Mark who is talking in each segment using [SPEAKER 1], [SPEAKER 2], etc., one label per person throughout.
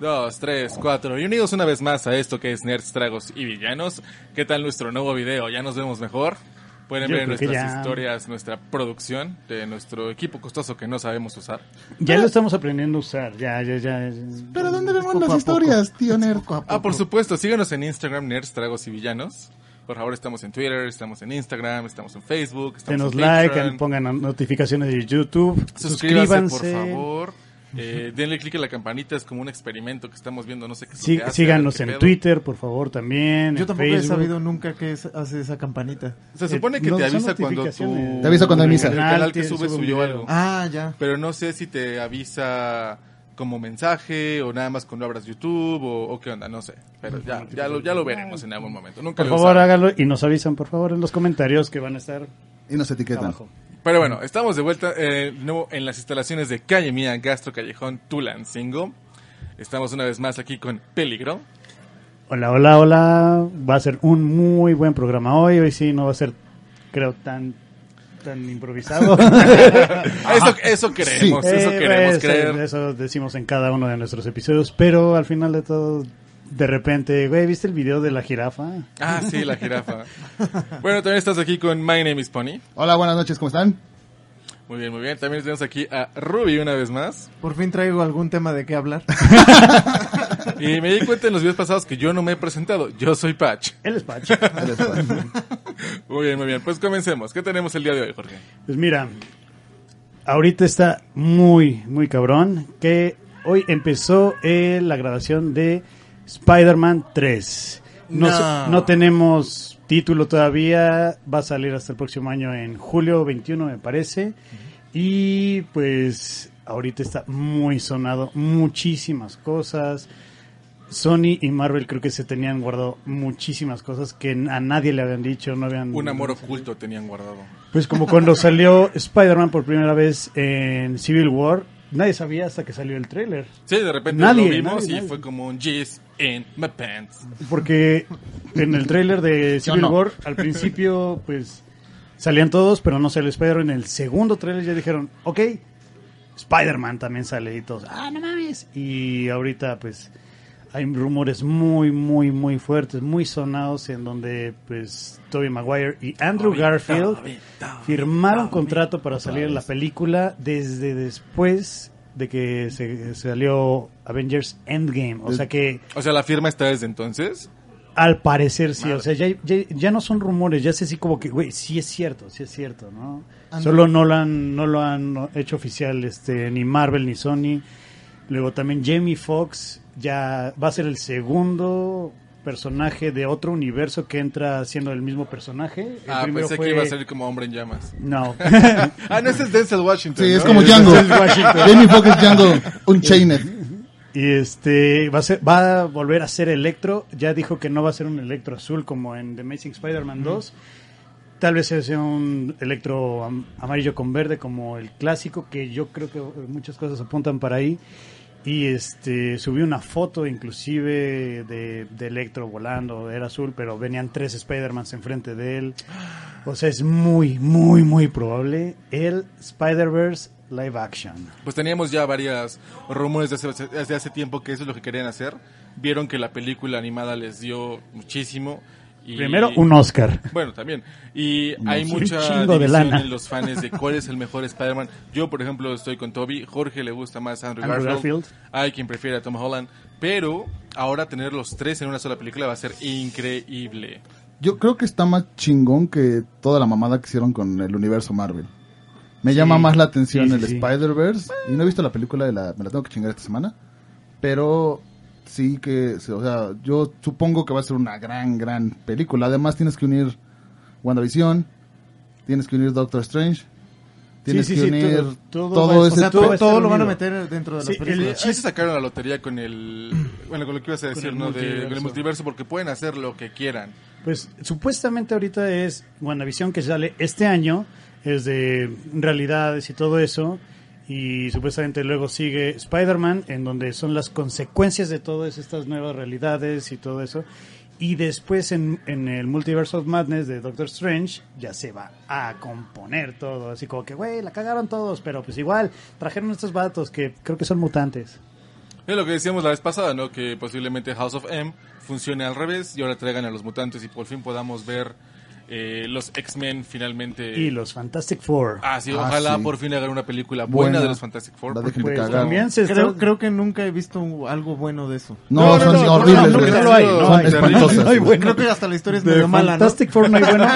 [SPEAKER 1] dos, tres, cuatro. Bienvenidos una vez más a esto que es Nerds, Tragos y Villanos. ¿Qué tal nuestro nuevo video? ¿Ya nos vemos mejor? Pueden
[SPEAKER 2] Yo
[SPEAKER 1] ver en
[SPEAKER 2] creo que
[SPEAKER 1] nuestras
[SPEAKER 2] ya.
[SPEAKER 1] historias nuestra producción de nuestro equipo costoso que no sabemos usar.
[SPEAKER 2] Ya lo estamos aprendiendo a usar, ya, ya, ya. ya.
[SPEAKER 3] Pero ¿dónde vemos
[SPEAKER 2] Poco a
[SPEAKER 3] las
[SPEAKER 2] poco.
[SPEAKER 3] historias, tío Nerd?
[SPEAKER 1] Ah, por supuesto, síganos en Instagram, Nerds, Tragos y Villanos. Por favor, estamos en Twitter, estamos en Instagram, estamos en Facebook, estamos
[SPEAKER 2] Denos
[SPEAKER 1] en
[SPEAKER 2] like,
[SPEAKER 1] Patreon.
[SPEAKER 2] pongan notificaciones de YouTube.
[SPEAKER 1] Suscríbanse,
[SPEAKER 2] Suscríbanse.
[SPEAKER 1] por favor. Eh, denle click a la campanita, es como un experimento que estamos viendo, no sé qué es lo
[SPEAKER 2] Sí-
[SPEAKER 1] que hace,
[SPEAKER 2] síganos
[SPEAKER 1] qué
[SPEAKER 2] en
[SPEAKER 1] pedo.
[SPEAKER 2] Twitter, por favor, también.
[SPEAKER 3] Yo
[SPEAKER 2] en
[SPEAKER 3] tampoco he
[SPEAKER 2] Facebook.
[SPEAKER 3] sabido nunca qué es- hace esa campanita.
[SPEAKER 1] Se supone que
[SPEAKER 2] Eh, No,
[SPEAKER 1] te
[SPEAKER 2] son
[SPEAKER 1] avisa cuando
[SPEAKER 2] notificaciones.
[SPEAKER 1] tu...
[SPEAKER 3] Te avisa cuando avisa.
[SPEAKER 1] El canal que
[SPEAKER 2] tiene-
[SPEAKER 1] sube
[SPEAKER 2] un
[SPEAKER 1] subió
[SPEAKER 2] video.
[SPEAKER 1] algo.
[SPEAKER 3] Ah, ya.
[SPEAKER 1] Pero no sé si te avisa como mensaje o nada más cuando abras YouTube o, o qué onda, no sé. Pero ya, ya, lo, ya lo veremos en algún momento. Nunca
[SPEAKER 2] Por
[SPEAKER 1] lo he
[SPEAKER 2] favor,
[SPEAKER 1] usado.
[SPEAKER 2] hágalo y nos avisan, por favor, en los comentarios que van a estar
[SPEAKER 3] Y nos etiquetan.
[SPEAKER 2] abajo.
[SPEAKER 1] Pero bueno, estamos de vuelta eh, de nuevo en las instalaciones de Calle Mía, Gastro Callejón, Tulancingo. Estamos una vez más aquí con Peligro.
[SPEAKER 2] Hola, hola, hola. Va a ser un muy buen programa hoy. Hoy sí no va a ser, creo, tan tan improvisado.
[SPEAKER 1] Eso, eso queremos, eso
[SPEAKER 2] Eh,
[SPEAKER 1] queremos
[SPEAKER 2] Ah. pues,
[SPEAKER 1] creer.
[SPEAKER 2] eh, Eso decimos en cada uno de nuestros episodios, pero al final de todo, de repente, güey, ¿viste el video de la jirafa?
[SPEAKER 1] Ah, sí, la jirafa. bueno, también estás aquí con My Name is Pony.
[SPEAKER 4] Hola, buenas noches, ¿cómo están?
[SPEAKER 1] Muy bien, muy bien. También tenemos aquí a Ruby una vez más.
[SPEAKER 3] Por fin traigo algún tema de qué hablar.
[SPEAKER 1] Y me di cuenta en los videos pasados que yo no me he presentado. Yo soy Patch.
[SPEAKER 2] El despacho.
[SPEAKER 1] Muy bien, muy bien. Pues comencemos. ¿Qué tenemos el día de hoy, Jorge?
[SPEAKER 2] Pues mira, ahorita está muy, muy cabrón que hoy empezó eh, la grabación de Spider-Man 3. No,
[SPEAKER 1] No.
[SPEAKER 2] sé- no tenemos título todavía, va a salir hasta el próximo año en julio 21 me parece. Y pues ahorita está muy sonado, muchísimas cosas. Sony y Marvel creo que se tenían guardado muchísimas cosas que a nadie le habían dicho, no habían...
[SPEAKER 1] Un amor oculto tenían guardado.
[SPEAKER 2] Pues como cuando salió Spider-Man por primera vez en Civil War, nadie sabía hasta que salió el tráiler.
[SPEAKER 1] Sí, de repente
[SPEAKER 2] Nadie,
[SPEAKER 1] lo vimos
[SPEAKER 2] nadie,
[SPEAKER 1] y
[SPEAKER 2] nadie.
[SPEAKER 1] fue como un jizz in my pants.
[SPEAKER 2] Porque en el tráiler de
[SPEAKER 4] ¿Sí o
[SPEAKER 2] Civil
[SPEAKER 4] no?
[SPEAKER 2] War, al principio, pues salían todos, pero no salió Spider-Man. En el segundo tráiler ya dijeron, ok, Spider-Man también sale y todos, ah, no mames. Y ahorita, pues, hay rumores muy, muy, muy fuertes, muy sonados, en donde, pues, Tobey Maguire y Andrew Garfield firmaron contrato para salir en la película desde después de que se salió Avengers Endgame. O sea que
[SPEAKER 1] O sea, la firma está desde entonces.
[SPEAKER 2] al parecer sí, o sea, ya, ya, ya no son rumores, ya sé así como que, güey, sí es cierto, sí es cierto, ¿no?
[SPEAKER 3] Ando-
[SPEAKER 2] Solo no lo han, no lo han hecho oficial, este, ni Marvel ni Sony. Luego también Jamie Foxx ya va a ser el segundo personaje de otro universo que entra siendo el mismo personaje. El
[SPEAKER 1] ah,
[SPEAKER 2] primero
[SPEAKER 1] pensé
[SPEAKER 2] fue-
[SPEAKER 1] que iba a salir como hombre en llamas.
[SPEAKER 2] No.
[SPEAKER 1] Ah, no, ese es Denzel Washington.
[SPEAKER 4] Sí, es
[SPEAKER 1] ¿no?
[SPEAKER 4] como Django.
[SPEAKER 2] Es Washington.
[SPEAKER 4] Jamie Foxx es Django, un chainer.
[SPEAKER 2] Y este va a ser, va a volver a ser Electro. Ya dijo que no va a ser un Electro azul como en The Amazing Spider-Man 2. Tal vez sea un Electro am- amarillo con verde como el clásico, que yo creo que eh, muchas cosas apuntan para ahí. Y este subió una foto inclusive de, de Electro volando, era azul, pero venían tres Spider-Mans enfrente de él. O sea, es muy, muy, muy probable el Spider-Verse live action.
[SPEAKER 1] Pues teníamos ya varias rumores desde hace, desde hace tiempo que eso es lo que querían hacer. Vieron que la película animada les dio muchísimo. y-
[SPEAKER 2] Primero un Oscar.
[SPEAKER 1] Bueno, también. Y hay
[SPEAKER 2] sí.
[SPEAKER 1] mucha
[SPEAKER 2] Un chingo de
[SPEAKER 1] división
[SPEAKER 2] lana.
[SPEAKER 1] en los fans de cuál es el mejor Spider-Man. Yo, por ejemplo, estoy con Toby. Jorge le gusta más Andrew,
[SPEAKER 2] Andrew
[SPEAKER 1] Garfield.
[SPEAKER 2] Garfield.
[SPEAKER 1] Hay quien prefiere a Tom Holland. Pero ahora tener los tres en una sola película va a ser increíble.
[SPEAKER 4] Yo creo que está más chingón que toda la mamada que hicieron con el universo Marvel. Me llama más la atención
[SPEAKER 2] Sí, sí,
[SPEAKER 4] el
[SPEAKER 2] sí.
[SPEAKER 4] Spider-Verse. Y no he visto la película de la... Me la tengo que chingar esta semana. Pero sí que... O sea, yo supongo que va a ser una gran, gran película. Además tienes que unir WandaVision. Tienes que unir Doctor Strange. Tienes
[SPEAKER 2] sí,
[SPEAKER 4] que
[SPEAKER 2] sí,
[SPEAKER 4] unir
[SPEAKER 2] todo- todo
[SPEAKER 4] todo,
[SPEAKER 2] va- o
[SPEAKER 4] ese-
[SPEAKER 3] O sea,
[SPEAKER 2] Todo
[SPEAKER 3] todo,
[SPEAKER 2] está
[SPEAKER 3] todo lo van a
[SPEAKER 2] unido.
[SPEAKER 3] meter dentro de
[SPEAKER 2] Sí,
[SPEAKER 3] las
[SPEAKER 2] el-
[SPEAKER 1] Eh,
[SPEAKER 3] películas.
[SPEAKER 1] Ahí se sacaron la lotería con el. Bueno, con lo que ibas a
[SPEAKER 2] Con
[SPEAKER 1] decir,
[SPEAKER 2] el
[SPEAKER 1] ¿no? De- con el
[SPEAKER 2] multiverso.
[SPEAKER 1] multiverso, porque pueden hacer lo que quieran.
[SPEAKER 2] Pues supuestamente ahorita es WandaVision que sale este año, es de realidades y todo eso, y supuestamente luego sigue Spider-Man, en donde son las consecuencias de todas estas nuevas realidades y todo eso, y después en, en el Multiverse of Madness de Doctor Strange ya se va a componer todo, así como que, güey, la cagaron todos, pero pues igual, trajeron estos vatos que creo que son mutantes.
[SPEAKER 1] Es lo que decíamos la vez pasada, ¿no? Que posiblemente House of M funcione al revés y ahora traigan a los mutantes y por fin podamos ver eh, los X-Men finalmente.
[SPEAKER 2] Y los Fantastic Four.
[SPEAKER 1] Ah, sí,
[SPEAKER 4] Ah,
[SPEAKER 1] ojalá
[SPEAKER 4] sí.
[SPEAKER 1] por fin hagan una película buena,
[SPEAKER 4] Buena.
[SPEAKER 1] de los Fantastic Four.
[SPEAKER 4] La
[SPEAKER 1] porque-
[SPEAKER 4] dejen de
[SPEAKER 2] Pues,
[SPEAKER 4] cagar.
[SPEAKER 2] también se está-
[SPEAKER 3] Creo, creo que nunca he visto un- algo bueno de eso.
[SPEAKER 4] No, son horribles,
[SPEAKER 2] no,
[SPEAKER 4] güey.
[SPEAKER 2] no lo hay, no
[SPEAKER 4] son
[SPEAKER 2] hay.
[SPEAKER 4] espantosas.
[SPEAKER 2] No hay
[SPEAKER 4] güey.
[SPEAKER 2] bueno.
[SPEAKER 3] Creo que hasta la historia es
[SPEAKER 2] De
[SPEAKER 3] medio mala, ¿no?
[SPEAKER 2] Fantastic Four no hay bueno,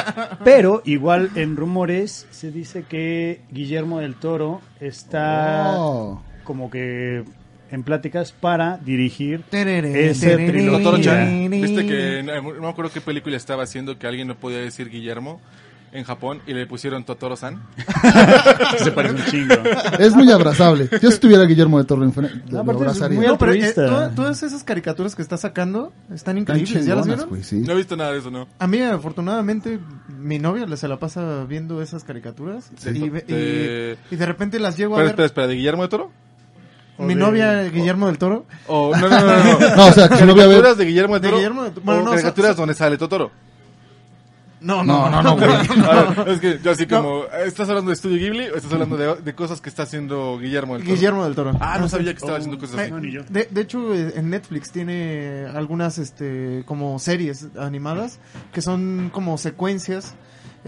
[SPEAKER 2] pero igual en rumores se dice que Guillermo del Toro está
[SPEAKER 4] Oh.
[SPEAKER 2] como que en pláticas para dirigir
[SPEAKER 3] Terere,
[SPEAKER 2] esa
[SPEAKER 3] terere.
[SPEAKER 1] Con Toro Chan.
[SPEAKER 2] trilogía.
[SPEAKER 1] Viste que no, no me acuerdo qué película estaba haciendo que alguien no podía decir Guillermo en Japón y le pusieron Totoro-san.
[SPEAKER 2] Se parece un chingo.
[SPEAKER 4] Es muy abrazable. Yo si tuviera a Guillermo de Torre, infra- lo
[SPEAKER 2] Aparte,
[SPEAKER 4] abrazaría.
[SPEAKER 2] es muy
[SPEAKER 3] No, pero eh,
[SPEAKER 2] altruista.
[SPEAKER 3] toda- todas esas caricaturas que está sacando
[SPEAKER 4] Están
[SPEAKER 3] están increíbles. ¿Ya las
[SPEAKER 4] chingonas,
[SPEAKER 3] vieron?
[SPEAKER 4] güey, sí.
[SPEAKER 1] No he visto nada de eso, ¿no?
[SPEAKER 3] A mí, afortunadamente, mi novia le- se la pasa viendo esas caricaturas. Y, ve- y-
[SPEAKER 1] De-
[SPEAKER 3] y de repente las llego a
[SPEAKER 1] Espera,
[SPEAKER 3] ver.
[SPEAKER 1] espera, espera, ¿de Guillermo de Toro?
[SPEAKER 3] mi
[SPEAKER 2] O de-
[SPEAKER 3] novia, Guillermo del Toro.
[SPEAKER 1] O, no, no, no, no.
[SPEAKER 4] No, o sea, que si no voy a ver.
[SPEAKER 1] ¿Caricaturas de Guillermo de
[SPEAKER 3] De
[SPEAKER 1] Toro?
[SPEAKER 3] Guillermo de Toro. Bueno,
[SPEAKER 1] o
[SPEAKER 3] no,
[SPEAKER 1] caricaturas
[SPEAKER 3] so- so-
[SPEAKER 1] donde sale Totoro.
[SPEAKER 3] No,
[SPEAKER 4] No, no, no, güey.
[SPEAKER 1] A ver, es que yo así como, ¿estás hablando de Studio Ghibli o estás hablando de, de cosas que está haciendo Guillermo del Toro?
[SPEAKER 3] Guillermo del Toro.
[SPEAKER 1] Ah, no sabía que estaba haciendo cosas así.
[SPEAKER 2] No, ni yo.
[SPEAKER 3] De, de hecho, eh, en Netflix tiene algunas este, como series animadas que son como secuencias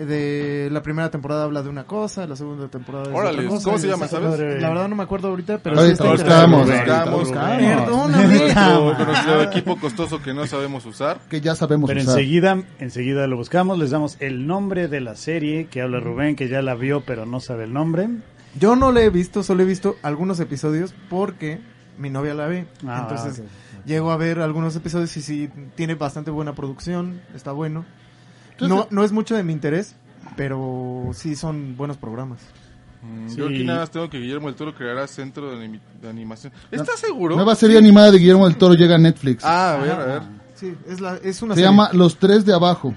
[SPEAKER 3] eh, de la primera temporada habla de una cosa, la segunda temporada es de
[SPEAKER 1] Órale,
[SPEAKER 3] otra cosa.
[SPEAKER 1] ¿cómo se
[SPEAKER 3] y
[SPEAKER 1] llama,
[SPEAKER 3] esa-
[SPEAKER 1] sabes?
[SPEAKER 3] La verdad no me acuerdo ahorita, pero
[SPEAKER 4] Ahorita
[SPEAKER 3] sí está
[SPEAKER 4] lo
[SPEAKER 3] interesante.
[SPEAKER 4] buscamos,
[SPEAKER 1] buscamos.
[SPEAKER 4] buscamos.
[SPEAKER 3] Perdóname.
[SPEAKER 1] Nuestro, con nuestro equipo costoso que no sabemos usar.
[SPEAKER 4] Que ya sabemos
[SPEAKER 2] Pero
[SPEAKER 4] usar.
[SPEAKER 2] enseguida, enseguida lo buscamos, les damos el nombre de la serie que habla Rubén, que ya la vio pero no sabe el nombre.
[SPEAKER 3] Yo no la he visto, solo he visto algunos episodios porque mi novia la ve.
[SPEAKER 2] Ah,
[SPEAKER 3] Entonces
[SPEAKER 2] ok,
[SPEAKER 3] llego a ver algunos episodios y sí, tiene bastante buena producción, está bueno. No, no es mucho de mi interés, pero sí son buenos programas.
[SPEAKER 1] Mm,
[SPEAKER 2] Sí.
[SPEAKER 1] Yo aquí nada más tengo que Guillermo del Toro creará centro de, animi- de animación. ¿Estás seguro?
[SPEAKER 4] Nueva serie animada de Guillermo del Toro llega a Netflix.
[SPEAKER 1] Ah, a ver, a ver.
[SPEAKER 3] Sí, es, la, es una
[SPEAKER 4] Se
[SPEAKER 3] serie.
[SPEAKER 4] llama Los Tres de Abajo.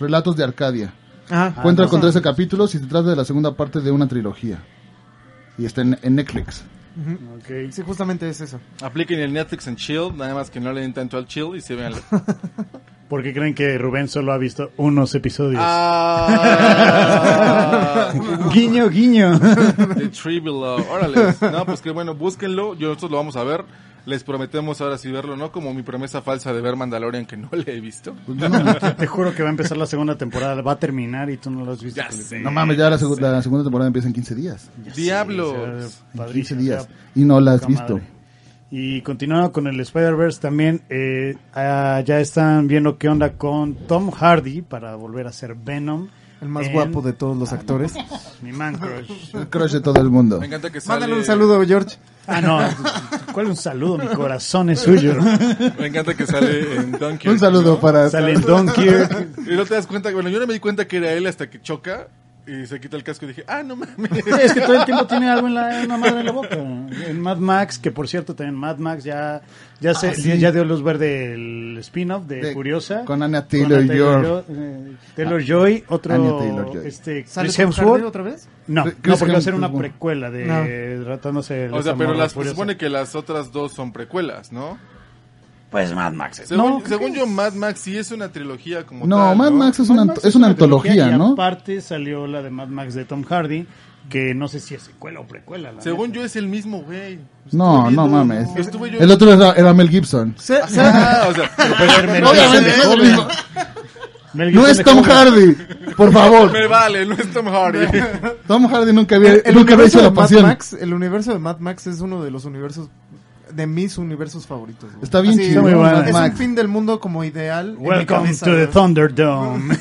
[SPEAKER 4] Relatos de Arcadia.
[SPEAKER 3] Ajá.
[SPEAKER 4] Cuenta
[SPEAKER 3] Ah,
[SPEAKER 4] con
[SPEAKER 3] no.
[SPEAKER 4] 13 capítulos y se trata de la segunda parte de una trilogía. Y está en, en Netflix.
[SPEAKER 3] Ujú.
[SPEAKER 2] Ok.
[SPEAKER 3] Sí, justamente es eso.
[SPEAKER 1] Apliquen el Netflix and Chill, nada más que no le den tanto al chill y se vean.
[SPEAKER 2] ¿Por qué creen que Rubén solo ha visto unos episodios?
[SPEAKER 1] Ah,
[SPEAKER 2] Guiño, guiño.
[SPEAKER 1] The Tree Below. Órale. No, pues que bueno, búsquenlo. Yo nosotros lo vamos a ver. Les prometemos ahora sí verlo, ¿no? Como mi promesa falsa de ver Mandalorian que no le he visto.
[SPEAKER 2] Pues Te juro que va a empezar la segunda temporada, va a terminar y tú no lo has visto.
[SPEAKER 1] Ya sé.
[SPEAKER 4] No mames, ya la, segu- la segunda temporada empieza en 15 días.
[SPEAKER 1] Diablos.
[SPEAKER 4] En
[SPEAKER 2] Padrísimo,
[SPEAKER 4] 15
[SPEAKER 2] o
[SPEAKER 4] días.
[SPEAKER 2] sea,
[SPEAKER 4] Y no la has
[SPEAKER 2] poca
[SPEAKER 4] visto.
[SPEAKER 2] madre. Y continuando con el Spider-Verse también, eh, ah, ya están viendo qué onda con Tom Hardy para volver a ser Venom.
[SPEAKER 3] El más
[SPEAKER 2] en- Ah,
[SPEAKER 3] guapo de todos los actores.
[SPEAKER 2] Mi man crush.
[SPEAKER 4] El crush de todo el mundo.
[SPEAKER 1] Me encanta que sale.
[SPEAKER 3] Mándale un saludo, George.
[SPEAKER 2] Ah, no. ¿Cuál un saludo? Mi corazón es suyo.
[SPEAKER 1] Me encanta que sale en Donkey.
[SPEAKER 4] Un saludo para...
[SPEAKER 2] Sale en Dunkirk.
[SPEAKER 1] Y no te das cuenta. Bueno, yo no me di cuenta que era él hasta que choca y se quita el casco y dije, ah, no mames.
[SPEAKER 2] Es que todo el tiempo tiene algo en la, una madre en la boca. En Mad Max, que por cierto también Mad Max ya, ya, se, ya dio luz verde el spin-off de,
[SPEAKER 4] De-
[SPEAKER 2] Furiosa.
[SPEAKER 4] con Anya Taylor-Joy.
[SPEAKER 2] eh, Taylor Joy, otro
[SPEAKER 4] Anya Taylor-Joy.
[SPEAKER 2] este,
[SPEAKER 3] ¿Sale
[SPEAKER 2] Chris
[SPEAKER 3] Tom Hardy
[SPEAKER 2] Hemsworth.
[SPEAKER 3] otra vez?
[SPEAKER 2] No,
[SPEAKER 4] Chris
[SPEAKER 2] no, porque va a ser una
[SPEAKER 4] Hemsworth.
[SPEAKER 2] precuela de tratándose de
[SPEAKER 1] O sea,
[SPEAKER 2] esta
[SPEAKER 1] pero
[SPEAKER 2] morra
[SPEAKER 1] las, se
[SPEAKER 2] Furiosa.
[SPEAKER 1] supone que las otras dos son precuelas, ¿no?
[SPEAKER 2] Pues Mad Max. es-
[SPEAKER 1] Según,
[SPEAKER 2] No, creo
[SPEAKER 1] según
[SPEAKER 2] que
[SPEAKER 1] yo, Mad Max sí es una trilogía como
[SPEAKER 4] No,
[SPEAKER 1] tal.
[SPEAKER 4] Mad Max es
[SPEAKER 2] Mad
[SPEAKER 4] una,
[SPEAKER 2] Max
[SPEAKER 4] es una
[SPEAKER 2] trilogía
[SPEAKER 4] antología,
[SPEAKER 2] y
[SPEAKER 4] ¿no?
[SPEAKER 2] aparte salió la de Mad Max de Tom Hardy, que no sé si es secuela o precuela. la
[SPEAKER 1] Según
[SPEAKER 2] neta.
[SPEAKER 1] yo es el mismo, güey.
[SPEAKER 4] No,
[SPEAKER 1] Estuve
[SPEAKER 4] no
[SPEAKER 1] viendo-
[SPEAKER 4] mames.
[SPEAKER 1] Estuve yo...
[SPEAKER 4] El otro era, era Mel Gibson.
[SPEAKER 3] Se- se-
[SPEAKER 1] Ah, o sea,
[SPEAKER 4] Obviamente,
[SPEAKER 2] Mel
[SPEAKER 4] no,
[SPEAKER 2] Gibson.
[SPEAKER 4] no,
[SPEAKER 2] Mel
[SPEAKER 4] no
[SPEAKER 2] Gibson
[SPEAKER 4] es
[SPEAKER 2] de
[SPEAKER 4] Tom
[SPEAKER 2] joven.
[SPEAKER 4] Hardy, por favor.
[SPEAKER 1] me vale, no es Tom Hardy.
[SPEAKER 4] Tom Hardy nunca había,
[SPEAKER 3] el
[SPEAKER 4] nunca había
[SPEAKER 3] universo
[SPEAKER 4] hecho
[SPEAKER 3] de
[SPEAKER 4] la
[SPEAKER 3] Mad
[SPEAKER 4] pasión.
[SPEAKER 3] Max, el universo de Mad Max es uno de los universos de mis universos favoritos. güey.
[SPEAKER 4] Está bien
[SPEAKER 3] Así,
[SPEAKER 4] chido.
[SPEAKER 2] muy bueno.
[SPEAKER 4] Mad
[SPEAKER 3] Es un
[SPEAKER 4] Max.
[SPEAKER 3] fin del mundo como ideal. en mi
[SPEAKER 2] Welcome
[SPEAKER 3] cabeza,
[SPEAKER 2] to the
[SPEAKER 3] güey.
[SPEAKER 2] Thunderdome.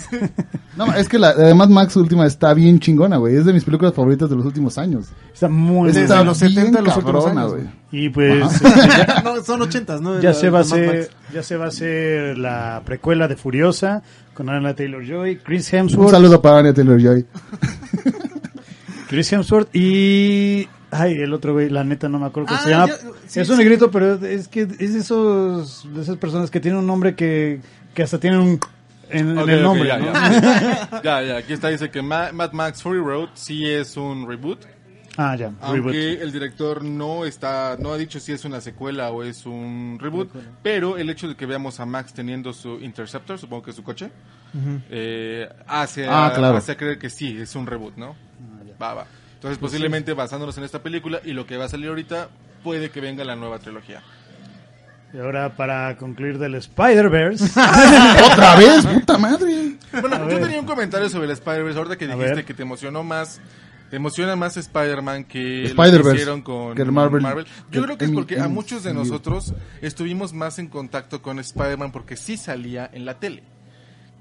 [SPEAKER 4] No, es que la, la de Mad Max última está bien chingona, güey. Es de mis películas favoritas de los últimos años.
[SPEAKER 2] Está muy
[SPEAKER 3] Pues Desde
[SPEAKER 4] Está
[SPEAKER 3] los
[SPEAKER 4] bien
[SPEAKER 3] 70 a los últimos
[SPEAKER 4] cabrona,
[SPEAKER 3] años,
[SPEAKER 4] güey.
[SPEAKER 2] Y pues eh,
[SPEAKER 3] no, son ochentas, ¿no?
[SPEAKER 2] ya
[SPEAKER 3] La-
[SPEAKER 2] se va a
[SPEAKER 3] la Mad
[SPEAKER 2] hacer,
[SPEAKER 3] Max.
[SPEAKER 2] ya se va a hacer la precuela de Furiosa con Anna Taylor Joy, Chris
[SPEAKER 4] Un
[SPEAKER 2] Hemsworth,
[SPEAKER 4] saludo para Anya Taylor-Joy.
[SPEAKER 2] Chris Hemsworth y ay el otro güey, la neta no me acuerdo cómo
[SPEAKER 3] Ah,
[SPEAKER 2] se llama.
[SPEAKER 3] ya, sí,
[SPEAKER 2] es un
[SPEAKER 3] sí.
[SPEAKER 2] negrito, pero es que es de esos de esas personas que tienen un nombre que, que hasta tienen un en, en
[SPEAKER 1] Ok, ok,
[SPEAKER 2] el nombre.
[SPEAKER 1] ya,
[SPEAKER 2] ¿no?
[SPEAKER 1] ya. ya, ya, aquí está, dice que Ma- Mad Max Fury Road sí es un reboot,
[SPEAKER 2] Ah, ya. reboot.
[SPEAKER 1] aunque el director no está, no ha dicho si es una secuela o es un reboot, pero el hecho de que veamos a Max teniendo su Interceptor, supongo que es su coche, eh, hace,
[SPEAKER 4] Ah, claro.
[SPEAKER 1] hace creer que sí, es un reboot, ¿no? Va, va. Entonces posiblemente basándonos en esta película y lo que va a salir ahorita, puede que venga la nueva trilogía.
[SPEAKER 2] Y ahora para concluir del Spider-Verse.
[SPEAKER 4] ¡Otra vez! ¡Puta madre!
[SPEAKER 1] Bueno, yo tenía un comentario sobre el Spider-Verse. Ahorita que
[SPEAKER 2] A
[SPEAKER 1] dijiste
[SPEAKER 2] ver.
[SPEAKER 1] que te emocionó más. Te emociona más Spider-Man que lo que
[SPEAKER 4] Spider-Verse,
[SPEAKER 1] hicieron con
[SPEAKER 4] que el Marvel.
[SPEAKER 1] Yo creo que es
[SPEAKER 4] En-
[SPEAKER 1] porque a
[SPEAKER 4] en-
[SPEAKER 1] muchos de nosotros estuvimos más en contacto con Spider-Man porque sí salía en la tele.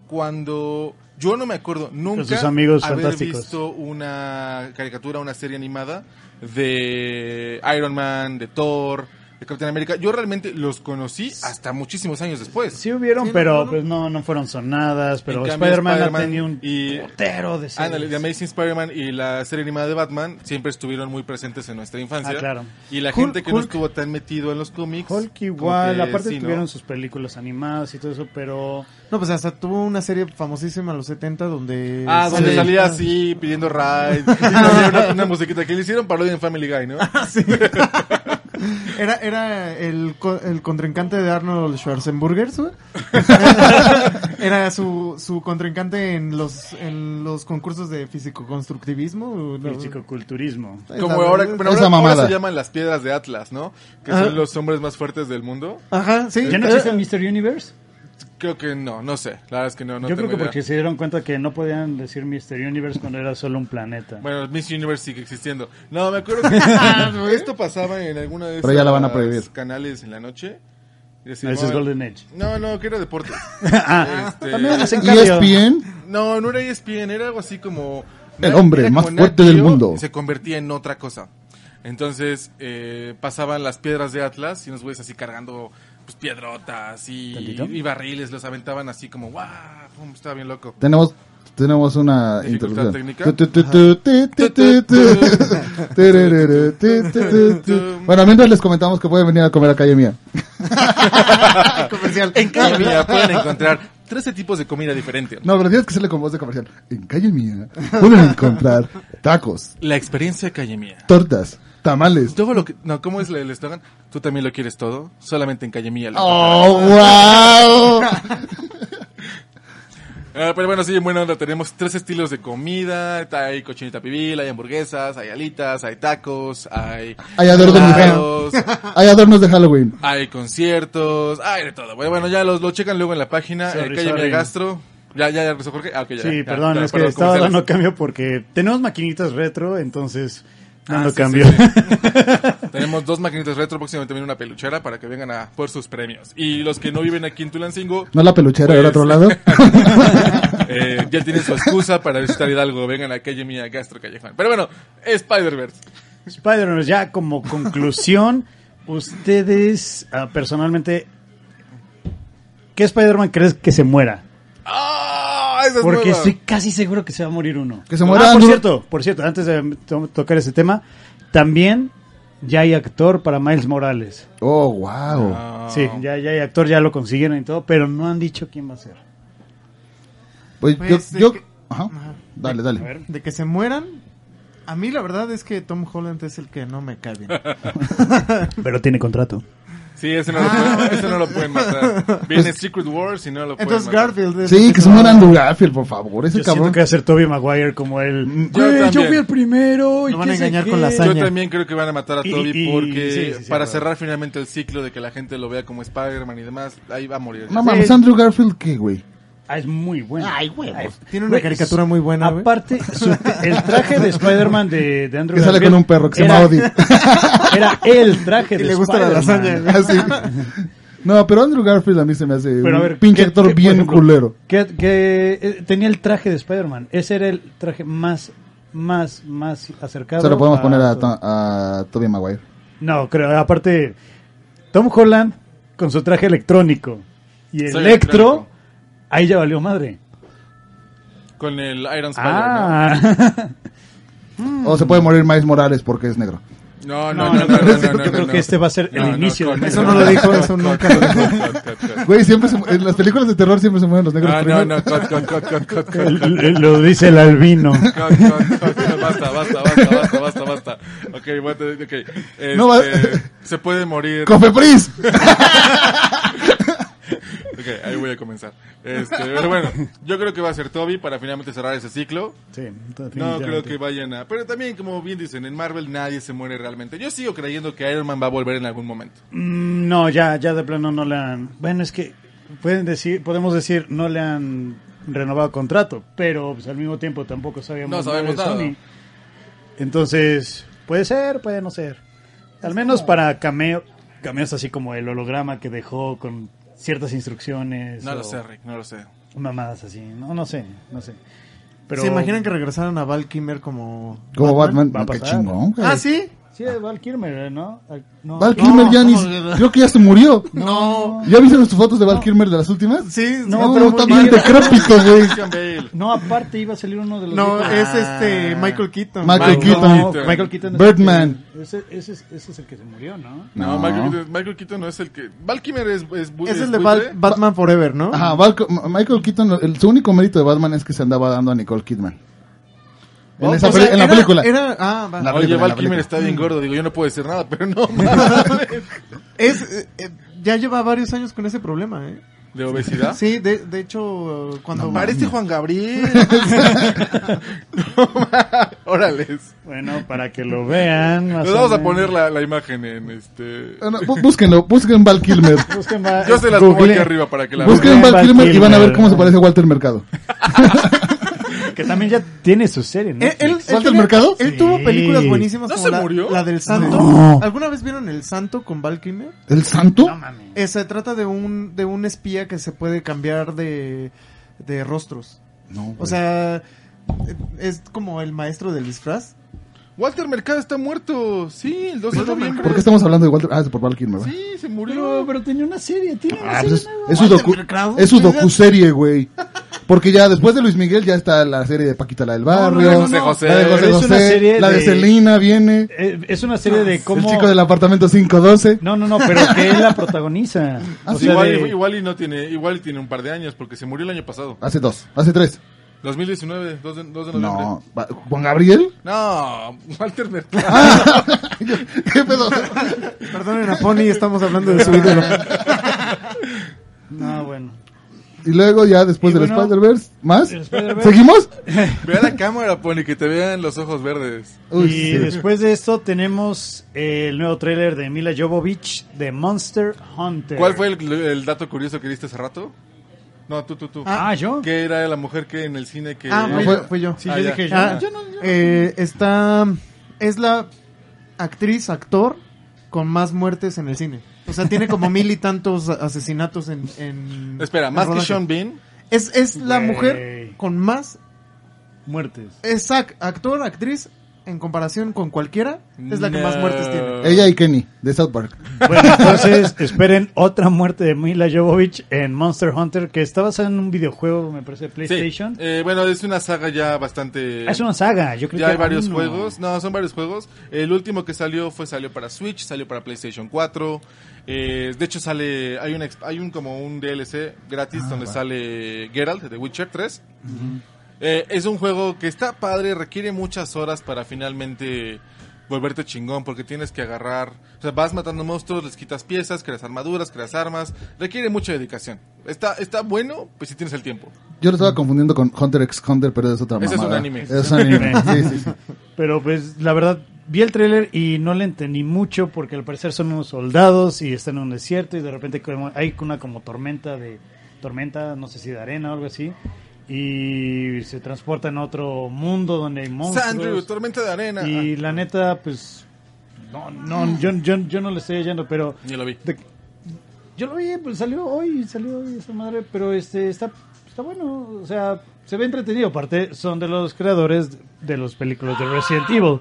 [SPEAKER 1] Cuando yo no me acuerdo nunca
[SPEAKER 2] sus amigos
[SPEAKER 1] haber
[SPEAKER 2] fantásticos.
[SPEAKER 1] visto una caricatura, una serie animada de Iron Man, de Thor, de Capitán América. Yo realmente los conocí hasta muchísimos años después.
[SPEAKER 2] Sí hubieron,
[SPEAKER 1] Sí, no,
[SPEAKER 2] pero
[SPEAKER 1] no, no.
[SPEAKER 2] pues no, no fueron sonadas. Pero
[SPEAKER 1] En cambio,
[SPEAKER 2] Spider-Man ha
[SPEAKER 1] Spider-Man
[SPEAKER 2] tenido un
[SPEAKER 1] y-
[SPEAKER 2] putero de series.
[SPEAKER 1] Ándale, The Amazing Spider-Man y la serie animada de Batman siempre estuvieron muy presentes en nuestra infancia.
[SPEAKER 2] Ah, claro.
[SPEAKER 1] Y la
[SPEAKER 2] Hulk-
[SPEAKER 1] gente que no
[SPEAKER 2] Hulk-
[SPEAKER 1] estuvo tan metido en los cómics.
[SPEAKER 2] Hulk
[SPEAKER 1] como
[SPEAKER 2] igual,
[SPEAKER 1] que
[SPEAKER 2] aparte
[SPEAKER 1] sí, ¿no?
[SPEAKER 2] tuvieron sus películas animadas y todo eso, pero
[SPEAKER 3] No, pues hasta tuvo una serie famosísima en los 70 donde...
[SPEAKER 1] Ah, donde
[SPEAKER 3] Sí.
[SPEAKER 1] salía así pidiendo ride. y había una, una musiquita que le hicieron parodia en Family Guy, ¿no?
[SPEAKER 3] Era, era el, co- el contrincante de Arnold Schwarzenegger, ¿sí? Era su, su contrincante en los, en los concursos de físico-constructivismo. ¿no?
[SPEAKER 2] físico-culturismo.
[SPEAKER 1] Como
[SPEAKER 3] La-
[SPEAKER 1] ahora,
[SPEAKER 4] esa
[SPEAKER 1] bueno, ahora, ahora
[SPEAKER 4] mamada.
[SPEAKER 1] se llaman las piedras de Atlas, ¿no? Que
[SPEAKER 3] Ajá.
[SPEAKER 1] son los hombres más fuertes del mundo.
[SPEAKER 3] Ajá, sí.
[SPEAKER 2] ¿Ya no
[SPEAKER 3] Eh,
[SPEAKER 2] existe Mr. Universe?
[SPEAKER 1] Creo que no, no sé. La verdad es que no, no
[SPEAKER 2] Yo creo
[SPEAKER 1] tengo
[SPEAKER 2] que
[SPEAKER 1] idea.
[SPEAKER 2] porque se dieron cuenta que no podían decir Mr. Universe cuando era solo un planeta.
[SPEAKER 1] Bueno, Miss Universe sigue existiendo. No, me acuerdo que esto pasaba en alguna de
[SPEAKER 4] Pero ya la van a
[SPEAKER 1] esas
[SPEAKER 4] prohibir.
[SPEAKER 1] canales en la noche. Y se
[SPEAKER 2] Ah, ese es
[SPEAKER 1] llamaban-
[SPEAKER 2] Golden Age.
[SPEAKER 1] No, no, que era deportes.
[SPEAKER 2] Ah,
[SPEAKER 1] Este,
[SPEAKER 2] también hacen cambio.
[SPEAKER 4] ESPN,
[SPEAKER 1] No, E no era ESPN, era algo así como...
[SPEAKER 4] El hombre
[SPEAKER 1] era
[SPEAKER 4] más
[SPEAKER 1] con
[SPEAKER 4] fuerte del
[SPEAKER 1] Nat Geo,
[SPEAKER 4] mundo.
[SPEAKER 1] Se convertía en otra cosa. Entonces eh, pasaban las piedras de Atlas y unos güeyes así cargando pues, piedrotas y,
[SPEAKER 2] ¿Tantito?
[SPEAKER 1] y barriles, los aventaban así como ¡guau! Pum, Estaba bien loco.
[SPEAKER 4] tenemos, tenemos una
[SPEAKER 1] Dificultad
[SPEAKER 4] introducción.
[SPEAKER 1] técnica.
[SPEAKER 4] Tu, tu, tu, tu, ti, ti, ti, tu. Tererere, ti, ti, ti, ti. Bueno, mientras les comentamos que pueden venir a comer a calle mía.
[SPEAKER 3] comercial.
[SPEAKER 1] En cada día pueden encontrar 13 tipos de comida diferente.
[SPEAKER 4] No, pero tienes que hacerle con voz de comercial. En calle mía pueden encontrar tacos,
[SPEAKER 1] La experiencia calle mía. Pues,
[SPEAKER 4] tortas, tamales.
[SPEAKER 1] Todo lo que, no, ¿cómo es el eslogan? Tú también lo quieres todo, solamente en calle mía. lo
[SPEAKER 4] ¡Oh, wow!
[SPEAKER 1] Ah, pero bueno, sí, bueno, onda, tenemos tres estilos de comida. Hay cochinita pibil, hay hamburguesas, hay alitas, hay tacos, hay...
[SPEAKER 4] Hay adornos de
[SPEAKER 1] helados,
[SPEAKER 4] Hay adornos de Halloween.
[SPEAKER 1] Hay conciertos, hay de todo. Bueno, bueno, ya los, lo checan luego en la página.
[SPEAKER 2] Sorry,
[SPEAKER 1] eh, calle
[SPEAKER 2] sorry.
[SPEAKER 1] Mía Gastro. Ya, ya, ya empezó Jorge. Ah, ok, ya,
[SPEAKER 2] sí,
[SPEAKER 1] ya,
[SPEAKER 2] perdón,
[SPEAKER 1] ya,
[SPEAKER 2] es que estaba
[SPEAKER 1] comerciales.
[SPEAKER 2] dando cambio porque tenemos maquinitas retro, entonces
[SPEAKER 1] Ah,
[SPEAKER 2] dando
[SPEAKER 1] sí,
[SPEAKER 2] cambio.
[SPEAKER 1] sí, sí. Tenemos dos maquinitas retro, próximamente viene una peluchera para que vengan a por sus premios. Y los que no viven aquí en Tulancingo,
[SPEAKER 4] No la peluchera del
[SPEAKER 1] Pues-
[SPEAKER 4] otro lado.
[SPEAKER 1] eh, ya tienen su excusa para visitar Hidalgo. Vengan a calle mía, Gastro Callejón. Pero bueno, Spider-Verse.
[SPEAKER 2] Spider-Man, ya como conclusión, ustedes ah, personalmente, ¿qué Spider-Man crees que se muera?
[SPEAKER 1] ¡Ah! Esa es
[SPEAKER 2] Porque
[SPEAKER 1] nueva.
[SPEAKER 2] estoy casi seguro que se va a morir uno.
[SPEAKER 4] Que se muera
[SPEAKER 2] Ah, por
[SPEAKER 4] Andrew-
[SPEAKER 2] cierto, por cierto, antes de to- tocar ese tema, también ya hay actor para Miles Morales.
[SPEAKER 4] Oh, wow.
[SPEAKER 1] Ah.
[SPEAKER 2] Sí, ya, ya hay actor, ya lo consiguieron y todo, pero no han dicho quién va a ser.
[SPEAKER 4] Pues
[SPEAKER 3] Pues,
[SPEAKER 4] yo,
[SPEAKER 3] de
[SPEAKER 4] yo-
[SPEAKER 3] que-
[SPEAKER 4] ajá.
[SPEAKER 3] Ajá.
[SPEAKER 4] Dale,
[SPEAKER 2] A ver.
[SPEAKER 4] dale.
[SPEAKER 3] De que se mueran. A mí la verdad es que Tom Holland es el que no me cae bien.
[SPEAKER 2] Pero tiene contrato.
[SPEAKER 1] Sí, ese no, lo pueden, ese no lo pueden matar.
[SPEAKER 2] Pues,
[SPEAKER 1] Viene Secret Wars y no lo pueden
[SPEAKER 3] Entonces
[SPEAKER 1] matar.
[SPEAKER 3] Garfield es el
[SPEAKER 4] Sí, que se
[SPEAKER 3] no-
[SPEAKER 4] muera Andrew Garfield, por favor. Ese
[SPEAKER 2] Yo siento
[SPEAKER 4] cabrón.
[SPEAKER 2] que va a ser Tobey Maguire como él.
[SPEAKER 1] yo también.
[SPEAKER 2] primero.
[SPEAKER 3] Lo van a
[SPEAKER 2] qué sé
[SPEAKER 3] engañar
[SPEAKER 2] qué".
[SPEAKER 3] con la
[SPEAKER 1] Yo
[SPEAKER 3] Daña.
[SPEAKER 1] también creo que van a matar a
[SPEAKER 2] Y-
[SPEAKER 1] Toby
[SPEAKER 2] y- y-
[SPEAKER 1] porque
[SPEAKER 2] sí, sí, sí,
[SPEAKER 1] para
[SPEAKER 2] claro.
[SPEAKER 1] cerrar finalmente el ciclo de que la gente lo vea como Spider-Man y demás, ahí va a morir.
[SPEAKER 4] No mames,
[SPEAKER 2] Sí.
[SPEAKER 4] Andrew Garfield, ¿qué, güey?
[SPEAKER 2] Ah, es muy bueno. Ay, huevos.
[SPEAKER 3] Tiene una caricatura muy buena, güey.
[SPEAKER 2] Aparte, su- el traje de Spider-Man de, de Andrew
[SPEAKER 4] Que sale
[SPEAKER 2] Garfield
[SPEAKER 4] con un perro que se
[SPEAKER 2] era-
[SPEAKER 4] llama Odie.
[SPEAKER 2] Era el traje
[SPEAKER 3] Y
[SPEAKER 2] de
[SPEAKER 3] le gusta la
[SPEAKER 2] Spider-Man.
[SPEAKER 3] lasaña, güey.
[SPEAKER 4] Así. No, pero Andrew Garfield a mí se me hace
[SPEAKER 2] Pero a
[SPEAKER 4] un
[SPEAKER 2] ver,
[SPEAKER 4] pinche
[SPEAKER 2] ¿qué-
[SPEAKER 4] actor
[SPEAKER 2] qué, por
[SPEAKER 4] bien
[SPEAKER 2] ejemplo,
[SPEAKER 4] culero.
[SPEAKER 2] Que, que, eh, tenía el traje de Spider-Man. Ese era el traje más, más, más acercado.
[SPEAKER 4] Se lo podemos poner a,
[SPEAKER 2] su-
[SPEAKER 4] To- a Tobey Maguire.
[SPEAKER 2] No, creo. Aparte, Tom Holland con su traje electrónico y
[SPEAKER 1] Sí,
[SPEAKER 2] Electro,
[SPEAKER 1] electrónico.
[SPEAKER 2] ahí ya valió madre.
[SPEAKER 1] Con el Iron Spider,
[SPEAKER 2] Ah,
[SPEAKER 4] O se puede morir Miles Morales porque es negro.
[SPEAKER 1] ¿no? No,
[SPEAKER 2] No,
[SPEAKER 1] no, no,
[SPEAKER 2] no,
[SPEAKER 1] no, no,
[SPEAKER 2] yo
[SPEAKER 1] no,
[SPEAKER 2] creo
[SPEAKER 1] no.
[SPEAKER 2] que este va a ser el inicio
[SPEAKER 1] con-
[SPEAKER 2] de-
[SPEAKER 3] Eso no lo dijo, eso
[SPEAKER 1] Cut,
[SPEAKER 3] nunca
[SPEAKER 1] cut,
[SPEAKER 3] lo dijo.
[SPEAKER 1] cut, cut, cut, cut.
[SPEAKER 4] Güey, siempre se mu- en las películas de terror siempre se mueren los negros
[SPEAKER 1] Ah, no,
[SPEAKER 4] primero.
[SPEAKER 1] no, cut, cut, cut, cut, cut, cut, cut.
[SPEAKER 2] lo dice el albino.
[SPEAKER 1] Cut, cut, cut, cut. Basta, basta, basta, basta, basta, basta. Ok, what- ok. Este,
[SPEAKER 4] No va-
[SPEAKER 1] Se puede morir.
[SPEAKER 4] ¡Cofepris!
[SPEAKER 1] Ok, ahí voy a comenzar. Este, pero bueno, yo creo que va a ser Toby para finalmente cerrar ese ciclo.
[SPEAKER 2] Sí,
[SPEAKER 1] No
[SPEAKER 2] definitivamente.
[SPEAKER 1] creo que vayan a... Pero también, como bien dicen, en Marvel nadie se muere realmente. Yo sigo creyendo que Iron Man va a volver en algún momento.
[SPEAKER 2] Mm, No, ya, ya de plano no le han. Bueno, es que pueden decir, podemos decir, no le han renovado contrato, pero pues, al mismo tiempo tampoco sabíamos,
[SPEAKER 1] No sabemos
[SPEAKER 2] de
[SPEAKER 1] nada.
[SPEAKER 2] Sony. Entonces, puede ser, puede no ser. Al menos para cameo, cameos así como el holograma que dejó con ciertas instrucciones.
[SPEAKER 1] No
[SPEAKER 2] o
[SPEAKER 1] lo sé, Rick, no lo sé.
[SPEAKER 2] Mamadas así, no, no sé, no sé. Pero
[SPEAKER 3] ¿Se imaginan que regresaran a Val Kimmer como...
[SPEAKER 4] Como Batman,
[SPEAKER 2] Va a
[SPEAKER 4] qué
[SPEAKER 2] pasar.
[SPEAKER 4] chingón, güey.
[SPEAKER 3] Ah, ¿sí?
[SPEAKER 2] Sí, de Val Kilmer, ¿no? No,
[SPEAKER 4] Val Kilmer
[SPEAKER 3] No,
[SPEAKER 4] ya ni.
[SPEAKER 3] no.
[SPEAKER 4] Creo que ya se murió.
[SPEAKER 3] No.
[SPEAKER 4] ¿Ya viste tus fotos de Val Kilmer de las últimas?
[SPEAKER 3] Sí,
[SPEAKER 2] No,
[SPEAKER 4] No,
[SPEAKER 2] pero
[SPEAKER 4] está
[SPEAKER 2] muy
[SPEAKER 4] bien
[SPEAKER 2] bien.
[SPEAKER 4] decrépito, güey.
[SPEAKER 1] Christian Bale.
[SPEAKER 2] no, aparte iba a salir uno de los
[SPEAKER 3] No,
[SPEAKER 1] eh,
[SPEAKER 2] viejos.
[SPEAKER 3] es este Michael Keaton.
[SPEAKER 1] Michael
[SPEAKER 4] Michael Keaton.
[SPEAKER 1] Keaton.
[SPEAKER 2] No, Michael Keaton. es el
[SPEAKER 4] Birdman.
[SPEAKER 2] que- Ese, ese, es- ese es el que se murió, ¿no?
[SPEAKER 1] No,
[SPEAKER 4] No.
[SPEAKER 1] Michael, Keaton- Michael Keaton no es el que... Val Kilmer es... es bu-
[SPEAKER 3] Ese es
[SPEAKER 1] es
[SPEAKER 3] el de
[SPEAKER 1] buitre.
[SPEAKER 3] Val- Batman Forever, ¿no?
[SPEAKER 4] Ajá, Val- Ma- Michael Keaton, el- su único mérito de Batman es que se andaba dando a Nicole Kidman. En,
[SPEAKER 3] Oh, O
[SPEAKER 4] esa
[SPEAKER 3] sea,
[SPEAKER 4] peli- en la
[SPEAKER 3] pues, era-
[SPEAKER 4] película.
[SPEAKER 3] Era, ah, va.
[SPEAKER 4] La-
[SPEAKER 1] Oye,
[SPEAKER 4] película,
[SPEAKER 1] Val
[SPEAKER 4] la
[SPEAKER 1] Kilmer
[SPEAKER 4] película.
[SPEAKER 1] está bien gordo. Digo, yo no puedo decir nada, pero no mames.
[SPEAKER 3] Es, eh, eh, ya lleva varios años con ese problema, ¿eh?
[SPEAKER 1] ¿De obesidad?
[SPEAKER 3] Sí, de, de hecho, cuando... este
[SPEAKER 1] Parece Juan Gabriel. No, ma- Órales.
[SPEAKER 2] Bueno, para que lo vean. más
[SPEAKER 1] Nos
[SPEAKER 2] o
[SPEAKER 1] vamos a
[SPEAKER 2] menos.
[SPEAKER 1] poner la, la imagen en este.
[SPEAKER 4] Ah, no, bú- búsquenlo, busquen Val Kilmer.
[SPEAKER 2] Busquen va-
[SPEAKER 1] Yo se las pongo aquí
[SPEAKER 2] Google,
[SPEAKER 1] arriba para que la vean.
[SPEAKER 4] Busquen Val
[SPEAKER 2] Val
[SPEAKER 4] Kilmer y van a ver
[SPEAKER 2] Kilmer.
[SPEAKER 4] cómo se parece a Walter Mercado.
[SPEAKER 2] Que también ya tiene su serie, ¿no?
[SPEAKER 3] Él, él- él
[SPEAKER 4] ¿Salta
[SPEAKER 3] tenía-
[SPEAKER 4] el mercado?
[SPEAKER 3] Él
[SPEAKER 2] Sí.
[SPEAKER 3] tuvo películas buenísimas
[SPEAKER 1] ¿No
[SPEAKER 3] como
[SPEAKER 1] se
[SPEAKER 3] la,
[SPEAKER 1] murió?
[SPEAKER 3] la del Santo.
[SPEAKER 2] No.
[SPEAKER 3] ¿Alguna vez vieron El Santo con Val Kilmer?
[SPEAKER 4] ¿El santo?
[SPEAKER 2] No mames.
[SPEAKER 3] Eh, se trata de un, de un espía que se puede cambiar de, de rostros.
[SPEAKER 4] No, güey.
[SPEAKER 3] O sea, eh, es como el maestro del disfraz.
[SPEAKER 1] Walter Mercado está muerto. Sí, el 12 de noviembre.
[SPEAKER 4] ¿Por qué estamos hablando de Walter? Ah, es por Val Kilmer, ¿verdad?
[SPEAKER 1] Sí, se
[SPEAKER 2] Pero,
[SPEAKER 1] murió.
[SPEAKER 2] pero tenía una serie, tiene una
[SPEAKER 4] Ah,
[SPEAKER 2] serie
[SPEAKER 4] pues es,
[SPEAKER 2] nueva.
[SPEAKER 4] es su docu,
[SPEAKER 3] Walter Mercado.
[SPEAKER 4] es su docuserie, güey. Porque ya después de Luis Miguel ya está la serie de Paquita la del barrio,
[SPEAKER 1] no, no, no.
[SPEAKER 4] la de
[SPEAKER 2] Pero
[SPEAKER 4] José
[SPEAKER 2] es una
[SPEAKER 4] José,
[SPEAKER 2] serie
[SPEAKER 4] la de
[SPEAKER 2] de-
[SPEAKER 4] Celina viene,
[SPEAKER 2] Eh, Es una serie de
[SPEAKER 4] el
[SPEAKER 2] cómo...
[SPEAKER 4] chico del apartamento 512.
[SPEAKER 2] No, no, no, pero que él la protagoniza.
[SPEAKER 4] Ah,
[SPEAKER 2] O
[SPEAKER 1] Pues
[SPEAKER 2] sea,
[SPEAKER 1] igual,
[SPEAKER 2] de-
[SPEAKER 1] igual y no tiene, igual y tiene un par de años porque se murió el año pasado.
[SPEAKER 4] Hace dos, hace tres.
[SPEAKER 1] 2019, 2 de, 2 de noviembre.
[SPEAKER 4] No, va- Juan Gabriel.
[SPEAKER 1] No, Walter Mercado.
[SPEAKER 4] ¿Qué pedo?
[SPEAKER 3] Perdonen a Pony, estamos hablando de su ídolo.
[SPEAKER 2] No, bueno.
[SPEAKER 4] Y luego ya después
[SPEAKER 2] Y
[SPEAKER 4] del
[SPEAKER 2] bueno,
[SPEAKER 4] Spider-Verse, ¿más?
[SPEAKER 2] el Spider-Verse.
[SPEAKER 4] ¿Seguimos?
[SPEAKER 1] Ve a la cámara, Pony, que te vean los ojos verdes.
[SPEAKER 4] Uy,
[SPEAKER 2] y
[SPEAKER 4] sí.
[SPEAKER 2] después de esto tenemos eh, el nuevo tráiler de Mila Jovovich de Monster Hunter.
[SPEAKER 1] ¿Cuál fue el, el dato curioso que diste hace rato? No, tú, tú, tú.
[SPEAKER 2] Ah, yo.
[SPEAKER 1] Que era la mujer que en el cine que...
[SPEAKER 3] Ah,
[SPEAKER 4] no
[SPEAKER 3] fui,
[SPEAKER 4] fue-
[SPEAKER 3] yo, fui yo.
[SPEAKER 2] Sí,
[SPEAKER 1] Ah,
[SPEAKER 2] yo
[SPEAKER 1] ya.
[SPEAKER 2] dije yo.
[SPEAKER 3] Ah, eh, está. Es la actriz, actor con más muertes en el cine. O sea, tiene como mil y tantos asesinatos en. en-
[SPEAKER 1] Espera,
[SPEAKER 3] en
[SPEAKER 1] más que
[SPEAKER 3] rodaje.
[SPEAKER 1] Sean Bean.
[SPEAKER 3] Es, es la
[SPEAKER 2] Güey.
[SPEAKER 3] mujer con más.
[SPEAKER 2] Muertes.
[SPEAKER 3] Es ac- actor, actriz, en comparación con cualquiera, es la que más
[SPEAKER 1] No.
[SPEAKER 3] muertes tiene.
[SPEAKER 4] Ella y Kenny, de South Park.
[SPEAKER 2] Bueno, entonces esperen otra muerte de Mila Jovovich en Monster Hunter, que está basada en un videojuego, me parece, de
[SPEAKER 1] Sí.
[SPEAKER 2] PlayStation.
[SPEAKER 1] Eh, bueno, es una saga ya bastante...
[SPEAKER 2] Ah, Es una saga, yo creo
[SPEAKER 1] Ya
[SPEAKER 2] que
[SPEAKER 1] hay
[SPEAKER 2] era
[SPEAKER 1] varios
[SPEAKER 2] uno.
[SPEAKER 1] juegos. No, son varios juegos. El último que salió fue salió para Switch, salió para PlayStation 4. Eh, de hecho sale hay un ex- hay un como un DLC gratis
[SPEAKER 2] Ah,
[SPEAKER 1] donde sale Geralt de Witcher 3. Eh, es un juego que está padre, requiere muchas horas para finalmente volverte chingón porque tienes que agarrar, o sea, vas matando monstruos, les quitas piezas, creas armaduras, creas armas, requiere mucha dedicación. Está está bueno, pues si tienes el tiempo.
[SPEAKER 4] Yo lo estaba confundiendo con Hunter x Hunter, pero es otra
[SPEAKER 1] Ese es
[SPEAKER 4] mamada.
[SPEAKER 1] un anime.
[SPEAKER 4] Es un anime, sí, sí, sí.
[SPEAKER 2] Pero pues la verdad, vi el tráiler y no le entendí mucho porque al parecer son unos soldados y están en un desierto y de repente como- hay una como tormenta de tormenta, no sé si de arena o algo así, y se transportan a otro mundo donde hay
[SPEAKER 1] Sandrew,
[SPEAKER 2] monstruos.
[SPEAKER 1] Tormenta de Arena. Ah,
[SPEAKER 2] y la neta pues no no yo, yo, yo no le estoy hallando, pero
[SPEAKER 1] Ah, ni lo vi.
[SPEAKER 2] de- yo lo vi, pues salió hoy, salió hoy esa madre, pero este está, está bueno, o sea, se ve entretenido. Aparte, son de los creadores de los películas de Resident Evil.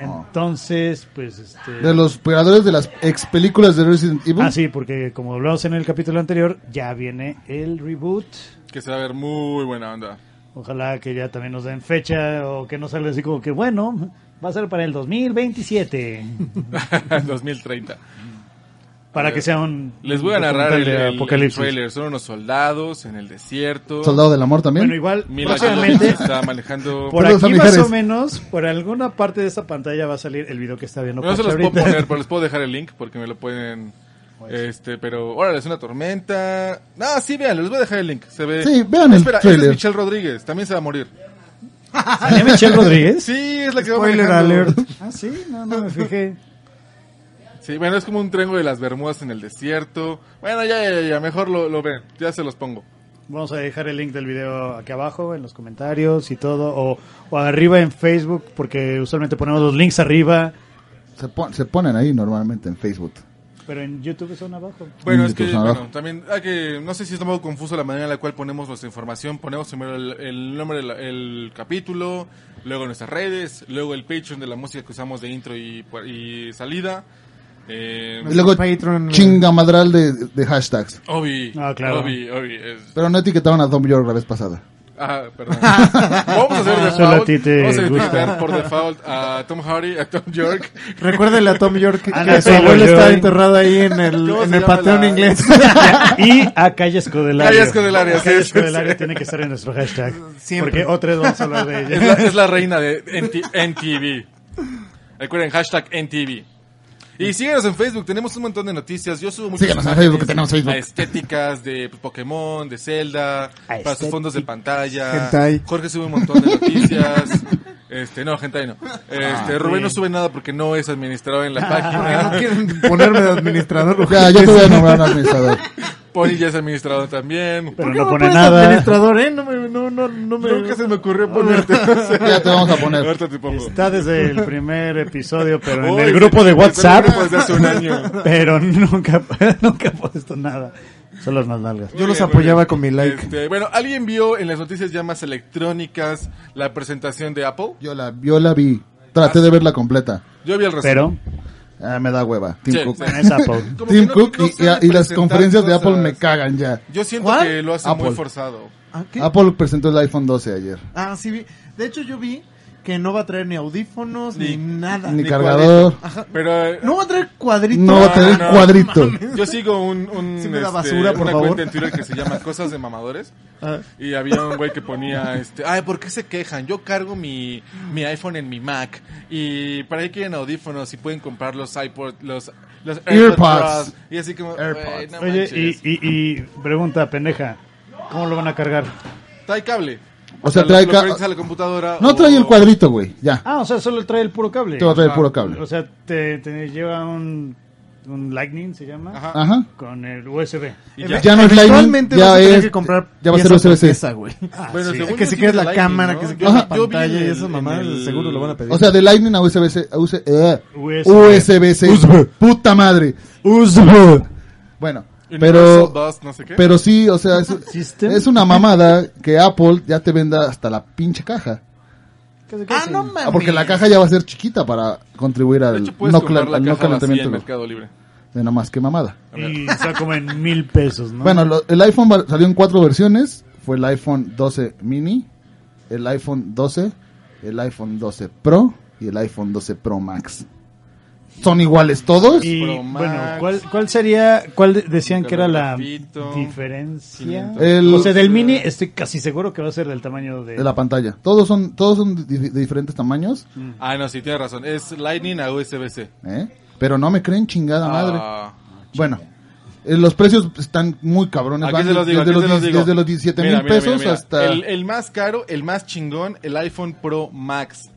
[SPEAKER 2] Entonces, pues este.
[SPEAKER 4] De los creadores de las ex películas de Resident Evil.
[SPEAKER 2] Ah, sí, porque como hablamos en el capítulo anterior, ya viene el reboot.
[SPEAKER 1] Que se va a ver muy buena onda.
[SPEAKER 2] Ojalá que ya también nos den fecha o que no salga así como que, bueno, va a ser para el 2027.
[SPEAKER 1] 2030.
[SPEAKER 2] para que sea un.
[SPEAKER 1] Les voy a
[SPEAKER 2] un
[SPEAKER 1] narrar el,
[SPEAKER 2] documental de
[SPEAKER 1] el- el trailer. Son unos soldados en el desierto.
[SPEAKER 4] Soldado del amor también.
[SPEAKER 2] Bueno, igual,
[SPEAKER 1] Mila
[SPEAKER 2] próximamente.
[SPEAKER 1] Jovovich está manejando.
[SPEAKER 2] Por
[SPEAKER 4] Saludos
[SPEAKER 2] aquí
[SPEAKER 4] a
[SPEAKER 2] más
[SPEAKER 4] Mijares.
[SPEAKER 2] o menos, por alguna parte de esta pantalla va a salir el video que está viendo
[SPEAKER 1] No se
[SPEAKER 2] Pacha
[SPEAKER 1] los puedo
[SPEAKER 2] ahorita. Pues
[SPEAKER 1] poner, pero les puedo dejar el link porque me lo pueden Este, pero órale, es una tormenta. Ah, sí, vean, les voy a dejar el link. Se ve.
[SPEAKER 4] Sí, vean el
[SPEAKER 1] Espera, él
[SPEAKER 4] trailer.
[SPEAKER 1] es Michelle Rodríguez, también se va a morir.
[SPEAKER 2] ¿Salía Michelle Rodríguez?
[SPEAKER 1] Sí, es la que va
[SPEAKER 3] Spoiler
[SPEAKER 1] manejando.
[SPEAKER 3] alert.
[SPEAKER 2] Ah, sí, no, no me fijé.
[SPEAKER 1] Sí, bueno, es como un trengo de las Bermudas en el desierto. Bueno, ya, ya, ya, mejor lo, lo ven, ya se los pongo.
[SPEAKER 2] Vamos a dejar el link del video aquí abajo, en los comentarios y todo, o, o arriba en Facebook, porque usualmente ponemos los links arriba,
[SPEAKER 4] Se, pon- se ponen ahí normalmente en Facebook.
[SPEAKER 2] pero en YouTube son abajo.
[SPEAKER 1] Bueno,
[SPEAKER 4] Mm,
[SPEAKER 1] es que,
[SPEAKER 4] pues, nada.
[SPEAKER 1] bueno, también hay que, no sé si es un poco confuso la manera en la cual ponemos nuestra información. Ponemos primero el, el nombre del el capítulo, luego nuestras redes, luego el Patreon de la música que usamos de intro y, y salida. Eh,
[SPEAKER 4] Y luego
[SPEAKER 3] Patreon.
[SPEAKER 4] chinga madral de, de hashtags.
[SPEAKER 1] Obi,
[SPEAKER 2] Ah, claro.
[SPEAKER 1] Obi, Obi. es-
[SPEAKER 4] Pero no etiquetaron a Tom York la vez pasada.
[SPEAKER 1] ah, perdón. vamos a hacer default.
[SPEAKER 2] Solo a ti te
[SPEAKER 1] vamos a
[SPEAKER 2] gusta.
[SPEAKER 1] etiquetar por default a Tom Hardy, a Tom York.
[SPEAKER 3] Recuérdele a Tom York que,
[SPEAKER 2] Ah,
[SPEAKER 3] que
[SPEAKER 2] no,
[SPEAKER 3] su
[SPEAKER 2] sí,
[SPEAKER 3] abuelo
[SPEAKER 2] yo,
[SPEAKER 3] está
[SPEAKER 2] eh.
[SPEAKER 3] enterrado ahí en el,
[SPEAKER 1] ¿Cómo
[SPEAKER 3] en
[SPEAKER 1] se
[SPEAKER 3] el
[SPEAKER 1] llama
[SPEAKER 3] panteón
[SPEAKER 1] la-
[SPEAKER 3] inglés.
[SPEAKER 2] Y a Calle Escodelario.
[SPEAKER 1] Calle Escodelario, sí,
[SPEAKER 2] Calle
[SPEAKER 1] sí,
[SPEAKER 2] Escodelario
[SPEAKER 1] sí.
[SPEAKER 2] tiene que estar en nuestro hashtag.
[SPEAKER 3] Siempre.
[SPEAKER 2] Porque otra vez vamos a hablar de
[SPEAKER 1] Es la,
[SPEAKER 2] ella.
[SPEAKER 1] es la reina de NT NTV. Recuerden, hashtag NTV. Y síguenos en Facebook, tenemos un montón de noticias. Yo subo muchas
[SPEAKER 4] Síguenos en
[SPEAKER 1] imágenes,
[SPEAKER 4] Facebook, que tenemos Facebook.
[SPEAKER 1] Estéticas de pues, Pokémon, de Zelda, para sus
[SPEAKER 2] Estética.
[SPEAKER 1] fondos de pantalla.
[SPEAKER 3] Hentai.
[SPEAKER 1] Jorge sube un montón de noticias. Este, no, gente no.
[SPEAKER 4] Ah,
[SPEAKER 1] Este, Rubén no sube nada porque no es administrador en la
[SPEAKER 3] Ah, No
[SPEAKER 1] página.
[SPEAKER 3] quieren ponerme de administrador.
[SPEAKER 4] Ya, yo te voy a nombrar un administrador.
[SPEAKER 1] Pony ya es administrador también.
[SPEAKER 2] Pero
[SPEAKER 3] ¿Por qué
[SPEAKER 2] no pone
[SPEAKER 3] pones
[SPEAKER 2] nada.
[SPEAKER 3] Administrador, eh? No me, no, no, no me.
[SPEAKER 1] Nunca se me ocurrió ponerte.
[SPEAKER 4] Ya te vamos a poner.
[SPEAKER 1] Ah. Ahorita te pongo.
[SPEAKER 2] Está desde el primer episodio, pero en
[SPEAKER 1] Uy,
[SPEAKER 2] el grupo de
[SPEAKER 1] desde el
[SPEAKER 2] WhatsApp.
[SPEAKER 1] grupo desde hace un año.
[SPEAKER 2] Pero nunca, nunca he puesto nada. Solo las nalgas.
[SPEAKER 3] Yo
[SPEAKER 1] Muy
[SPEAKER 3] los
[SPEAKER 1] bien, muy
[SPEAKER 3] apoyaba
[SPEAKER 1] bien.
[SPEAKER 3] con mi like.
[SPEAKER 1] Este, bueno, ¿alguien vio en las noticias ya más electrónicas la presentación de Apple?
[SPEAKER 4] Yo la, yo la vi. Traté de verla completa.
[SPEAKER 1] Yo vi el resumen.
[SPEAKER 2] Pero,
[SPEAKER 4] Ah, me da hueva. Tim
[SPEAKER 1] Sí,
[SPEAKER 4] Cook.
[SPEAKER 1] sí.
[SPEAKER 2] bueno, es Apple.
[SPEAKER 1] Como que
[SPEAKER 4] Tim
[SPEAKER 1] no-
[SPEAKER 4] Cook
[SPEAKER 1] no
[SPEAKER 4] y- y,
[SPEAKER 1] sabe
[SPEAKER 4] y las
[SPEAKER 1] presentar
[SPEAKER 4] conferencias de
[SPEAKER 1] cosas.
[SPEAKER 4] Apple me cagan ya.
[SPEAKER 1] Yo siento
[SPEAKER 3] ¿Cuál?
[SPEAKER 1] que lo hace muy
[SPEAKER 4] Apple.
[SPEAKER 1] forzado.
[SPEAKER 3] Ah, ¿qué?
[SPEAKER 4] Apple presentó el iPhone 12 ayer.
[SPEAKER 3] Ah, sí vi. De hecho, yo vi que no va a traer ni audífonos ni,
[SPEAKER 1] Ni-
[SPEAKER 3] nada.
[SPEAKER 4] Ni
[SPEAKER 1] Ah, Ni
[SPEAKER 4] cargador.
[SPEAKER 1] cuadrito. Ajá. Pero eh,
[SPEAKER 3] No va a traer cuadritos.
[SPEAKER 4] No va a tener
[SPEAKER 1] no,
[SPEAKER 4] cuadrito.
[SPEAKER 1] yo sigo un, un,
[SPEAKER 3] Sí me da
[SPEAKER 1] este,
[SPEAKER 3] basura, por
[SPEAKER 1] una
[SPEAKER 3] favor.
[SPEAKER 1] cuenta en Twitter que se llama Cosas de Mamadores.
[SPEAKER 3] Ah,
[SPEAKER 1] Y había un güey que ponía, este, ay, ¿por qué se quejan? Yo cargo mi, mi iPhone en mi Mac. Y para qué quieren audífonos y pueden comprar los iPod, los, los AirPods.
[SPEAKER 4] Earpods.
[SPEAKER 1] Pro". Y así como, güey,
[SPEAKER 4] Earpods.
[SPEAKER 1] no
[SPEAKER 2] Oye, y,
[SPEAKER 1] manches.
[SPEAKER 2] y, y pregunta pendeja. ¿Cómo lo van a cargar?
[SPEAKER 1] Trae cable.
[SPEAKER 4] O sea, trae
[SPEAKER 1] lo- lo
[SPEAKER 4] ca-
[SPEAKER 1] conectas a la computadora.
[SPEAKER 4] No
[SPEAKER 1] o-
[SPEAKER 4] trae el cuadrito, güey. Ya.
[SPEAKER 2] Ah, o sea, solo trae el puro cable.
[SPEAKER 4] Te va a traer
[SPEAKER 1] ah,
[SPEAKER 4] puro cable.
[SPEAKER 2] O sea, te, te lleva un, un Lightning, se llama,
[SPEAKER 1] Ajá.
[SPEAKER 4] Ajá.
[SPEAKER 2] con el USB.
[SPEAKER 1] Y ya.
[SPEAKER 4] Ya no es Lightning,
[SPEAKER 3] Eventualmente vas a
[SPEAKER 4] ya
[SPEAKER 3] tener
[SPEAKER 4] es.
[SPEAKER 3] que comprar
[SPEAKER 4] Ya va a ser
[SPEAKER 3] pieza por
[SPEAKER 4] USB-C.
[SPEAKER 3] pieza, güey.
[SPEAKER 1] Bueno,
[SPEAKER 2] sí.
[SPEAKER 1] según
[SPEAKER 3] que
[SPEAKER 1] yo
[SPEAKER 3] se
[SPEAKER 1] sí
[SPEAKER 3] quede
[SPEAKER 1] tiene
[SPEAKER 3] la
[SPEAKER 1] Lightning,
[SPEAKER 3] cámara, que se quede
[SPEAKER 1] Ajá. Yo vi
[SPEAKER 3] la
[SPEAKER 1] en
[SPEAKER 3] pantalla y
[SPEAKER 1] el-
[SPEAKER 3] esas
[SPEAKER 1] en
[SPEAKER 3] mamadas,
[SPEAKER 1] el-
[SPEAKER 3] seguro lo van a pedir.
[SPEAKER 4] O sea, de Lightning a USB-C. a USB, eh,
[SPEAKER 2] USB.
[SPEAKER 4] USB-C. Puta madre. Bueno, pero.
[SPEAKER 1] Universal Bus, no sé qué.
[SPEAKER 4] Pero sí, o sea, es,
[SPEAKER 2] System.
[SPEAKER 4] es una mamada que Apple ya te venda hasta la pinche caja.
[SPEAKER 3] ah, no mames.
[SPEAKER 4] Ah, porque la caja ya va a ser chiquita para contribuir
[SPEAKER 1] de
[SPEAKER 4] al
[SPEAKER 1] hecho, puedes
[SPEAKER 4] no,
[SPEAKER 1] comprar
[SPEAKER 4] cla-
[SPEAKER 1] la
[SPEAKER 4] al no
[SPEAKER 1] caja vacía en
[SPEAKER 4] calentamiento.
[SPEAKER 1] Mercado Libre.
[SPEAKER 4] De nada más que mamada.
[SPEAKER 2] Y está como en mil pesos, ¿no?
[SPEAKER 4] Bueno, lo- el iPhone va- salió en cuatro versiones. Fue el iPhone 12 mini, el iPhone 12, el iPhone 12 Pro y el iPhone 12 Pro Max. ¿Son iguales todos?
[SPEAKER 2] y
[SPEAKER 1] Pro Max.
[SPEAKER 2] bueno, ¿cuál, ¿cuál sería, cuál de- decían que era la
[SPEAKER 1] Grafito.
[SPEAKER 2] diferencia?
[SPEAKER 1] 500.
[SPEAKER 4] El-
[SPEAKER 2] o sea, del mini estoy casi seguro que va a ser del tamaño de...
[SPEAKER 4] De la pantalla. Todos son, todos son di- de, diferentes tamaños,
[SPEAKER 1] Ah, no, sí, tienes razón. Es Lightning a USB-C.
[SPEAKER 4] ¿eh? Pero no me creen chingada madre.
[SPEAKER 1] Mm. Ah,
[SPEAKER 4] Bueno, eh, los precios están muy cabrones.
[SPEAKER 1] aquí
[SPEAKER 4] Van
[SPEAKER 1] se los digo,
[SPEAKER 4] desde,
[SPEAKER 1] aquí
[SPEAKER 4] los,
[SPEAKER 1] se los
[SPEAKER 4] di-
[SPEAKER 1] digo.
[SPEAKER 4] desde los 17
[SPEAKER 1] Mira,
[SPEAKER 4] mil
[SPEAKER 1] mira, mira,
[SPEAKER 4] pesos
[SPEAKER 1] mira.
[SPEAKER 4] hasta...
[SPEAKER 1] El, el más caro, el más chingón, el iPhone Pro Max.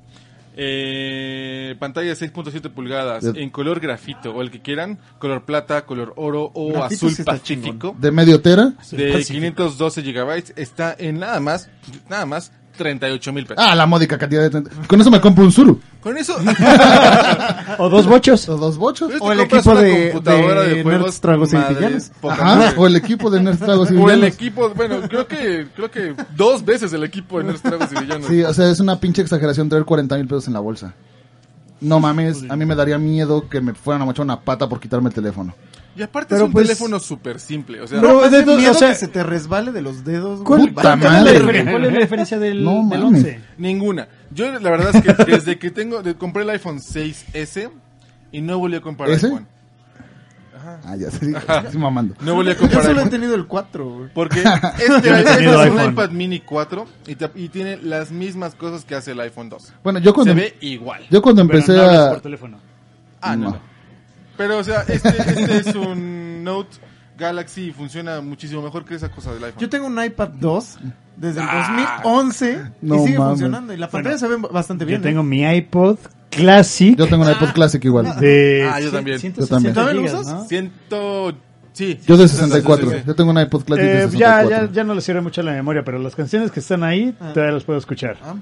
[SPEAKER 1] Eh, pantalla de 6.7 pulgadas
[SPEAKER 4] De-
[SPEAKER 1] en color grafito o el que quieran, color plata, color oro o
[SPEAKER 3] Grafito
[SPEAKER 1] azul
[SPEAKER 3] sí está
[SPEAKER 1] pacífico
[SPEAKER 4] De medio tera.
[SPEAKER 1] de 512 gigabytes está en nada más, nada más 38 mil pesos.
[SPEAKER 4] Ah, la módica cantidad de 30. Con eso me compro un Zuru.
[SPEAKER 1] Con eso,
[SPEAKER 2] Ah, O dos bochos.
[SPEAKER 4] Los dos bochos.
[SPEAKER 1] Entonces
[SPEAKER 3] O
[SPEAKER 1] te
[SPEAKER 3] el
[SPEAKER 1] compras Este una
[SPEAKER 3] equipo de-
[SPEAKER 1] computadora
[SPEAKER 3] de
[SPEAKER 1] de, juegos
[SPEAKER 3] Nerds, Tragos y
[SPEAKER 1] madres,
[SPEAKER 3] Villanos.
[SPEAKER 1] poca
[SPEAKER 4] Ajá,
[SPEAKER 1] madre.
[SPEAKER 4] o el equipo de Nerds Tragos y
[SPEAKER 1] O el
[SPEAKER 4] Villanos.
[SPEAKER 1] equipo, bueno, creo que creo que dos veces el equipo de Nerds Tragos y Villanos.
[SPEAKER 4] Sí, o sea, es una pinche exageración traer 40 mil pesos en la bolsa. No mames, a mí me daría miedo que me fueran a mochar una pata por quitarme el teléfono.
[SPEAKER 1] Y aparte
[SPEAKER 2] Pero
[SPEAKER 1] es un
[SPEAKER 2] pues-
[SPEAKER 1] teléfono súper simple, o sea,
[SPEAKER 2] No,
[SPEAKER 3] No,
[SPEAKER 2] de
[SPEAKER 3] de
[SPEAKER 2] todo-
[SPEAKER 3] miedo
[SPEAKER 2] o sea-
[SPEAKER 3] que se te resbale de los dedos,
[SPEAKER 4] ¿Cuál-
[SPEAKER 3] güey.
[SPEAKER 2] ¿Cuál
[SPEAKER 4] Puta
[SPEAKER 2] es la
[SPEAKER 4] Ah, madre.
[SPEAKER 2] diferencia- cuál es la diferencia del,
[SPEAKER 4] No
[SPEAKER 2] del
[SPEAKER 4] mames.
[SPEAKER 2] 11?
[SPEAKER 1] ninguna. Yo la verdad es que desde que tengo de- compré el iPhone 6S y no volví a comprar
[SPEAKER 4] ¿Ese?
[SPEAKER 1] iPhone.
[SPEAKER 4] Ah, ya, sí, sí, mamando.
[SPEAKER 1] No volví a
[SPEAKER 3] Yo
[SPEAKER 1] comprar
[SPEAKER 3] solo he
[SPEAKER 1] iPhone.
[SPEAKER 3] tenido el 4, güey.
[SPEAKER 1] Porque este,
[SPEAKER 2] Yo he
[SPEAKER 1] este
[SPEAKER 2] tenido
[SPEAKER 1] es un
[SPEAKER 2] iPhone.
[SPEAKER 1] iPad mini 4 y, te- y tiene las mismas cosas que hace el iPhone 2.
[SPEAKER 4] Bueno, yo
[SPEAKER 1] Se
[SPEAKER 4] cuando,
[SPEAKER 1] ve igual.
[SPEAKER 4] yo cuando
[SPEAKER 2] Pero
[SPEAKER 4] empecé
[SPEAKER 2] no hablas por
[SPEAKER 4] a...
[SPEAKER 2] teléfono.
[SPEAKER 1] Ah, no.
[SPEAKER 4] No.
[SPEAKER 1] no. Pero, o sea, este, este es un Note Galaxy funciona muchísimo mejor que esa cosa del iPhone.
[SPEAKER 3] Yo tengo un iPad 2 desde el 2011
[SPEAKER 4] no
[SPEAKER 3] y sigue
[SPEAKER 4] mames.
[SPEAKER 3] funcionando. Y la pantalla se ve bastante bien.
[SPEAKER 2] Yo
[SPEAKER 3] ¿eh?
[SPEAKER 2] tengo mi iPod Classic.
[SPEAKER 4] Yo tengo un iPod Classic igual.
[SPEAKER 2] de
[SPEAKER 1] Ah, yo también.
[SPEAKER 2] 100,
[SPEAKER 4] Yo
[SPEAKER 2] 160
[SPEAKER 4] también.
[SPEAKER 3] ¿También lo
[SPEAKER 2] gigas,
[SPEAKER 3] usas?
[SPEAKER 2] ¿no?
[SPEAKER 1] Ciento... Sí.
[SPEAKER 4] Yo de 64.
[SPEAKER 1] Sí, sí, sí.
[SPEAKER 4] Yo tengo un iPod Classic de
[SPEAKER 2] Eh, ya,
[SPEAKER 4] 64.
[SPEAKER 2] ya, ya no le sirve mucho la memoria, pero las canciones que están ahí
[SPEAKER 3] Ah.
[SPEAKER 2] todavía las puedo escuchar.
[SPEAKER 3] Ah.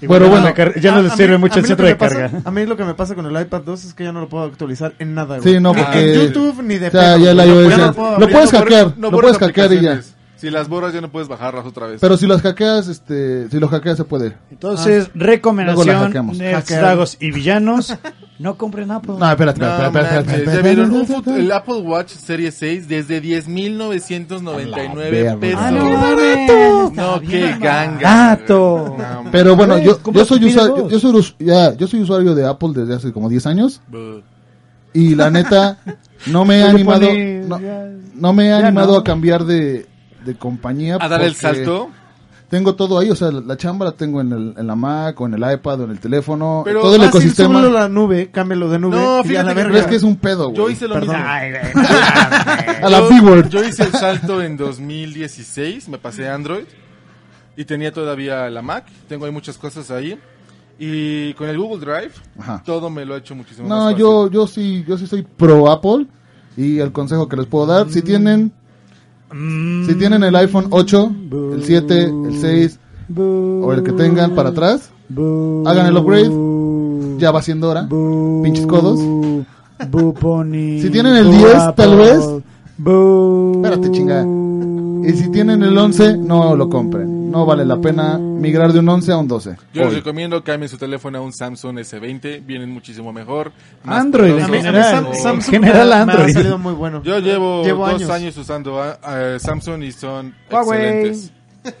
[SPEAKER 2] Igual
[SPEAKER 4] Bueno,
[SPEAKER 2] ya
[SPEAKER 4] bueno.
[SPEAKER 2] la car- ya no
[SPEAKER 3] Ah,
[SPEAKER 2] les
[SPEAKER 3] a
[SPEAKER 2] sirve
[SPEAKER 3] mí-
[SPEAKER 2] mucho
[SPEAKER 3] a
[SPEAKER 2] el
[SPEAKER 3] mí lo
[SPEAKER 2] centro
[SPEAKER 3] que
[SPEAKER 2] de
[SPEAKER 3] me pasa-
[SPEAKER 2] carga.
[SPEAKER 3] a mí lo que me pasa con el iPad 2 es que ya no lo puedo actualizar en nada. güey.
[SPEAKER 4] Sí, no,
[SPEAKER 3] Ni
[SPEAKER 4] porque-
[SPEAKER 3] en YouTube ni de
[SPEAKER 4] O sea,
[SPEAKER 3] pedo,
[SPEAKER 4] ya la
[SPEAKER 3] güey.
[SPEAKER 4] iOS
[SPEAKER 3] Ya no
[SPEAKER 4] ya-
[SPEAKER 3] puedo
[SPEAKER 4] lo
[SPEAKER 3] abrir.
[SPEAKER 4] puedes
[SPEAKER 1] borras-
[SPEAKER 4] hackear, lo
[SPEAKER 1] borras
[SPEAKER 4] puedes hackear y ya.
[SPEAKER 1] aplicaciones. Si las borras ya no puedes bajarlas otra vez.
[SPEAKER 4] Pero si las hackeas, este, si los hackeas se puede.
[SPEAKER 2] Entonces,
[SPEAKER 4] Luego la
[SPEAKER 2] Ah, recomendación,
[SPEAKER 4] hackeamos.
[SPEAKER 2] nerds,
[SPEAKER 3] Hackear.
[SPEAKER 2] dragos y villanos, no compren Apple.
[SPEAKER 4] No, espérate,
[SPEAKER 1] No,
[SPEAKER 4] espérate, espérate, espérate,
[SPEAKER 1] manches,
[SPEAKER 4] espérate,
[SPEAKER 1] ya vieron un
[SPEAKER 4] espérate,
[SPEAKER 1] fut- el Apple Watch Serie 6 desde
[SPEAKER 4] A la
[SPEAKER 1] 10.999 pesos.
[SPEAKER 4] verga. Ah, no
[SPEAKER 2] barato!
[SPEAKER 1] No,
[SPEAKER 2] Está
[SPEAKER 1] qué
[SPEAKER 2] bien
[SPEAKER 1] ganga.
[SPEAKER 2] barato.
[SPEAKER 1] No,
[SPEAKER 4] Pero bueno,
[SPEAKER 2] Güey,
[SPEAKER 4] yo, yo
[SPEAKER 2] compra
[SPEAKER 4] soy
[SPEAKER 2] tu Pile
[SPEAKER 4] usuario,
[SPEAKER 2] dos.
[SPEAKER 4] yo soy us- ya, yo soy usuario de Apple desde hace como 10 años
[SPEAKER 1] bu-
[SPEAKER 4] y la neta no me he
[SPEAKER 2] Yo
[SPEAKER 4] animado,
[SPEAKER 2] pone-
[SPEAKER 4] no,
[SPEAKER 2] ya-
[SPEAKER 4] no me he
[SPEAKER 2] ya
[SPEAKER 4] animado
[SPEAKER 2] no.
[SPEAKER 4] a cambiar de, de compañía.
[SPEAKER 1] A dar Ah, el
[SPEAKER 4] porque
[SPEAKER 1] salto.
[SPEAKER 4] Tengo todo ahí, o sea, la, la chamba la tengo en, el, en la Mac o en el iPad o en el teléfono,
[SPEAKER 1] Pero
[SPEAKER 4] todo el
[SPEAKER 3] Ah, sí,
[SPEAKER 4] ecosistema.
[SPEAKER 3] súbelo a la nube, cámbialo de nube.
[SPEAKER 1] No,
[SPEAKER 3] y a la
[SPEAKER 1] fíjate que-
[SPEAKER 4] Pero es
[SPEAKER 3] verga.
[SPEAKER 4] que es un pedo, Oh, güey.
[SPEAKER 1] Yo hice lo mismo.
[SPEAKER 2] Ay, güey, no mames.
[SPEAKER 4] A la
[SPEAKER 1] Yo-
[SPEAKER 4] B-word.
[SPEAKER 1] Yo hice el salto en 2016, me pasé a Android y tenía todavía la Mac, tengo ahí muchas cosas ahí. Y con el Google Drive,
[SPEAKER 4] Ajá.
[SPEAKER 1] todo me lo ha hecho muchísimo más
[SPEAKER 4] Ah. No,
[SPEAKER 1] fácil.
[SPEAKER 4] yo, yo sí, yo sí soy pro Apple y el consejo que les puedo dar, si tienen,
[SPEAKER 2] Mm,
[SPEAKER 4] si tienen el iPhone 8, el 7, el 6
[SPEAKER 2] bu-
[SPEAKER 4] o el que tengan para atrás,
[SPEAKER 2] bu-
[SPEAKER 4] hagan el upgrade, ya va siendo hora.
[SPEAKER 2] bu-
[SPEAKER 4] pinches codos.
[SPEAKER 2] bu- pony,
[SPEAKER 4] Si tienen el
[SPEAKER 2] bu-
[SPEAKER 4] 10, tal
[SPEAKER 2] Apple,
[SPEAKER 4] vez.
[SPEAKER 2] bu-
[SPEAKER 4] Espérate, chinga. Y si tienen el 11, no lo compren. No vale la pena migrar de un 11 a un 12.
[SPEAKER 1] Yo les
[SPEAKER 4] Hoy.
[SPEAKER 1] recomiendo que cambien su teléfono a un Samsung S20, vienen muchísimo mejor. más
[SPEAKER 2] Android en
[SPEAKER 1] poderosos.
[SPEAKER 3] A mí- a mí
[SPEAKER 2] general.
[SPEAKER 3] Sam-
[SPEAKER 1] O-
[SPEAKER 3] Samsung
[SPEAKER 2] General
[SPEAKER 3] me ha- Me
[SPEAKER 2] Android.
[SPEAKER 3] ha salido muy bueno.
[SPEAKER 1] Yo llevo,
[SPEAKER 3] Llevo
[SPEAKER 1] dos
[SPEAKER 3] años.
[SPEAKER 1] años, usando ah, eh, Samsung y son
[SPEAKER 2] Huawei,
[SPEAKER 1] excelentes.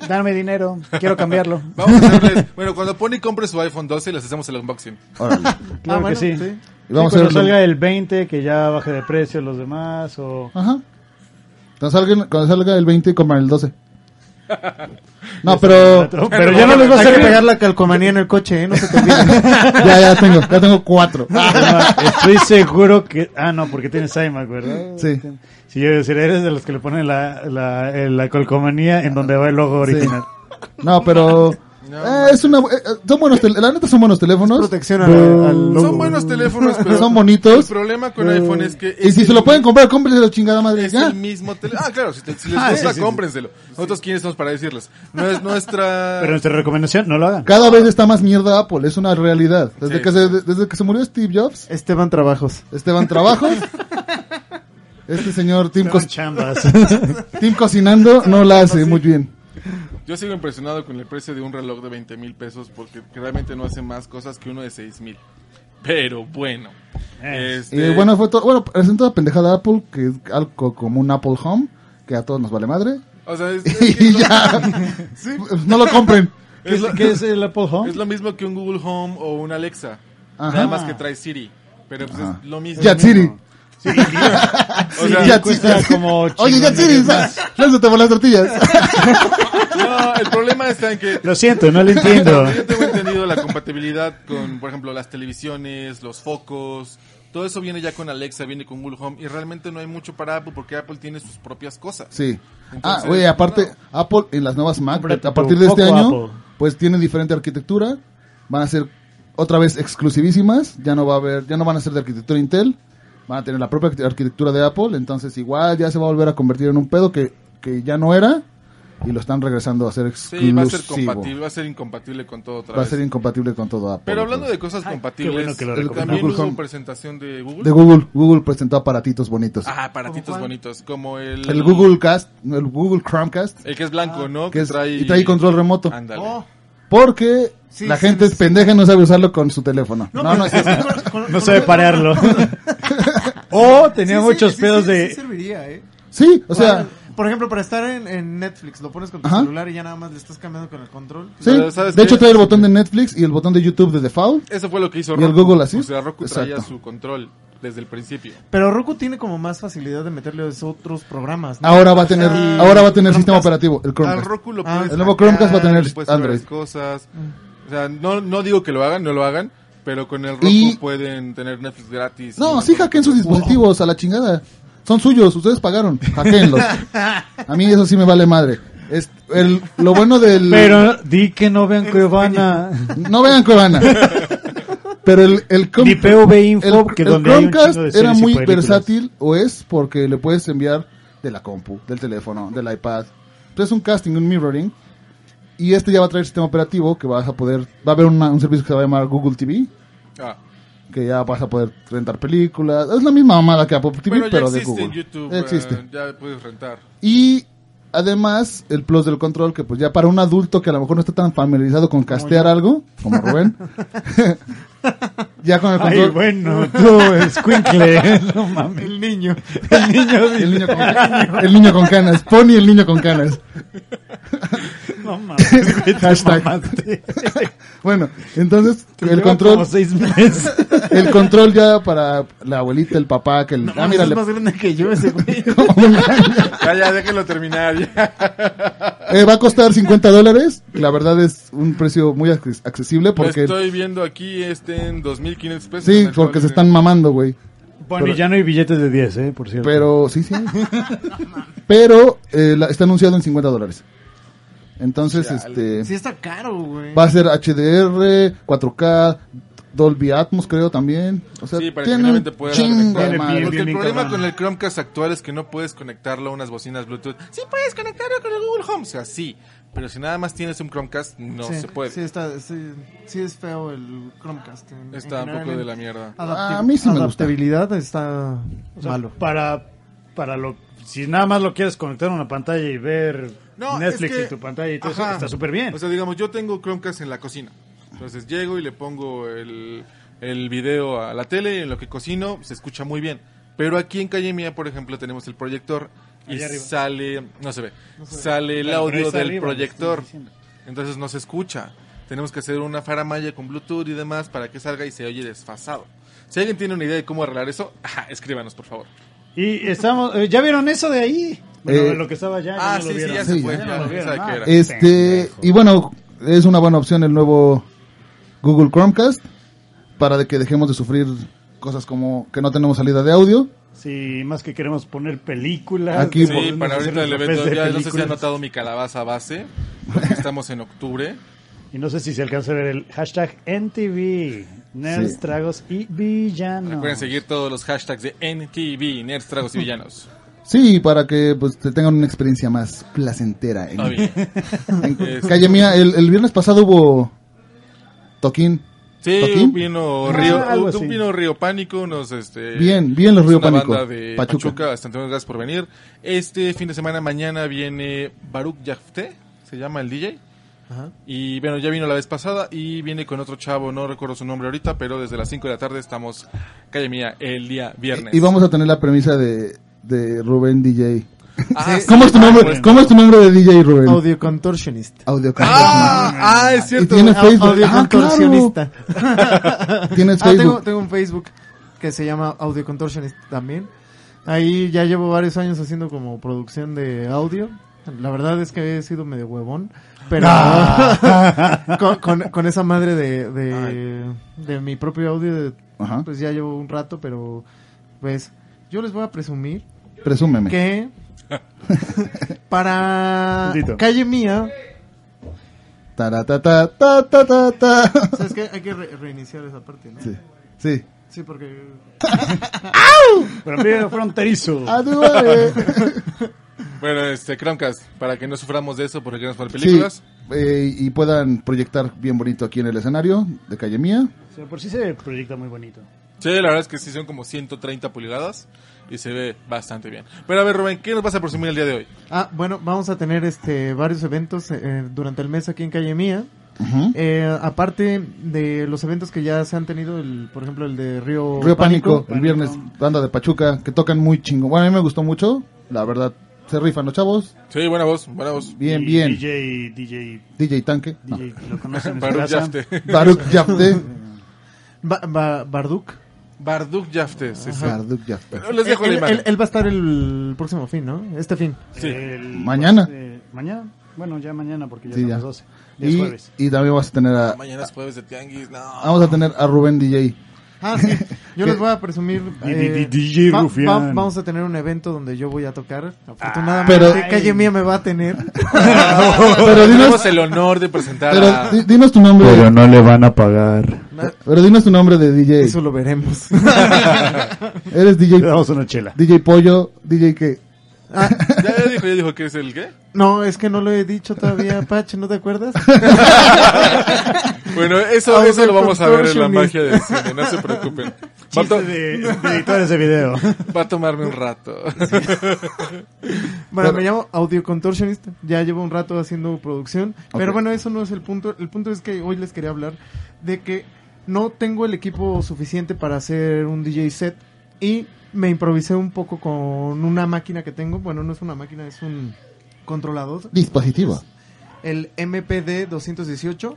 [SPEAKER 2] dame dinero, quiero cambiarlo.
[SPEAKER 1] Vamos a hacerles, bueno, cuando Pony compre su iPhone 12 les hacemos el unboxing.
[SPEAKER 4] Órale.
[SPEAKER 2] Claro
[SPEAKER 3] Ah,
[SPEAKER 2] que
[SPEAKER 3] bueno,
[SPEAKER 2] sí.
[SPEAKER 3] sí.
[SPEAKER 2] Sí,
[SPEAKER 4] Y vamos a
[SPEAKER 2] cuando
[SPEAKER 4] hacerlo.
[SPEAKER 2] salga el 20, que ya baje de precio los demás, o...
[SPEAKER 4] Ajá. Cuando salga, cuando salga el 20, compran el 12. No, pero
[SPEAKER 2] Pero, ya no les va a
[SPEAKER 3] Hay que
[SPEAKER 2] servir.
[SPEAKER 3] pegar la calcomanía en el coche, ¿eh? No se te olvide.
[SPEAKER 4] ya, ya tengo, ya tengo cuatro.
[SPEAKER 2] Ah, Estoy seguro que... Ah, no, porque tienes iMac, ¿verdad?
[SPEAKER 4] Sí.
[SPEAKER 2] Si yo iba a decir, eres de los que le ponen la, la, eh, la colcomanía en donde va el logo original.
[SPEAKER 4] No, pero eh, es una, bu- eh, eh, son buenos, tel- la neta son buenos teléfonos.
[SPEAKER 3] Protección al, al logo.
[SPEAKER 1] Son buenos teléfonos, pero
[SPEAKER 4] Oh. Son bonitos.
[SPEAKER 1] El problema con iPhone es que
[SPEAKER 4] Eh, Y
[SPEAKER 1] es
[SPEAKER 4] si se
[SPEAKER 1] el-
[SPEAKER 4] lo pueden comprar, cómprenselo chingada madre.
[SPEAKER 1] es
[SPEAKER 4] Ya.
[SPEAKER 1] el mismo teléfono. Ah, claro, si, te- si les
[SPEAKER 2] Ah,
[SPEAKER 1] gusta,
[SPEAKER 2] sí, sí, sí.
[SPEAKER 1] cómprenselo. Nosotros quiénes somos para decirles. No es nuestra
[SPEAKER 2] Pero nuestra recomendación, no lo hagan.
[SPEAKER 4] Cada vez está más mierda Apple, es una realidad. Desde
[SPEAKER 1] Sí.
[SPEAKER 4] que se, desde que se murió Steve Jobs,
[SPEAKER 3] Esteban Trabajos.
[SPEAKER 4] Esteban Trabajos, este señor Tim,
[SPEAKER 2] Con
[SPEAKER 4] Cos-
[SPEAKER 2] chambas.
[SPEAKER 4] Tim cocinando no la hace muy bien.
[SPEAKER 1] Yo sigo impresionado con el precio de un reloj de 20 mil pesos porque realmente no hace más cosas que uno de 6 mil. Pero bueno.
[SPEAKER 2] Es.
[SPEAKER 1] Este,
[SPEAKER 4] Eh, bueno, fue todo. Bueno, presentó la pendejada Apple, que es algo como un Apple Home, que a todos nos vale madre.
[SPEAKER 1] o sea, es, es que
[SPEAKER 4] Y
[SPEAKER 1] es lo-
[SPEAKER 4] ya. No lo compren.
[SPEAKER 2] ¿Qué,
[SPEAKER 1] es lo-
[SPEAKER 2] es- qué es el Apple Home?
[SPEAKER 1] es lo mismo que un Google Home o un Alexa.
[SPEAKER 4] Ajá.
[SPEAKER 1] Nada más que trae Siri. Pero pues
[SPEAKER 4] Ajá.
[SPEAKER 1] es lo mismo.
[SPEAKER 4] Yatsiri.
[SPEAKER 1] O sea,
[SPEAKER 4] Yatsiri.
[SPEAKER 2] cuesta como
[SPEAKER 4] Oye, Yatsiri, lánzate por las tortillas.
[SPEAKER 1] no, el problema está en que
[SPEAKER 2] Lo siento, no lo entiendo.
[SPEAKER 1] Yo tengo entendido la compatibilidad con, por ejemplo, las televisiones, los focos. Todo eso viene ya con Alexa, viene con Google Home. Y realmente no hay mucho para Apple porque Apple tiene sus propias cosas.
[SPEAKER 4] Sí. Ah,
[SPEAKER 1] Entonces,
[SPEAKER 4] oye, aparte,
[SPEAKER 1] no.
[SPEAKER 4] Apple en las nuevas Mac,
[SPEAKER 2] Cómprate
[SPEAKER 4] a partir
[SPEAKER 2] tu
[SPEAKER 4] de este
[SPEAKER 2] foco
[SPEAKER 4] año,
[SPEAKER 2] Apple.
[SPEAKER 4] pues tienen diferente arquitectura. Van a ser otra vez exclusivísimas. Ya no va a haber, ya no van a ser de arquitectura Intel. Van a tener la propia arqui- arquitectura de Apple. Entonces, igual ya se va a volver a convertir en un pedo que, que ya no era. Y lo están regresando a ser
[SPEAKER 1] Sí,
[SPEAKER 4] exclusivo.
[SPEAKER 1] va a ser compatible, va a ser incompatible con todo otra
[SPEAKER 4] Va a
[SPEAKER 1] vez.
[SPEAKER 4] ser incompatible con todo Apple.
[SPEAKER 1] Pero hablando
[SPEAKER 4] entonces.
[SPEAKER 1] de cosas
[SPEAKER 2] qué
[SPEAKER 1] compatibles,
[SPEAKER 2] bueno que lo
[SPEAKER 1] el-
[SPEAKER 2] recomendó
[SPEAKER 1] también
[SPEAKER 4] Google
[SPEAKER 1] hubo
[SPEAKER 4] Home.
[SPEAKER 1] presentación de Google.
[SPEAKER 4] de Google. Google presentó aparatitos bonitos.
[SPEAKER 1] Ah, aparatitos
[SPEAKER 3] ¿Cómo cuál?
[SPEAKER 1] bonitos, como el...
[SPEAKER 4] El Google Cast, el Google Chromecast,
[SPEAKER 1] El que es
[SPEAKER 2] Ah.
[SPEAKER 1] blanco, ¿no?
[SPEAKER 4] que es- y trae control remoto.
[SPEAKER 1] Ándale.
[SPEAKER 3] Oh.
[SPEAKER 4] Porque
[SPEAKER 3] Sí,
[SPEAKER 4] la
[SPEAKER 3] sí,
[SPEAKER 4] gente
[SPEAKER 3] sí.
[SPEAKER 4] es pendeja y no sabe usarlo con su teléfono. No, no, es cierto.
[SPEAKER 2] No sabe parearlo. o tenía muchos pedos de...
[SPEAKER 3] serviría, ¿eh?
[SPEAKER 4] Sí, o sea,
[SPEAKER 3] por ejemplo, para estar en, en Netflix, lo pones con tu
[SPEAKER 4] Ajá.
[SPEAKER 3] celular y ya nada más le estás cambiando con el control.
[SPEAKER 4] sí.
[SPEAKER 1] Pero, ¿sabes
[SPEAKER 4] De hecho
[SPEAKER 1] qué?
[SPEAKER 4] trae el botón de Netflix y el botón de YouTube de Default.
[SPEAKER 1] Eso fue lo que hizo
[SPEAKER 4] ¿Y el
[SPEAKER 1] Roku.
[SPEAKER 4] Google Assist?
[SPEAKER 1] O sea, Roku traía
[SPEAKER 4] Exacto.
[SPEAKER 1] su control desde el principio.
[SPEAKER 3] Pero Roku tiene como más facilidad de meterle otros programas. ¿no?
[SPEAKER 4] Ahora va a tener,
[SPEAKER 3] Ah,
[SPEAKER 4] ahora va a tener
[SPEAKER 3] Chromecast.
[SPEAKER 4] sistema operativo, el
[SPEAKER 1] Al
[SPEAKER 4] Chromecast.
[SPEAKER 1] Roku lo
[SPEAKER 3] Ah,
[SPEAKER 1] puedes
[SPEAKER 4] el nuevo
[SPEAKER 1] sacar,
[SPEAKER 4] Chromecast va a tener
[SPEAKER 1] le puedes sacar
[SPEAKER 4] Android.
[SPEAKER 1] cosas. O sea, no, no digo que lo hagan, no lo hagan, pero con el Roku
[SPEAKER 4] Y-
[SPEAKER 1] pueden tener Netflix gratis.
[SPEAKER 4] No, sí hackeen sus dispositivos a la chingada. Son suyos, ustedes pagaron, hackeenlos. A mí eso sí me vale madre. Es el, lo bueno del...
[SPEAKER 2] Pero di que no vean Cuevana.
[SPEAKER 4] No vean Cuevana. Pero el, el, com-
[SPEAKER 2] Ni POV Info, que donde hay un
[SPEAKER 4] Chromecast
[SPEAKER 2] chingo de
[SPEAKER 4] era
[SPEAKER 2] series y
[SPEAKER 4] muy
[SPEAKER 2] películas.
[SPEAKER 4] versátil, o es porque le puedes enviar de la compu, del teléfono, del iPad. Entonces es un casting, un mirroring. Y este ya va a traer sistema operativo que vas a poder. Va a haber una- un servicio que se va a llamar Google TV,
[SPEAKER 1] Ah,
[SPEAKER 4] que ya vas a poder rentar películas. Es la misma mamada que Apple TV,
[SPEAKER 1] pero
[SPEAKER 4] pero,
[SPEAKER 1] ya
[SPEAKER 4] de
[SPEAKER 1] existe
[SPEAKER 4] Google.
[SPEAKER 1] en YouTube.
[SPEAKER 4] Ya
[SPEAKER 1] eh,
[SPEAKER 4] existe.
[SPEAKER 1] ya puedes rentar.
[SPEAKER 4] Y además, el plus del control, que pues ya para un adulto que a lo mejor no está tan familiarizado con castear algo, como Rubén, ya con el control.
[SPEAKER 2] Ay, bueno, tú, escuincle. No mames.
[SPEAKER 3] El niño.
[SPEAKER 2] El niño
[SPEAKER 4] El
[SPEAKER 2] dice,
[SPEAKER 4] niño, con, el niño con canas. Pony el niño con canas.
[SPEAKER 2] no mames. güey, te
[SPEAKER 4] Hashtag.
[SPEAKER 2] mamaste.
[SPEAKER 4] Bueno, entonces el
[SPEAKER 2] Lleva Como
[SPEAKER 4] control,
[SPEAKER 2] seis meses.
[SPEAKER 4] el control ya para la abuelita, el papá, que el, ah, mira,
[SPEAKER 3] es
[SPEAKER 4] le-
[SPEAKER 3] más grande que yo ese güey.
[SPEAKER 1] Ya, ya, déjenlo terminar. ya.
[SPEAKER 4] eh, va a costar 50 dólares. La verdad es un precio muy acces- accesible
[SPEAKER 1] Lo
[SPEAKER 4] porque
[SPEAKER 1] estoy viendo aquí este en 2.500 pesos.
[SPEAKER 4] sí,
[SPEAKER 1] mensuales.
[SPEAKER 4] porque se están mamando, güey.
[SPEAKER 2] Bueno, y ya no hay billetes de 10, ¿eh? Por cierto.
[SPEAKER 4] Pero sí, sí. Pero eh, la- está anunciado en 50 dólares. Entonces, este,
[SPEAKER 3] Sí está caro, güey.
[SPEAKER 4] va a ser HDR, 4K, Dolby Atmos, creo también. O sea,
[SPEAKER 1] Sí, para que
[SPEAKER 4] tiene
[SPEAKER 1] finalmente
[SPEAKER 4] un
[SPEAKER 1] puedas
[SPEAKER 4] chingo de
[SPEAKER 1] conectar.
[SPEAKER 4] madre.
[SPEAKER 2] Bien,
[SPEAKER 1] Porque
[SPEAKER 2] bien,
[SPEAKER 1] el
[SPEAKER 2] bien,
[SPEAKER 1] problema
[SPEAKER 2] cabrón.
[SPEAKER 1] con el Chromecast actual es que no puedes conectarlo a unas bocinas Bluetooth. Sí puedes conectarlo con el Google Home, o sea, sí. Pero si nada más tienes un Chromecast, no
[SPEAKER 3] sí,
[SPEAKER 1] se puede.
[SPEAKER 3] Sí, está, sí, sí es feo el Chromecast. en- en
[SPEAKER 1] Está un
[SPEAKER 3] general,
[SPEAKER 1] poco
[SPEAKER 3] en
[SPEAKER 1] de la mierda.
[SPEAKER 4] Ah, A mí sí me gusta.
[SPEAKER 3] Adaptabilidad está
[SPEAKER 2] O sea,
[SPEAKER 3] malo.
[SPEAKER 2] Para, para lo. Si nada más lo quieres conectar a una pantalla y ver
[SPEAKER 1] No,
[SPEAKER 2] Netflix
[SPEAKER 1] es que-
[SPEAKER 2] en tu pantalla y todo eso,
[SPEAKER 1] Ajá.
[SPEAKER 2] está súper bien.
[SPEAKER 1] O sea, digamos, yo tengo Chromecast en la cocina. Entonces llego y le pongo el, el video a la tele, en lo que cocino, se escucha muy bien. Pero aquí en Calle Mía, por ejemplo, tenemos el proyector y
[SPEAKER 2] Allá arriba.
[SPEAKER 1] sale, no se ve, sale el
[SPEAKER 2] Claro, pero
[SPEAKER 1] audio
[SPEAKER 2] ahí está
[SPEAKER 1] del
[SPEAKER 2] arriba,
[SPEAKER 1] proyector.
[SPEAKER 2] lo estoy diciendo.
[SPEAKER 1] Entonces no se escucha. Tenemos que hacer una faramaya con Bluetooth y demás para que salga y se oye desfasado. Si alguien tiene una idea de cómo arreglar eso, ajá, escríbanos, por favor.
[SPEAKER 2] y estamos. eh, ¿Ya vieron eso de ahí? Bueno,
[SPEAKER 4] Eh,
[SPEAKER 2] lo que estaba allá.
[SPEAKER 1] Ah,
[SPEAKER 2] ya
[SPEAKER 1] sí,
[SPEAKER 2] no lo
[SPEAKER 1] sí,
[SPEAKER 2] vieron.
[SPEAKER 1] ya se
[SPEAKER 4] Sí,
[SPEAKER 1] fue.
[SPEAKER 4] ya
[SPEAKER 1] ya,
[SPEAKER 2] no lo
[SPEAKER 1] quién
[SPEAKER 2] vieron,
[SPEAKER 1] sabe
[SPEAKER 2] ah.
[SPEAKER 1] qué era.
[SPEAKER 4] Este, y bueno, es una buena opción el nuevo Google Chromecast para de que dejemos de sufrir cosas como que no tenemos salida de audio.
[SPEAKER 2] Sí, más que queremos poner películas.
[SPEAKER 4] Aquí,
[SPEAKER 2] ¿no?
[SPEAKER 1] Sí,
[SPEAKER 2] Podemos
[SPEAKER 1] para
[SPEAKER 2] hacer
[SPEAKER 1] ahorita el
[SPEAKER 2] los
[SPEAKER 1] evento,
[SPEAKER 2] cafés de
[SPEAKER 1] ya no sé si
[SPEAKER 2] películas.
[SPEAKER 1] han notado mi calabaza base, porque estamos en octubre.
[SPEAKER 2] Y no sé si se alcanza a ver el hashtag NTV, Nerds,
[SPEAKER 4] Sí.
[SPEAKER 2] Tragos y Villanos.
[SPEAKER 1] Recuerden seguir todos los hashtags de NTV, Nerds, Tragos y Villanos.
[SPEAKER 4] Sí, para que pues te tengan una experiencia más placentera. En,
[SPEAKER 1] Está Ah, bien.
[SPEAKER 4] en
[SPEAKER 1] Es-
[SPEAKER 4] calle mía, el, el viernes pasado hubo toquín.
[SPEAKER 1] Sí,
[SPEAKER 4] ¿Toquín?
[SPEAKER 1] un vino río,
[SPEAKER 2] Ah, algo
[SPEAKER 1] un-
[SPEAKER 2] así.
[SPEAKER 1] un vino río pánico, unos este
[SPEAKER 4] Bien, bien los
[SPEAKER 1] es
[SPEAKER 4] Río
[SPEAKER 1] una
[SPEAKER 4] Pánico,
[SPEAKER 1] banda de
[SPEAKER 4] Pachuca.
[SPEAKER 1] Pachuca, hasta entonces gracias por venir. Este fin de semana mañana viene Baruch Yafte, se llama el DJ.
[SPEAKER 3] Ajá.
[SPEAKER 1] Y bueno, ya vino la vez pasada y viene con otro chavo, no recuerdo su nombre ahorita, pero desde las 5 de la tarde estamos calle mía el día viernes.
[SPEAKER 4] Y vamos a tener la premisa de, de Rubén DJ.
[SPEAKER 1] Ah,
[SPEAKER 3] Eh,
[SPEAKER 4] ¿Cómo es tu
[SPEAKER 1] sí,
[SPEAKER 4] nombre?
[SPEAKER 1] pues,
[SPEAKER 4] ¿Cómo es tu nombre de DJ Rubén?
[SPEAKER 3] Audio contortionist.
[SPEAKER 4] Audio
[SPEAKER 1] Ah, ah, es
[SPEAKER 4] Y
[SPEAKER 1] cierto.
[SPEAKER 4] tiene
[SPEAKER 1] güey.
[SPEAKER 3] Au-
[SPEAKER 4] Facebook.
[SPEAKER 3] Audio
[SPEAKER 4] Ah,
[SPEAKER 3] contorsionista.
[SPEAKER 4] claro. Tienes
[SPEAKER 3] Ah, tengo,
[SPEAKER 4] Facebook.
[SPEAKER 3] tengo un Facebook que se llama Audio Contortionist también. Ahí ya llevo varios años haciendo como producción de audio. La verdad es que he sido medio huevón, pero
[SPEAKER 4] Ah.
[SPEAKER 3] con, con- con esa madre de, de, de mi propio audio,
[SPEAKER 4] Ajá.
[SPEAKER 3] pues ya llevo un rato, pero pues yo les voy a presumir
[SPEAKER 4] Presúmeme.
[SPEAKER 3] que para
[SPEAKER 2] Tantito.
[SPEAKER 3] calle mía,
[SPEAKER 4] Taratata, ta, ta, ta, ta.
[SPEAKER 3] sabes que hay que re- reiniciar esa parte, ¿no?
[SPEAKER 4] Sí. Sí.
[SPEAKER 3] Sí, porque
[SPEAKER 2] Pero primero fronterizo.
[SPEAKER 4] Ah. Adiós.
[SPEAKER 1] Bueno, este, Chromecast, para que no suframos de eso, porque queremos poner
[SPEAKER 4] Sí.
[SPEAKER 1] películas.
[SPEAKER 4] eh, y puedan proyectar bien bonito aquí en el escenario de calle mía.
[SPEAKER 2] O sea, por sí se proyecta muy bonito.
[SPEAKER 1] Sí. la verdad es que sí son como 130 pulgadas y se ve bastante bien. Pero a ver, Rubén, ¿qué nos vas a presumir el día de hoy?
[SPEAKER 3] Ah, bueno, vamos a tener este varios eventos eh, durante el mes aquí en Calle Mía.
[SPEAKER 4] Ujú.
[SPEAKER 3] Eh, aparte de los eventos que ya se han tenido, el, por ejemplo, el de Río,
[SPEAKER 4] Río Pánico, el
[SPEAKER 2] Pánico.
[SPEAKER 4] viernes, banda de Pachuca, que tocan muy chingo. Bueno, a mí me gustó mucho, la verdad, se rifan los chavos,
[SPEAKER 1] Sí, buena voz, buena voz.
[SPEAKER 4] bien,
[SPEAKER 2] Y
[SPEAKER 4] bien. DJ,
[SPEAKER 2] DJ, DJ,
[SPEAKER 4] Tanque, no.
[SPEAKER 2] DJ, lo conocen en su
[SPEAKER 1] Baruch
[SPEAKER 2] casa.
[SPEAKER 1] Yafte.
[SPEAKER 4] Baruch Yafte,
[SPEAKER 3] Ba- Ba- Barduk.
[SPEAKER 1] Barduk Yafte, sí, sí.
[SPEAKER 4] Baruch Yafte.
[SPEAKER 1] Pero Les dejo la
[SPEAKER 3] él,
[SPEAKER 1] imagen.
[SPEAKER 3] él- él va a estar el próximo fin, ¿no? Este fin.
[SPEAKER 1] Sí.
[SPEAKER 2] El-
[SPEAKER 4] Mañana.
[SPEAKER 2] eh, mañana. Bueno, ya mañana porque ya
[SPEAKER 4] Sí,
[SPEAKER 2] son
[SPEAKER 4] ya.
[SPEAKER 2] las 12. Ya es
[SPEAKER 4] Y,
[SPEAKER 2] jueves.
[SPEAKER 4] y también vas a tener a, Ah,
[SPEAKER 1] Mañana es jueves de Tianguis, no.
[SPEAKER 4] vamos a tener a Rubén DJ.
[SPEAKER 3] Ah, sí. Yo
[SPEAKER 4] ¿Qué?
[SPEAKER 3] les voy a presumir. eh,
[SPEAKER 2] Di- di- di- DJ Rufián.
[SPEAKER 3] vamos a tener un evento donde yo voy a tocar. Afortunadamente,
[SPEAKER 4] Pero-
[SPEAKER 3] calle mía me va a tener.
[SPEAKER 4] Pero
[SPEAKER 1] Tenemos
[SPEAKER 4] dinos,
[SPEAKER 1] el honor de presentar
[SPEAKER 4] pero
[SPEAKER 1] a...
[SPEAKER 4] di- dinos tu nombre.
[SPEAKER 2] Pero no le van a pagar.
[SPEAKER 4] Pero dinos tu nombre de DJ.
[SPEAKER 3] Eso lo veremos.
[SPEAKER 4] Eres DJ,
[SPEAKER 2] Le damos una chela.
[SPEAKER 4] DJ Pollo, DJ que...
[SPEAKER 1] Ya ya dijo, ya dijo que es el qué.
[SPEAKER 3] Ah, No, es que no lo he dicho todavía, Pache, ¿no te acuerdas?
[SPEAKER 1] Bueno, eso,
[SPEAKER 3] Audio
[SPEAKER 1] eso lo vamos a ver en la
[SPEAKER 3] contortionist.
[SPEAKER 1] magia del cine, no se preocupen. Va a, to-
[SPEAKER 2] Chiste de, de editores de video.
[SPEAKER 1] va a tomarme un rato.
[SPEAKER 3] Bueno,
[SPEAKER 4] Pero-
[SPEAKER 3] me llamo Audio Contortionist. Ya llevo un rato haciendo producción. Pero bueno, eso no es el punto. El punto es que hoy les quería hablar de que no tengo el equipo suficiente para hacer un DJ set. Y me improvisé un poco con una máquina que tengo. Bueno, no es una máquina, es un controlador.
[SPEAKER 4] Dispositivo.
[SPEAKER 3] el MPD 218.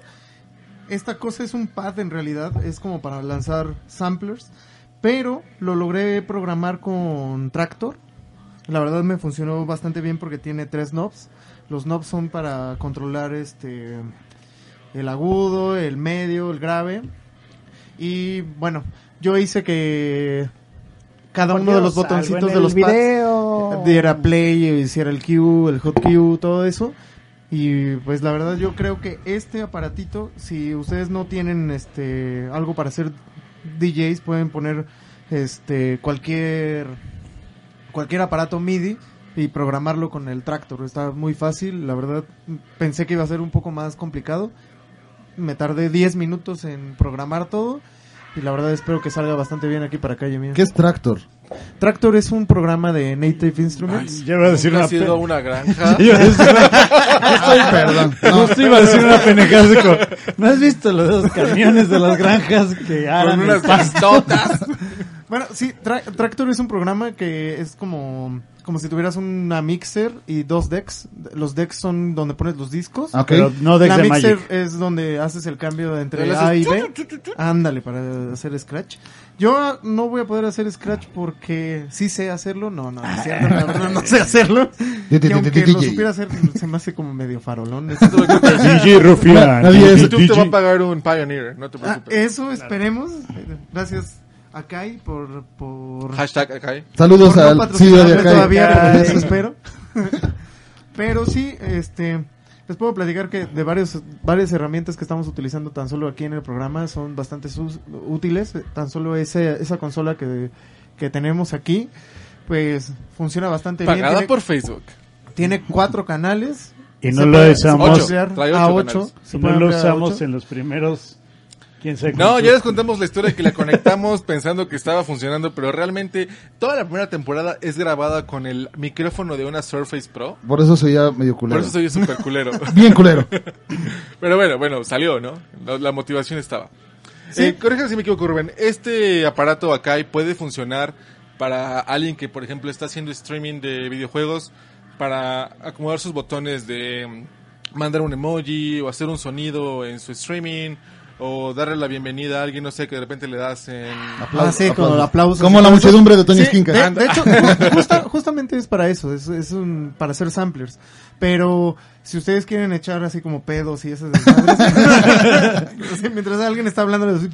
[SPEAKER 3] Esta cosa es un pad en realidad, es como para lanzar samplers, pero lo logré programar con Tractor. La verdad me funcionó bastante bien porque tiene tres knobs. Los knobs son para controlar este el agudo, el medio, el grave. Y bueno, yo hice que cada uno de los botoncitos de los pads diera play, hiciera el Q, el hot Q, todo eso. Y pues la verdad yo creo que este aparatito, si ustedes no tienen este algo para hacer DJs, pueden poner este cualquier cualquier aparato MIDI y programarlo con el tractor. Está muy fácil, la verdad pensé que iba a ser un poco más complicado. Me tardé 10 minutos en programar todo y la verdad espero que salga bastante bien aquí para calle mía.
[SPEAKER 4] ¿Qué es Tractor?
[SPEAKER 3] Tractor es un programa de Native Instruments.
[SPEAKER 2] Ya iba a decir
[SPEAKER 1] Nunca
[SPEAKER 2] una
[SPEAKER 1] has ido a
[SPEAKER 2] pe-
[SPEAKER 1] una granja.
[SPEAKER 2] Yo iba a decir
[SPEAKER 4] Ay, perdón. No,
[SPEAKER 2] Justo iba a decir una penejada con- ¿No has visto los dos camiones de las granjas que
[SPEAKER 1] Con
[SPEAKER 2] aran el
[SPEAKER 1] unas
[SPEAKER 2] pasto?
[SPEAKER 1] gastotas.
[SPEAKER 3] Bueno, sí, Tra- Tractor es un programa que es como, como si tuvieras una mixer y dos decks. Los decks son donde pones los discos.
[SPEAKER 4] ok.
[SPEAKER 2] Pero no de
[SPEAKER 3] la
[SPEAKER 2] ese
[SPEAKER 3] mixer
[SPEAKER 2] Magic.
[SPEAKER 1] eh,
[SPEAKER 3] es donde haces el cambio de entre
[SPEAKER 1] Le
[SPEAKER 3] A
[SPEAKER 1] haces
[SPEAKER 3] y
[SPEAKER 1] chu,
[SPEAKER 3] B.
[SPEAKER 1] chu, chu, chu.
[SPEAKER 3] Ándale, para hacer Scratch. Yo no voy a poder hacer Scratch porque sí sé hacerlo. No, no, no es cierto, la verdad no sé hacerlo.
[SPEAKER 4] Yo te-
[SPEAKER 3] Y
[SPEAKER 4] te- te-
[SPEAKER 3] aunque lo
[SPEAKER 4] DJ.
[SPEAKER 3] supiera hacer, se me hace como medio farolón.
[SPEAKER 1] No te preocupes.
[SPEAKER 2] DJ Rufián.
[SPEAKER 4] Nadie es-
[SPEAKER 1] YouTube te va a pagar un Pioneer, no te
[SPEAKER 3] Ah,
[SPEAKER 1] preocupes.
[SPEAKER 3] eso esperemos. Gracias a Kai por... por...
[SPEAKER 1] Hashtag acá.
[SPEAKER 4] Saludos
[SPEAKER 3] Por no
[SPEAKER 4] al CEO de
[SPEAKER 3] patrocinarme
[SPEAKER 4] acá.
[SPEAKER 3] todavía,
[SPEAKER 2] Ay.
[SPEAKER 3] pero eso espero. pero sí, este, les puedo platicar que de varios, varias herramientas que estamos utilizando tan solo aquí en el programa son bastante sus- útiles. Tan solo ese, esa consola que, que tenemos aquí, pues funciona bastante bien.
[SPEAKER 1] Pagada
[SPEAKER 3] Tiene,
[SPEAKER 1] por Facebook.
[SPEAKER 3] tiene cuatro canales.
[SPEAKER 2] Y
[SPEAKER 3] Se
[SPEAKER 2] no lo
[SPEAKER 3] puede-
[SPEAKER 2] usamos-
[SPEAKER 3] se puede
[SPEAKER 1] Ocho.
[SPEAKER 3] ampliar
[SPEAKER 1] Trae
[SPEAKER 3] a
[SPEAKER 1] ocho
[SPEAKER 3] ocho.
[SPEAKER 1] canales.
[SPEAKER 3] Se
[SPEAKER 2] Y
[SPEAKER 3] puede
[SPEAKER 2] no lo
[SPEAKER 3] ampliar a
[SPEAKER 2] usamos
[SPEAKER 3] ocho.
[SPEAKER 2] en los primeros. ¿Quién sabe
[SPEAKER 1] No,
[SPEAKER 2] cuántos.
[SPEAKER 1] ya les contamos la historia que la conectamos pensando que estaba funcionando, pero realmente toda la primera temporada es grabada con el micrófono de una Surface Pro.
[SPEAKER 4] Por eso soy ya medio
[SPEAKER 1] Por
[SPEAKER 4] culero.
[SPEAKER 1] eso soy súper culero.
[SPEAKER 4] Bien culero.
[SPEAKER 1] Pero bueno, bueno, salió, ¿no? La, la motivación estaba.
[SPEAKER 3] Sí.
[SPEAKER 1] Eh, corrígeme si me equivoco, Rubén. Este aparato acá puede funcionar para alguien que, por ejemplo, está haciendo streaming de videojuegos para acomodar sus botones de mm, mandar un emoji o hacer un sonido en su streaming o darle la bienvenida a alguien, no sé, que de repente le das en...
[SPEAKER 3] Ah, sí, con aplausos.
[SPEAKER 4] Como la muchedumbre de Toño
[SPEAKER 3] Sí,
[SPEAKER 4] Esquinca.
[SPEAKER 3] de,
[SPEAKER 1] Anda.
[SPEAKER 3] de hecho, ju- justa- justamente es para eso, es, es un- para hacer samplers. Pero si ustedes quieren echar así como pedos y esas desmadres, así, mientras alguien está hablando, les-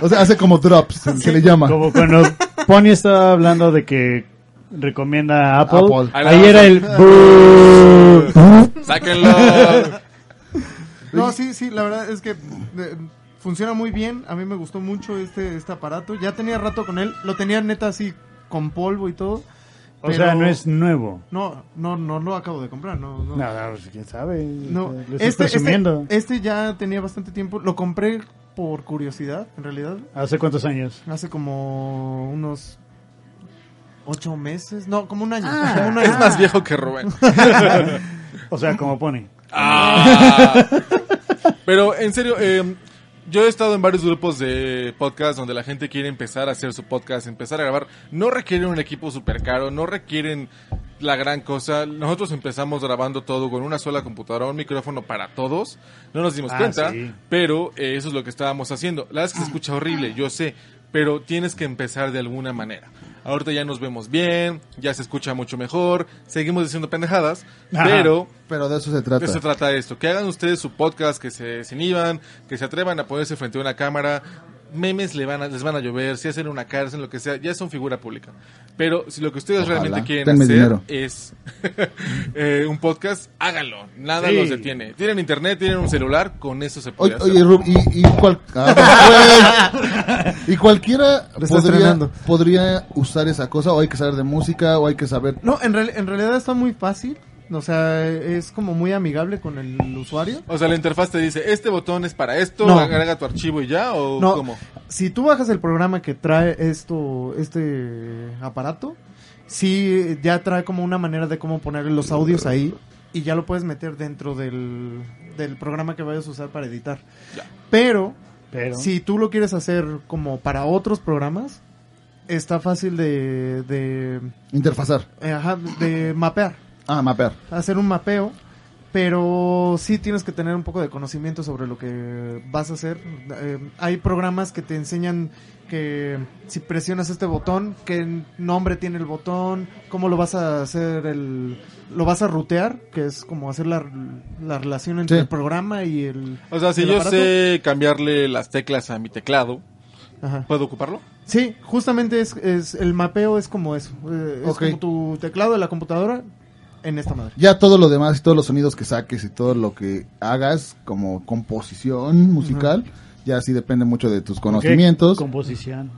[SPEAKER 4] O sea, hace como drops, se le llama.
[SPEAKER 2] Como cuando Pony estaba hablando de que recomienda a Apple.
[SPEAKER 4] Apple.
[SPEAKER 2] Ahí era el. boo.
[SPEAKER 1] ¡Sáquenlo!
[SPEAKER 3] no, sí, sí, la verdad es que eh, funciona muy bien. A mí me gustó mucho este, este aparato. Ya tenía rato con él, lo tenía neta así con polvo y todo.
[SPEAKER 2] O sea,
[SPEAKER 3] pero-
[SPEAKER 2] no es nuevo.
[SPEAKER 3] No, no, no lo acabo de comprar, no, no.
[SPEAKER 2] No, no, pues, quién sabe.
[SPEAKER 3] No,
[SPEAKER 2] Lo estoy
[SPEAKER 3] este,
[SPEAKER 2] presumiendo.
[SPEAKER 3] este, este ya tenía bastante tiempo. Lo compré por curiosidad, en realidad.
[SPEAKER 2] ¿Hace cuántos años?
[SPEAKER 3] Hace como unos ocho meses. No, como un año.
[SPEAKER 2] Ah.
[SPEAKER 3] como un año.
[SPEAKER 1] es más viejo que Rubén.
[SPEAKER 2] O sea, como Pony.
[SPEAKER 1] Ah. Pero en serio, eh, yo he estado en varios grupos de podcast donde la gente quiere empezar a hacer su podcast, empezar a grabar. No requieren un equipo súper caro, no requieren la gran cosa. Nosotros empezamos grabando todo con una sola computadora, un micrófono para todos. No nos dimos
[SPEAKER 2] Ah,
[SPEAKER 1] cuenta,
[SPEAKER 2] sí. Ah.
[SPEAKER 1] pero eh, eso es lo que estábamos haciendo. La verdad es que se escucha horrible, yo sé, pero tienes que empezar de alguna manera. Ahorita ya nos vemos bien, ya se escucha mucho mejor, seguimos diciendo pendejadas,
[SPEAKER 2] Ajá.
[SPEAKER 1] pero
[SPEAKER 4] Pero de eso se
[SPEAKER 1] de
[SPEAKER 4] trata.
[SPEAKER 1] eso trata esto. Que hagan ustedes su podcast, que se desinhiban, que se atrevan a ponerse frente a una cámara. memes le van a- les van a llover, si hacen una cárcel, lo que sea, ya son figura pública. Pero si lo que ustedes
[SPEAKER 4] Ojalá.
[SPEAKER 1] realmente quieren
[SPEAKER 4] Denme
[SPEAKER 1] hacer
[SPEAKER 4] dinero.
[SPEAKER 1] es eh, un podcast, háganlo. Nada
[SPEAKER 2] Sí.
[SPEAKER 1] los detiene. Tienen internet, tienen un celular, con eso se puede
[SPEAKER 4] Oye,
[SPEAKER 1] hacer.
[SPEAKER 4] oye Rub, y, y, cual- ah, güey. y cualquiera
[SPEAKER 3] Lo está
[SPEAKER 4] podría,
[SPEAKER 3] estrenando.
[SPEAKER 4] podría usar esa cosa, o hay que saber de música, o hay que saber...
[SPEAKER 3] No, en, real- en realidad está muy fácil. O sea, es como muy amigable con el usuario.
[SPEAKER 1] O sea, la interfaz te dice, este botón es para esto,
[SPEAKER 3] No.
[SPEAKER 1] agrega tu archivo y ya, o
[SPEAKER 3] No,
[SPEAKER 1] cómo.
[SPEAKER 3] si tú bajas el programa que trae esto, este aparato, sí ya trae como una manera de cómo poner los audios ahí y ya lo puedes meter dentro del, del programa que vayas a usar para editar.
[SPEAKER 1] Ya.
[SPEAKER 3] Pero
[SPEAKER 2] Pero...
[SPEAKER 3] si tú lo quieres hacer como para otros programas, está fácil de, de,
[SPEAKER 4] Interfazar.
[SPEAKER 3] eh, ajá, de mapear,
[SPEAKER 4] Ah, mapear.
[SPEAKER 3] hacer un mapeo. Pero sí tienes que tener un poco de conocimiento sobre lo que vas a hacer. Eh, hay programas que te enseñan que si presionas este botón, qué nombre tiene el botón, cómo lo vas a hacer el... Lo vas a rutear, que es como hacer la, la relación entre
[SPEAKER 4] Sí.
[SPEAKER 3] el programa y el...
[SPEAKER 1] O sea, si
[SPEAKER 3] el
[SPEAKER 1] yo
[SPEAKER 3] aparato.
[SPEAKER 1] sé cambiarle las teclas a mi teclado,
[SPEAKER 3] Ajá.
[SPEAKER 1] ¿puedo ocuparlo?
[SPEAKER 3] Sí, justamente es, es el mapeo es como eso. eh,
[SPEAKER 4] Ok.
[SPEAKER 3] Es como tu teclado de la computadora en esta madre.
[SPEAKER 4] Ya todo lo demás y todos los sonidos que saques y todo lo que hagas como composición musical, ya sí depende mucho de tus conocimientos.
[SPEAKER 2] Composición.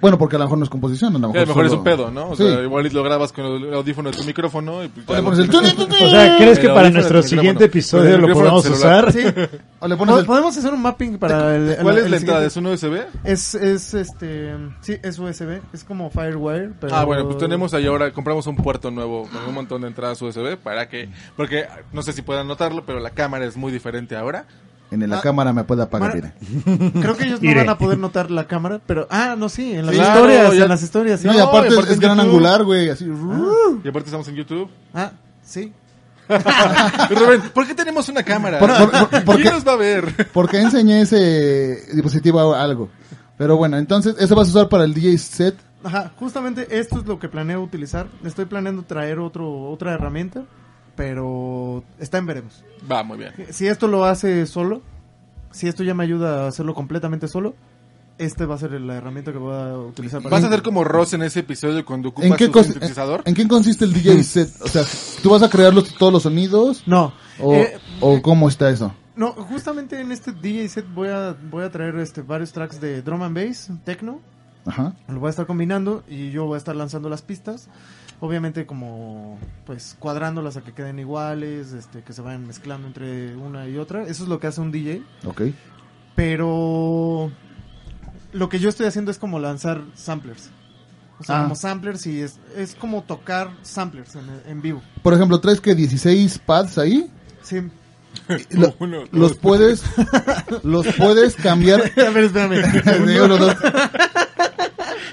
[SPEAKER 4] Bueno, porque a lo mejor no es composición, a lo
[SPEAKER 1] Que
[SPEAKER 4] mejor,
[SPEAKER 1] A lo mejor es
[SPEAKER 4] solo-
[SPEAKER 1] un pedo, ¿no? O
[SPEAKER 4] Sí.
[SPEAKER 1] sea, igual y lo grabas con el audífono de tu micrófono y pues,
[SPEAKER 4] O
[SPEAKER 1] ya
[SPEAKER 4] le
[SPEAKER 1] lo-
[SPEAKER 4] pones el tun, tun, tun,
[SPEAKER 2] O sea, ¿crees que
[SPEAKER 1] Pero
[SPEAKER 2] para
[SPEAKER 1] audífonos
[SPEAKER 2] nuestro
[SPEAKER 1] del
[SPEAKER 2] siguiente
[SPEAKER 1] micrófono.
[SPEAKER 2] episodio
[SPEAKER 1] Del
[SPEAKER 2] lo
[SPEAKER 1] micrófono
[SPEAKER 2] podamos
[SPEAKER 1] del celular.
[SPEAKER 2] usar?
[SPEAKER 3] Sí.
[SPEAKER 4] o le pones
[SPEAKER 3] Pod-
[SPEAKER 4] el-
[SPEAKER 3] Podemos hacer un mapping para el. el-
[SPEAKER 1] ¿Cuál es
[SPEAKER 3] el
[SPEAKER 1] la entrada? ¿Es
[SPEAKER 3] siguiente.
[SPEAKER 1] un USB?
[SPEAKER 3] Es, es este. Sí, es USB. Es como Firewire. Pero...
[SPEAKER 1] Ah, bueno, pues tenemos ahí ahora, compramos un puerto nuevo con un montón de entradas USB para que, porque no sé si puedan notarlo, pero la cámara es muy diferente ahora.
[SPEAKER 4] en la
[SPEAKER 3] Ah.
[SPEAKER 4] cámara me puede apagar.
[SPEAKER 3] Bueno,
[SPEAKER 4] mira.
[SPEAKER 3] Creo que ellos no
[SPEAKER 2] Iré.
[SPEAKER 3] van a poder notar la cámara, pero. Ah, no, sí, en las
[SPEAKER 1] Sí, claro,
[SPEAKER 3] historias.
[SPEAKER 1] ya-
[SPEAKER 3] En las historias, sí.
[SPEAKER 4] no, y
[SPEAKER 1] no,
[SPEAKER 4] aparte,
[SPEAKER 1] y aparte
[SPEAKER 4] es
[SPEAKER 1] en
[SPEAKER 4] gran
[SPEAKER 1] YouTube.
[SPEAKER 4] angular, güey, así.
[SPEAKER 1] Y aparte estamos en YouTube.
[SPEAKER 3] Ah, sí.
[SPEAKER 1] Rubén, ¿por qué tenemos una cámara?
[SPEAKER 4] Por- por- por- por
[SPEAKER 1] ¿Quién
[SPEAKER 4] qué?
[SPEAKER 1] nos va a ver?
[SPEAKER 4] Porque enseñé ese dispositivo a algo. Pero bueno, entonces, eso vas a usar para el DJ set.
[SPEAKER 3] Ajá, justamente esto es lo que planeo utilizar. Estoy planeando traer otro, otra herramienta, pero está en veremos.
[SPEAKER 1] Va, muy bien.
[SPEAKER 3] Si esto lo hace solo, si esto ya me ayuda a hacerlo completamente solo, este va a ser la herramienta que voy a utilizar para
[SPEAKER 1] Vas a hacer como Ross en ese episodio cuando
[SPEAKER 4] ¿En
[SPEAKER 1] ocupas
[SPEAKER 4] qué, Eh,
[SPEAKER 1] su
[SPEAKER 4] cons-
[SPEAKER 1] sintetizador.
[SPEAKER 4] en- ¿En qué consiste el DJ set? O sea, ¿tú vas a crear los- todos los sonidos?
[SPEAKER 3] No,
[SPEAKER 4] ¿O,
[SPEAKER 3] eh,
[SPEAKER 4] o cómo está eso?
[SPEAKER 3] no, justamente en este DJ set voy a voy a traer este varios tracks de drum and bass, techno,
[SPEAKER 4] Ajá.
[SPEAKER 3] lo voy a estar combinando y yo voy a estar lanzando las pistas, obviamente como pues cuadrándolas a que queden iguales, este que se vayan mezclando entre una y otra, eso es lo que hace un DJ.
[SPEAKER 4] Ok.
[SPEAKER 3] pero lo que yo estoy haciendo es como lanzar samplers. O sea,
[SPEAKER 4] Ah.
[SPEAKER 3] como samplers y es, es como tocar samplers en, en vivo.
[SPEAKER 4] Por ejemplo, traes que 16 pads ahí.
[SPEAKER 3] Sí.
[SPEAKER 4] Y lo-
[SPEAKER 1] Uno, dos,
[SPEAKER 4] los puedes los puedes cambiar
[SPEAKER 3] A ver, espérame.
[SPEAKER 4] de uno, dos.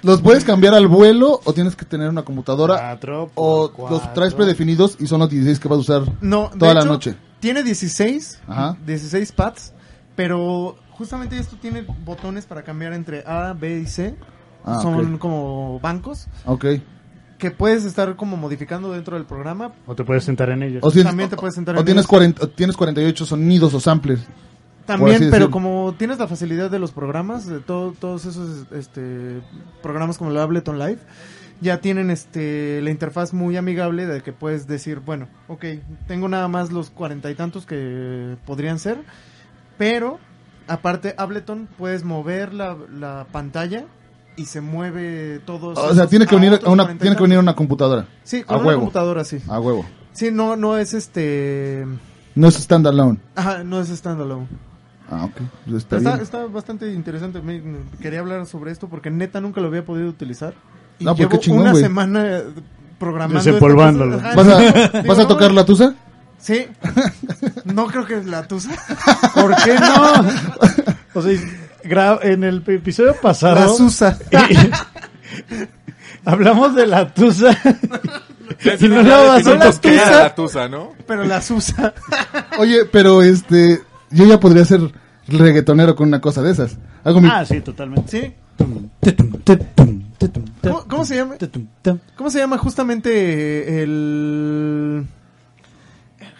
[SPEAKER 4] los puedes cambiar al vuelo o tienes que tener una
[SPEAKER 3] Ah,
[SPEAKER 4] computadora
[SPEAKER 2] Cuatro por
[SPEAKER 4] o los
[SPEAKER 2] cuatro.
[SPEAKER 4] traes predefinidos y son los 16 que vas a usar
[SPEAKER 3] No, de
[SPEAKER 4] toda la
[SPEAKER 3] hecho,
[SPEAKER 4] noche.
[SPEAKER 3] Tiene 16,
[SPEAKER 4] Ajá.
[SPEAKER 3] 16 pads, pero justamente esto tiene botones para cambiar entre A, B y C.
[SPEAKER 4] Ah,
[SPEAKER 3] Son
[SPEAKER 4] ok.
[SPEAKER 3] como bancos
[SPEAKER 4] Ok.
[SPEAKER 3] que puedes estar como modificando dentro del programa.
[SPEAKER 2] O te puedes sentar en ellos.
[SPEAKER 4] O tienes,
[SPEAKER 3] También te puedes sentar
[SPEAKER 4] o
[SPEAKER 3] en
[SPEAKER 4] tienes
[SPEAKER 3] ellos.
[SPEAKER 4] 40 o tienes 48 sonidos o samplers. así
[SPEAKER 3] También, pero
[SPEAKER 4] decirlo.
[SPEAKER 3] como tienes la facilidad de los programas, de todo- todos esos este, programas como el Ableton Live, ya tienen este, la interfaz muy amigable de que puedes decir, bueno, ok, tengo nada más los cuarenta y tantos que podrían ser, pero aparte Ableton puedes mover la, la pantalla y se mueve todo.
[SPEAKER 4] O sea, tiene que venir a una tiene que venir a una computadora.
[SPEAKER 3] Sí,
[SPEAKER 4] a
[SPEAKER 3] con una
[SPEAKER 4] huevo. Ah.
[SPEAKER 3] computadora, sí.
[SPEAKER 4] A huevo.
[SPEAKER 3] Sí, no, no es este...
[SPEAKER 4] No es standalone.
[SPEAKER 3] Ajá, no es standalone.
[SPEAKER 4] Ah, ok. Pues Está
[SPEAKER 3] Está,
[SPEAKER 4] bien.
[SPEAKER 3] está bastante interesante. Me- me- quería hablar sobre esto porque neta nunca lo había podido utilizar. Y
[SPEAKER 4] No, pues
[SPEAKER 3] llevo
[SPEAKER 4] qué chingón,
[SPEAKER 3] una
[SPEAKER 4] güey.
[SPEAKER 3] semana eh, programando.
[SPEAKER 2] Desempolvándolo.
[SPEAKER 3] esta
[SPEAKER 4] ¿Vas
[SPEAKER 3] cosa. Ajá,
[SPEAKER 4] a,
[SPEAKER 3] digo,
[SPEAKER 4] ¿Vas a
[SPEAKER 3] no,
[SPEAKER 4] tocar la tusa?
[SPEAKER 3] Sí. No creo que es la tusa. ¿Por qué no?
[SPEAKER 2] O sea, gra- en el episodio pasado...
[SPEAKER 3] La susa.
[SPEAKER 2] Hablamos de la tusa.
[SPEAKER 1] tres.
[SPEAKER 2] no la vas
[SPEAKER 1] Definiendo
[SPEAKER 2] a hacer
[SPEAKER 1] qué era
[SPEAKER 3] tusa.
[SPEAKER 1] la tusa, ¿no?
[SPEAKER 3] Pero la susa.
[SPEAKER 4] Oye, pero este, yo ya podría ser reggaetonero con una cosa de esas. Hago mi,
[SPEAKER 2] ah, sí, totalmente.
[SPEAKER 3] ¿Sí?
[SPEAKER 5] ¿Cómo,
[SPEAKER 3] ¿Cómo, cómo se llama? ¿Cómo se llama justamente el.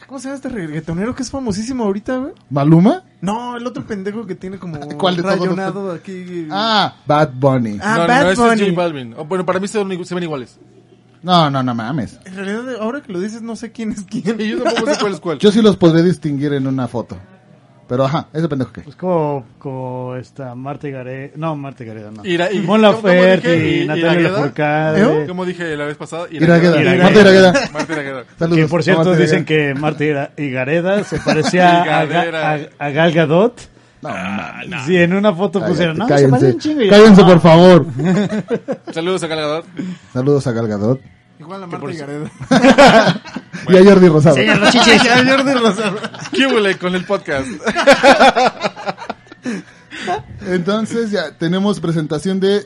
[SPEAKER 3] ¿Cómo se llama este reggaetonero que es famosísimo ahorita, güey?
[SPEAKER 4] ¿Maluma?
[SPEAKER 3] No, el otro pendejo que tiene como
[SPEAKER 4] ¿Cuál de todos los-
[SPEAKER 3] rayonado aquí.
[SPEAKER 4] Ah, Bad Bunny.
[SPEAKER 3] Ah,
[SPEAKER 1] no,
[SPEAKER 3] Bad
[SPEAKER 1] no, ese
[SPEAKER 3] Bunny.
[SPEAKER 1] es J Balvin. Oh, bueno, para mí se ven, se ven iguales.
[SPEAKER 4] No, no, no mames.
[SPEAKER 3] En realidad, ahora que lo dices, no sé quién es quién.
[SPEAKER 1] Y yo tampoco sé cuál es cuál.
[SPEAKER 4] Yo sí los podré distinguir en una foto. Pero ajá, ese pendejo que.
[SPEAKER 2] Pues como, como esta Marta y Gareda. No, Marta y Gareda, no.
[SPEAKER 1] Y la- y-
[SPEAKER 2] Mon
[SPEAKER 1] ¿cómo- cómo
[SPEAKER 2] Laferte
[SPEAKER 1] dije?
[SPEAKER 2] y
[SPEAKER 1] ¿Y-
[SPEAKER 2] Natalia
[SPEAKER 1] Iragueda?
[SPEAKER 4] ¿Eh?
[SPEAKER 2] Lafourcade.
[SPEAKER 1] Como dije la vez pasada,
[SPEAKER 4] Iragueda.
[SPEAKER 2] Iragueda.
[SPEAKER 4] Marta Iragueda.
[SPEAKER 1] Marta Iragueda.
[SPEAKER 4] Saludos.
[SPEAKER 2] Que por cierto
[SPEAKER 4] Marta
[SPEAKER 2] dicen
[SPEAKER 4] Iragueda.
[SPEAKER 2] que Marta Ira- y Gareda se parecía a, Ga-
[SPEAKER 1] Higadera.
[SPEAKER 2] a- a Gal Gadot.
[SPEAKER 4] No,
[SPEAKER 1] Ah,
[SPEAKER 4] mames.
[SPEAKER 2] Si en una foto pusieron,
[SPEAKER 4] Cállate,
[SPEAKER 2] no, se parece
[SPEAKER 4] Cállense,
[SPEAKER 2] un chingo. Y yo,
[SPEAKER 4] cállense
[SPEAKER 2] "No".
[SPEAKER 4] por favor.
[SPEAKER 1] Saludos a Galgador.
[SPEAKER 4] Saludos a Galgadot
[SPEAKER 3] Igual a Marta y Gareda.
[SPEAKER 4] y a Jordi Rosado.
[SPEAKER 3] Ya, Jordi Rosado.
[SPEAKER 1] ¿Qué huele con el podcast?
[SPEAKER 4] Entonces ya tenemos presentación de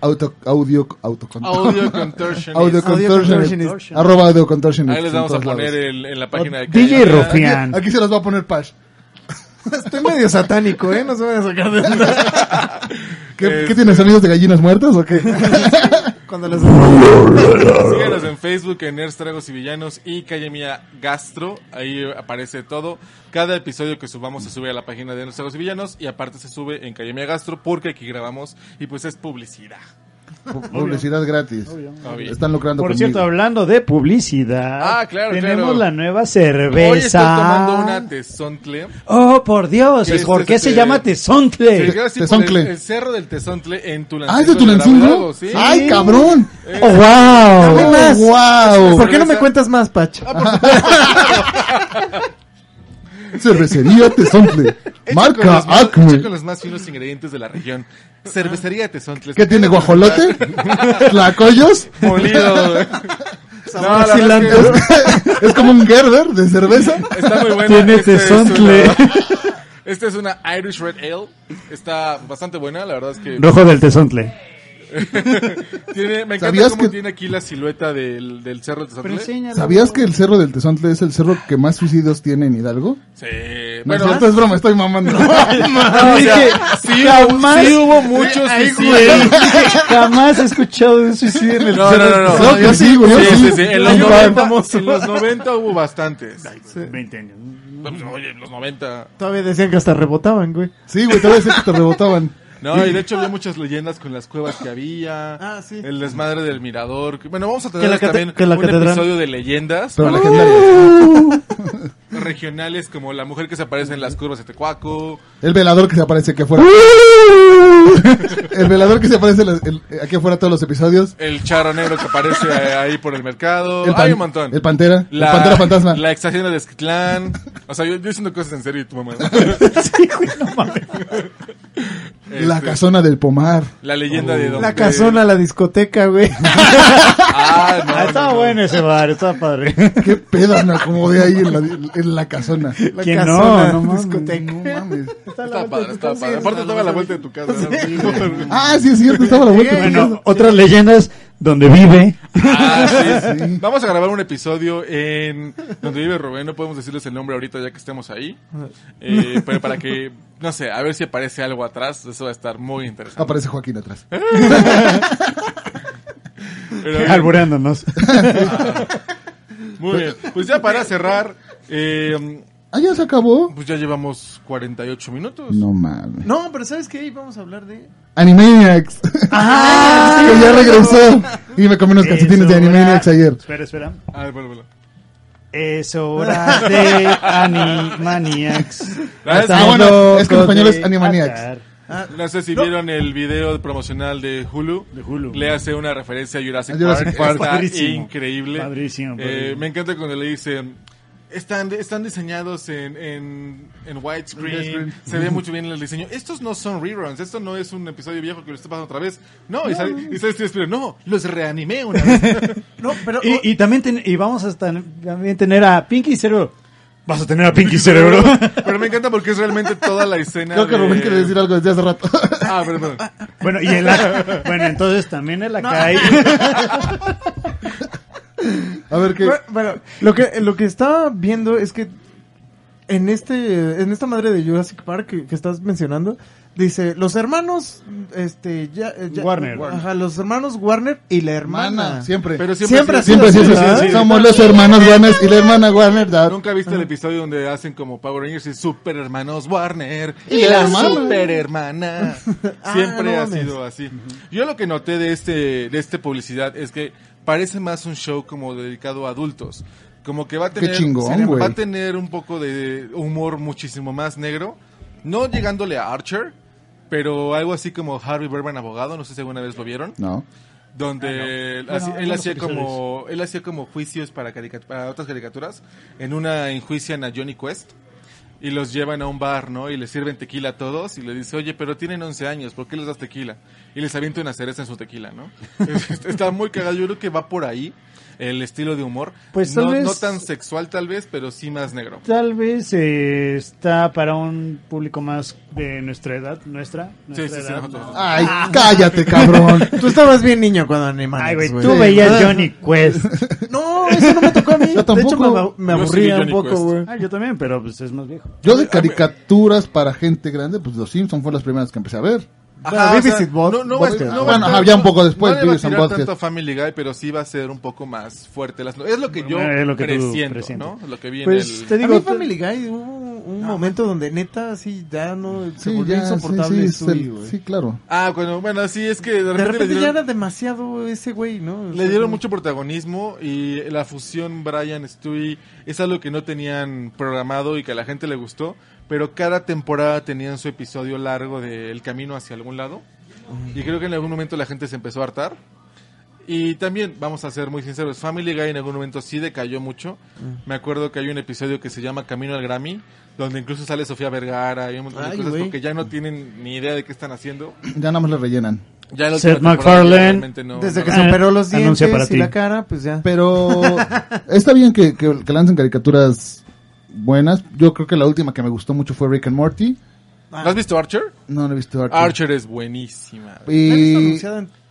[SPEAKER 4] auto, audio autocontrol.
[SPEAKER 1] Audio Contortionist.
[SPEAKER 4] Audio contortionist.
[SPEAKER 3] contortionist.
[SPEAKER 4] Arroba audio contortionist.
[SPEAKER 1] Ahí les vamos
[SPEAKER 4] en
[SPEAKER 1] a
[SPEAKER 4] todos
[SPEAKER 1] poner
[SPEAKER 4] lados.
[SPEAKER 1] el- en la página de
[SPEAKER 2] DJ
[SPEAKER 1] Calle Gaga.
[SPEAKER 2] Rufi. Fian.
[SPEAKER 4] Aquí se los va a poner Pash.
[SPEAKER 3] Estoy medio satánico, ¿eh? No se van a sacar de onda.
[SPEAKER 4] ¿Qué,
[SPEAKER 1] Este-
[SPEAKER 4] ¿qué tienes sonidos de gallinas muertas o qué?
[SPEAKER 3] Cuando los...
[SPEAKER 1] Síganos en Facebook, en Nerds, Tragos y Villanos y Calle Mía Gastro. Ahí aparece todo. Cada episodio que subamos se sube a la página de Nerds, Tragos y Villanos y aparte se sube en Calle Mía Gastro porque aquí grabamos y pues es publicidad.
[SPEAKER 4] Pu- Publicidad gratis.
[SPEAKER 1] Obvio.
[SPEAKER 4] Están lucrando
[SPEAKER 2] Por
[SPEAKER 4] conmigo.
[SPEAKER 2] cierto, hablando de publicidad,
[SPEAKER 1] Ah, claro,
[SPEAKER 2] tenemos
[SPEAKER 1] claro.
[SPEAKER 2] la nueva
[SPEAKER 1] Hoy estoy
[SPEAKER 2] cerveza.
[SPEAKER 1] tomando una tesontle.
[SPEAKER 2] Oh, por Dios,
[SPEAKER 1] Este,
[SPEAKER 2] ¿por qué
[SPEAKER 1] este,
[SPEAKER 2] se llama
[SPEAKER 1] Se
[SPEAKER 2] Tesontle?
[SPEAKER 1] llega así por
[SPEAKER 4] Eh, Tezontle.
[SPEAKER 1] El, el cerro del Tezontle en Tulancingo.
[SPEAKER 4] Ah, ¿es de
[SPEAKER 1] Bravo,
[SPEAKER 4] Tulancingo?
[SPEAKER 1] sí.
[SPEAKER 4] ¡Ay, cabrón!
[SPEAKER 2] Oh, wow.
[SPEAKER 3] Dame más.
[SPEAKER 4] ¡Wow!
[SPEAKER 3] ¿Por qué no me cuentas más, Pacho?
[SPEAKER 4] Cervecería Tezontle.
[SPEAKER 1] Hecho con
[SPEAKER 4] Marca
[SPEAKER 1] los más-
[SPEAKER 4] Acme.
[SPEAKER 1] hecho con los más finos ingredientes de la región. Cervecería Tezontle.
[SPEAKER 4] ¿Qué tiene? ¿Guajolote? ¿Tlacoyos?
[SPEAKER 1] Molido. No, la verdad
[SPEAKER 3] cilantro.
[SPEAKER 1] es
[SPEAKER 4] Es, es como un Gerber de cerveza.
[SPEAKER 1] que está muy buena.
[SPEAKER 2] Tiene
[SPEAKER 1] Este es
[SPEAKER 2] Tezontle.
[SPEAKER 1] una- Esta es una Irish Red Ale. Está bastante buena, la verdad es que.
[SPEAKER 2] Rojo del Tesontle.
[SPEAKER 1] Tiene, me encanta
[SPEAKER 4] ¿Sabías
[SPEAKER 1] cómo
[SPEAKER 4] que-
[SPEAKER 1] tiene aquí la silueta del, del cerro del Tezontle.
[SPEAKER 4] ¿Sabías que el cerro del Tezontle es el cerro que más suicidios tiene en Hidalgo?
[SPEAKER 1] Sí.
[SPEAKER 4] No,
[SPEAKER 1] Bueno,
[SPEAKER 4] es cierto, es broma, estoy mamando.
[SPEAKER 1] o sea, sí, hubo,
[SPEAKER 2] jamás-
[SPEAKER 1] sí hubo muchos suicidios.
[SPEAKER 2] Jamás he escuchado de un suicidio en el
[SPEAKER 1] No, no, no, no.
[SPEAKER 4] No, yo sí, güey, yo
[SPEAKER 1] Sí,
[SPEAKER 4] sí.
[SPEAKER 1] sí, sí. En los,
[SPEAKER 4] Ahí va.
[SPEAKER 1] 90, en los 90 hubo bastantes.
[SPEAKER 2] 20 años.
[SPEAKER 1] Pues, Oye, en los 90.
[SPEAKER 3] Todavía decían que hasta rebotaban, güey.
[SPEAKER 4] Sí, güey, te voy a decir que te rebotaban.
[SPEAKER 1] No, y de hecho había muchas leyendas con las cuevas que había.
[SPEAKER 3] Ah, sí.
[SPEAKER 1] El desmadre del mirador. que- Bueno, vamos a
[SPEAKER 3] Que
[SPEAKER 1] tener
[SPEAKER 3] la cate-
[SPEAKER 1] también
[SPEAKER 3] que la
[SPEAKER 1] un
[SPEAKER 3] catedral.
[SPEAKER 1] episodio de leyendas
[SPEAKER 4] Pero la
[SPEAKER 1] para-
[SPEAKER 4] gente...
[SPEAKER 1] regionales como la mujer que se aparece en las curvas de Tecuaco.
[SPEAKER 4] El velador que se aparece aquí afuera. El velador que se aparece en la- el- aquí afuera todos los episodios.
[SPEAKER 1] El charro negro que aparece eh, ahí por el mercado.
[SPEAKER 4] El pan-
[SPEAKER 1] Hay un montón.
[SPEAKER 4] El pantera. el pantera fantasma.
[SPEAKER 1] La estación de Esquitlán. O sea, yo, yo diciendo cosas en serio y tu mamá.
[SPEAKER 2] Sí, güey, no mames.
[SPEAKER 4] La
[SPEAKER 1] Este,
[SPEAKER 4] casona del pomar.
[SPEAKER 1] La leyenda de Don
[SPEAKER 3] La
[SPEAKER 1] Pedro.
[SPEAKER 3] casona, la discoteca, güey.
[SPEAKER 1] Ah, no,
[SPEAKER 2] Ah, estaba
[SPEAKER 1] no, no.
[SPEAKER 2] bueno ese bar, estaba padre.
[SPEAKER 4] Qué pedo me acomodé ahí en la, en la casona.
[SPEAKER 3] La
[SPEAKER 2] ¿Quién no?
[SPEAKER 3] casona,
[SPEAKER 2] No mames.
[SPEAKER 3] discoteca.
[SPEAKER 4] No mames.
[SPEAKER 1] Estaba padre, estaba padre. Aparte estaba a la vuelta de tu casa. ¿no?
[SPEAKER 4] Ah, sí, es cierto, estaba a la vuelta.
[SPEAKER 2] Bueno, otras leyendas donde vive.
[SPEAKER 1] Ah, sí, sí. Vamos a grabar un episodio en donde vive Rubén. No podemos decirles el nombre ahorita ya que estemos ahí. Eh, pero para que, no sé, a ver si aparece algo atrás. Eso va a estar muy interesante.
[SPEAKER 4] Aparece Joaquín atrás.
[SPEAKER 1] ¿Eh? Pero,
[SPEAKER 2] Albureándonos.
[SPEAKER 1] muy bien. Pues ya para cerrar, eh,
[SPEAKER 4] Ah, ya se acabó.
[SPEAKER 1] pues ya llevamos 48 minutos.
[SPEAKER 4] No mames.
[SPEAKER 3] No, pero ¿sabes qué? Vamos a hablar de...
[SPEAKER 4] Animaniacs.
[SPEAKER 2] Ah,
[SPEAKER 4] que ya regresó. Y me comí unos calcetines de
[SPEAKER 2] Es hora-
[SPEAKER 4] Animaniacs ayer.
[SPEAKER 2] Espera, espera.
[SPEAKER 1] Ah, bueno, bueno.
[SPEAKER 2] Es hora de Animaniacs.
[SPEAKER 1] Ah, es-
[SPEAKER 4] ah, bueno,
[SPEAKER 2] Estamos
[SPEAKER 4] es que en
[SPEAKER 2] locos
[SPEAKER 4] español es
[SPEAKER 2] de
[SPEAKER 4] Animaniacs.
[SPEAKER 2] atar.
[SPEAKER 1] No sé si vieron el video promocional de Hulu.
[SPEAKER 2] De Hulu.
[SPEAKER 1] Le hace una referencia a Jurassic,
[SPEAKER 4] A Jurassic
[SPEAKER 1] Park.
[SPEAKER 4] Park.
[SPEAKER 1] Está
[SPEAKER 2] Padrísimo.
[SPEAKER 1] increíble.
[SPEAKER 2] Padrísimo,
[SPEAKER 1] Eh,
[SPEAKER 2] padrísimo.
[SPEAKER 1] me encanta cuando le dicen... Están, están diseñados en, en, en widescreen,
[SPEAKER 4] Widescreen.
[SPEAKER 1] se ve mucho bien el diseño. Estos no son reruns, esto no es un episodio viejo que lo está pasando otra vez. No, y sale, y sale Steven Spielberg, no, los reanimé una vez.
[SPEAKER 3] No, pero...
[SPEAKER 2] Y, y también ten- y vamos a tan- también tener a Pinky Cerebro. Vas a tener a Pinky Cerebro.
[SPEAKER 1] Pero me encanta porque es realmente toda la escena.
[SPEAKER 4] Creo que
[SPEAKER 1] de-
[SPEAKER 4] Rubén quiere decir algo desde hace rato.
[SPEAKER 1] Ah, perdón.
[SPEAKER 2] bueno, y el bueno, entonces también el Akai.
[SPEAKER 4] A ver qué.
[SPEAKER 3] Bueno, bueno, lo que, lo que estaba viendo es que en este en esta madre de Jurassic Park que, que estás mencionando, Dice, los hermanos, este, ya, eh, ya-
[SPEAKER 2] Warner.
[SPEAKER 3] Ajá, los hermanos Warner y la hermana.
[SPEAKER 4] Hermana, siempre.
[SPEAKER 1] Pero siempre,
[SPEAKER 3] Siempre
[SPEAKER 1] ha
[SPEAKER 3] así.
[SPEAKER 1] sido-
[SPEAKER 4] Siempre,
[SPEAKER 3] Sí,
[SPEAKER 4] siempre,
[SPEAKER 3] sí,
[SPEAKER 4] siempre.
[SPEAKER 3] sí.
[SPEAKER 4] Somos los hermanos Warner y la hermana Warner. da-
[SPEAKER 1] Nunca viste el episodio donde hacen como Power Rangers y Super Hermanos Warner
[SPEAKER 4] Y
[SPEAKER 1] y,
[SPEAKER 4] la
[SPEAKER 1] la
[SPEAKER 4] hermana.
[SPEAKER 1] Super Hermana.
[SPEAKER 3] Ah,
[SPEAKER 1] Siempre
[SPEAKER 3] no
[SPEAKER 1] ha
[SPEAKER 3] mames.
[SPEAKER 1] sido así. Yo lo que noté de este de este publicidad es que parece más un show como dedicado a adultos. Como que va a
[SPEAKER 4] Qué
[SPEAKER 1] tener
[SPEAKER 4] chingón,
[SPEAKER 1] sí, va
[SPEAKER 4] güey.
[SPEAKER 1] a tener un poco de humor muchísimo más negro, no llegándole a Archer, pero algo así como Harvey Berman abogado, no sé si alguna vez lo vieron
[SPEAKER 4] No.
[SPEAKER 2] Ah,
[SPEAKER 1] donde él, hacía- él
[SPEAKER 2] algunos
[SPEAKER 1] hacía como él hacía como juicios para, carica- para otras caricaturas en una enjuician a Johnny Quest y los llevan a un bar, ¿no? Y les sirven tequila a todos y le dice, oye, pero tienen 11 años, ¿por qué les das tequila? Y les avienta una cereza en su tequila, ¿no? Está muy cagado, yo creo que va por ahí el estilo de humor.
[SPEAKER 2] Pues,
[SPEAKER 1] no,
[SPEAKER 2] tal vez-
[SPEAKER 1] no tan sexual tal vez, pero sí más negro.
[SPEAKER 2] Tal vez eh, está para un público más de nuestra edad, nuestra. nuestra
[SPEAKER 1] sí, sí,
[SPEAKER 2] edad,
[SPEAKER 1] nosotros.
[SPEAKER 2] ¿no?
[SPEAKER 4] Ay, cállate, cabrón.
[SPEAKER 3] Tú estabas bien niño cuando animales.
[SPEAKER 2] Ay, Ah, güey,
[SPEAKER 3] güey.
[SPEAKER 2] tú
[SPEAKER 3] Sí,
[SPEAKER 2] veías
[SPEAKER 3] ¿verdad?
[SPEAKER 2] Johnny Quest.
[SPEAKER 3] No, eso no me tocó a mí.
[SPEAKER 4] Yo
[SPEAKER 3] De hecho,
[SPEAKER 4] tampoco.
[SPEAKER 3] me ab- me,
[SPEAKER 1] Yo
[SPEAKER 3] aburría
[SPEAKER 1] sí vi
[SPEAKER 3] un
[SPEAKER 1] Johnny
[SPEAKER 3] poco,
[SPEAKER 1] Quest.
[SPEAKER 3] güey.
[SPEAKER 2] Ah, yo también, pero pues es más viejo.
[SPEAKER 4] Yo de caricaturas para gente grande, pues los Simpsons fue las primeras que empecé a ver.
[SPEAKER 3] Bueno, Beavis is Bot-
[SPEAKER 1] no, no va a-
[SPEAKER 3] Butthead.
[SPEAKER 1] no va a
[SPEAKER 4] Bueno,
[SPEAKER 1] estar-
[SPEAKER 4] había un poco
[SPEAKER 1] no- No
[SPEAKER 4] después,
[SPEAKER 1] le va a
[SPEAKER 4] Beavis and
[SPEAKER 1] tirar
[SPEAKER 4] Butthead.
[SPEAKER 1] tanto a Family Guy, pero sí va a ser un poco más fuerte. Las, no- es lo que yo
[SPEAKER 2] Bueno, es lo que tú
[SPEAKER 1] presiento,
[SPEAKER 2] presientes.
[SPEAKER 1] ¿no? Lo que vi
[SPEAKER 2] Pues
[SPEAKER 1] en
[SPEAKER 2] te
[SPEAKER 1] el...
[SPEAKER 2] digo,
[SPEAKER 3] a mí Family Guy hubo un momento donde neta sí ya no se
[SPEAKER 4] Sí,
[SPEAKER 3] volvió
[SPEAKER 4] ya, sí,
[SPEAKER 3] insoportable
[SPEAKER 4] sí,
[SPEAKER 3] sí,
[SPEAKER 4] es el- sí, claro.
[SPEAKER 1] Ah, bueno, bueno, sí, es que de repente,
[SPEAKER 3] De repente
[SPEAKER 1] le, dieron,
[SPEAKER 3] ya era demasiado ese güey, ¿no? O
[SPEAKER 1] le
[SPEAKER 3] sea,
[SPEAKER 1] dieron
[SPEAKER 3] como-
[SPEAKER 1] mucho protagonismo y la fusión Brian Stewie es algo que no tenían programado y que a la gente le gustó, pero cada temporada tenían su episodio largo de El camino hacia algún lado
[SPEAKER 3] Mm.
[SPEAKER 1] y creo que en algún momento la gente se empezó a hartar. Y también, vamos a ser muy sinceros, Family Guy en algún momento sí decayó mucho.
[SPEAKER 3] Mm.
[SPEAKER 1] Me acuerdo que hay un episodio que se llama Camino al Grammy, donde incluso sale Sofía Vergara y un montón de
[SPEAKER 3] Ay,
[SPEAKER 1] cosas
[SPEAKER 3] güey.
[SPEAKER 1] porque ya no tienen ni idea de qué están haciendo.
[SPEAKER 4] Ya nada más le rellenan.
[SPEAKER 1] Ya la
[SPEAKER 2] Seth
[SPEAKER 1] última temporada ya
[SPEAKER 2] MacFarlane,
[SPEAKER 1] realmente no-
[SPEAKER 3] Desde
[SPEAKER 1] no
[SPEAKER 3] que
[SPEAKER 1] la-
[SPEAKER 3] se operó los dientes
[SPEAKER 2] Anuncia Ah, para
[SPEAKER 3] y
[SPEAKER 2] ti.
[SPEAKER 3] la cara, pues ya.
[SPEAKER 4] Pero está bien que, que, que lancen caricaturas buenas. Yo creo que la última que me gustó mucho fue Rick and Morty.
[SPEAKER 1] ¿No has visto Archer?
[SPEAKER 4] No, no he visto Archer.
[SPEAKER 1] Archer es buenísima.
[SPEAKER 3] La he visto
[SPEAKER 4] Y...
[SPEAKER 3] anunciada en-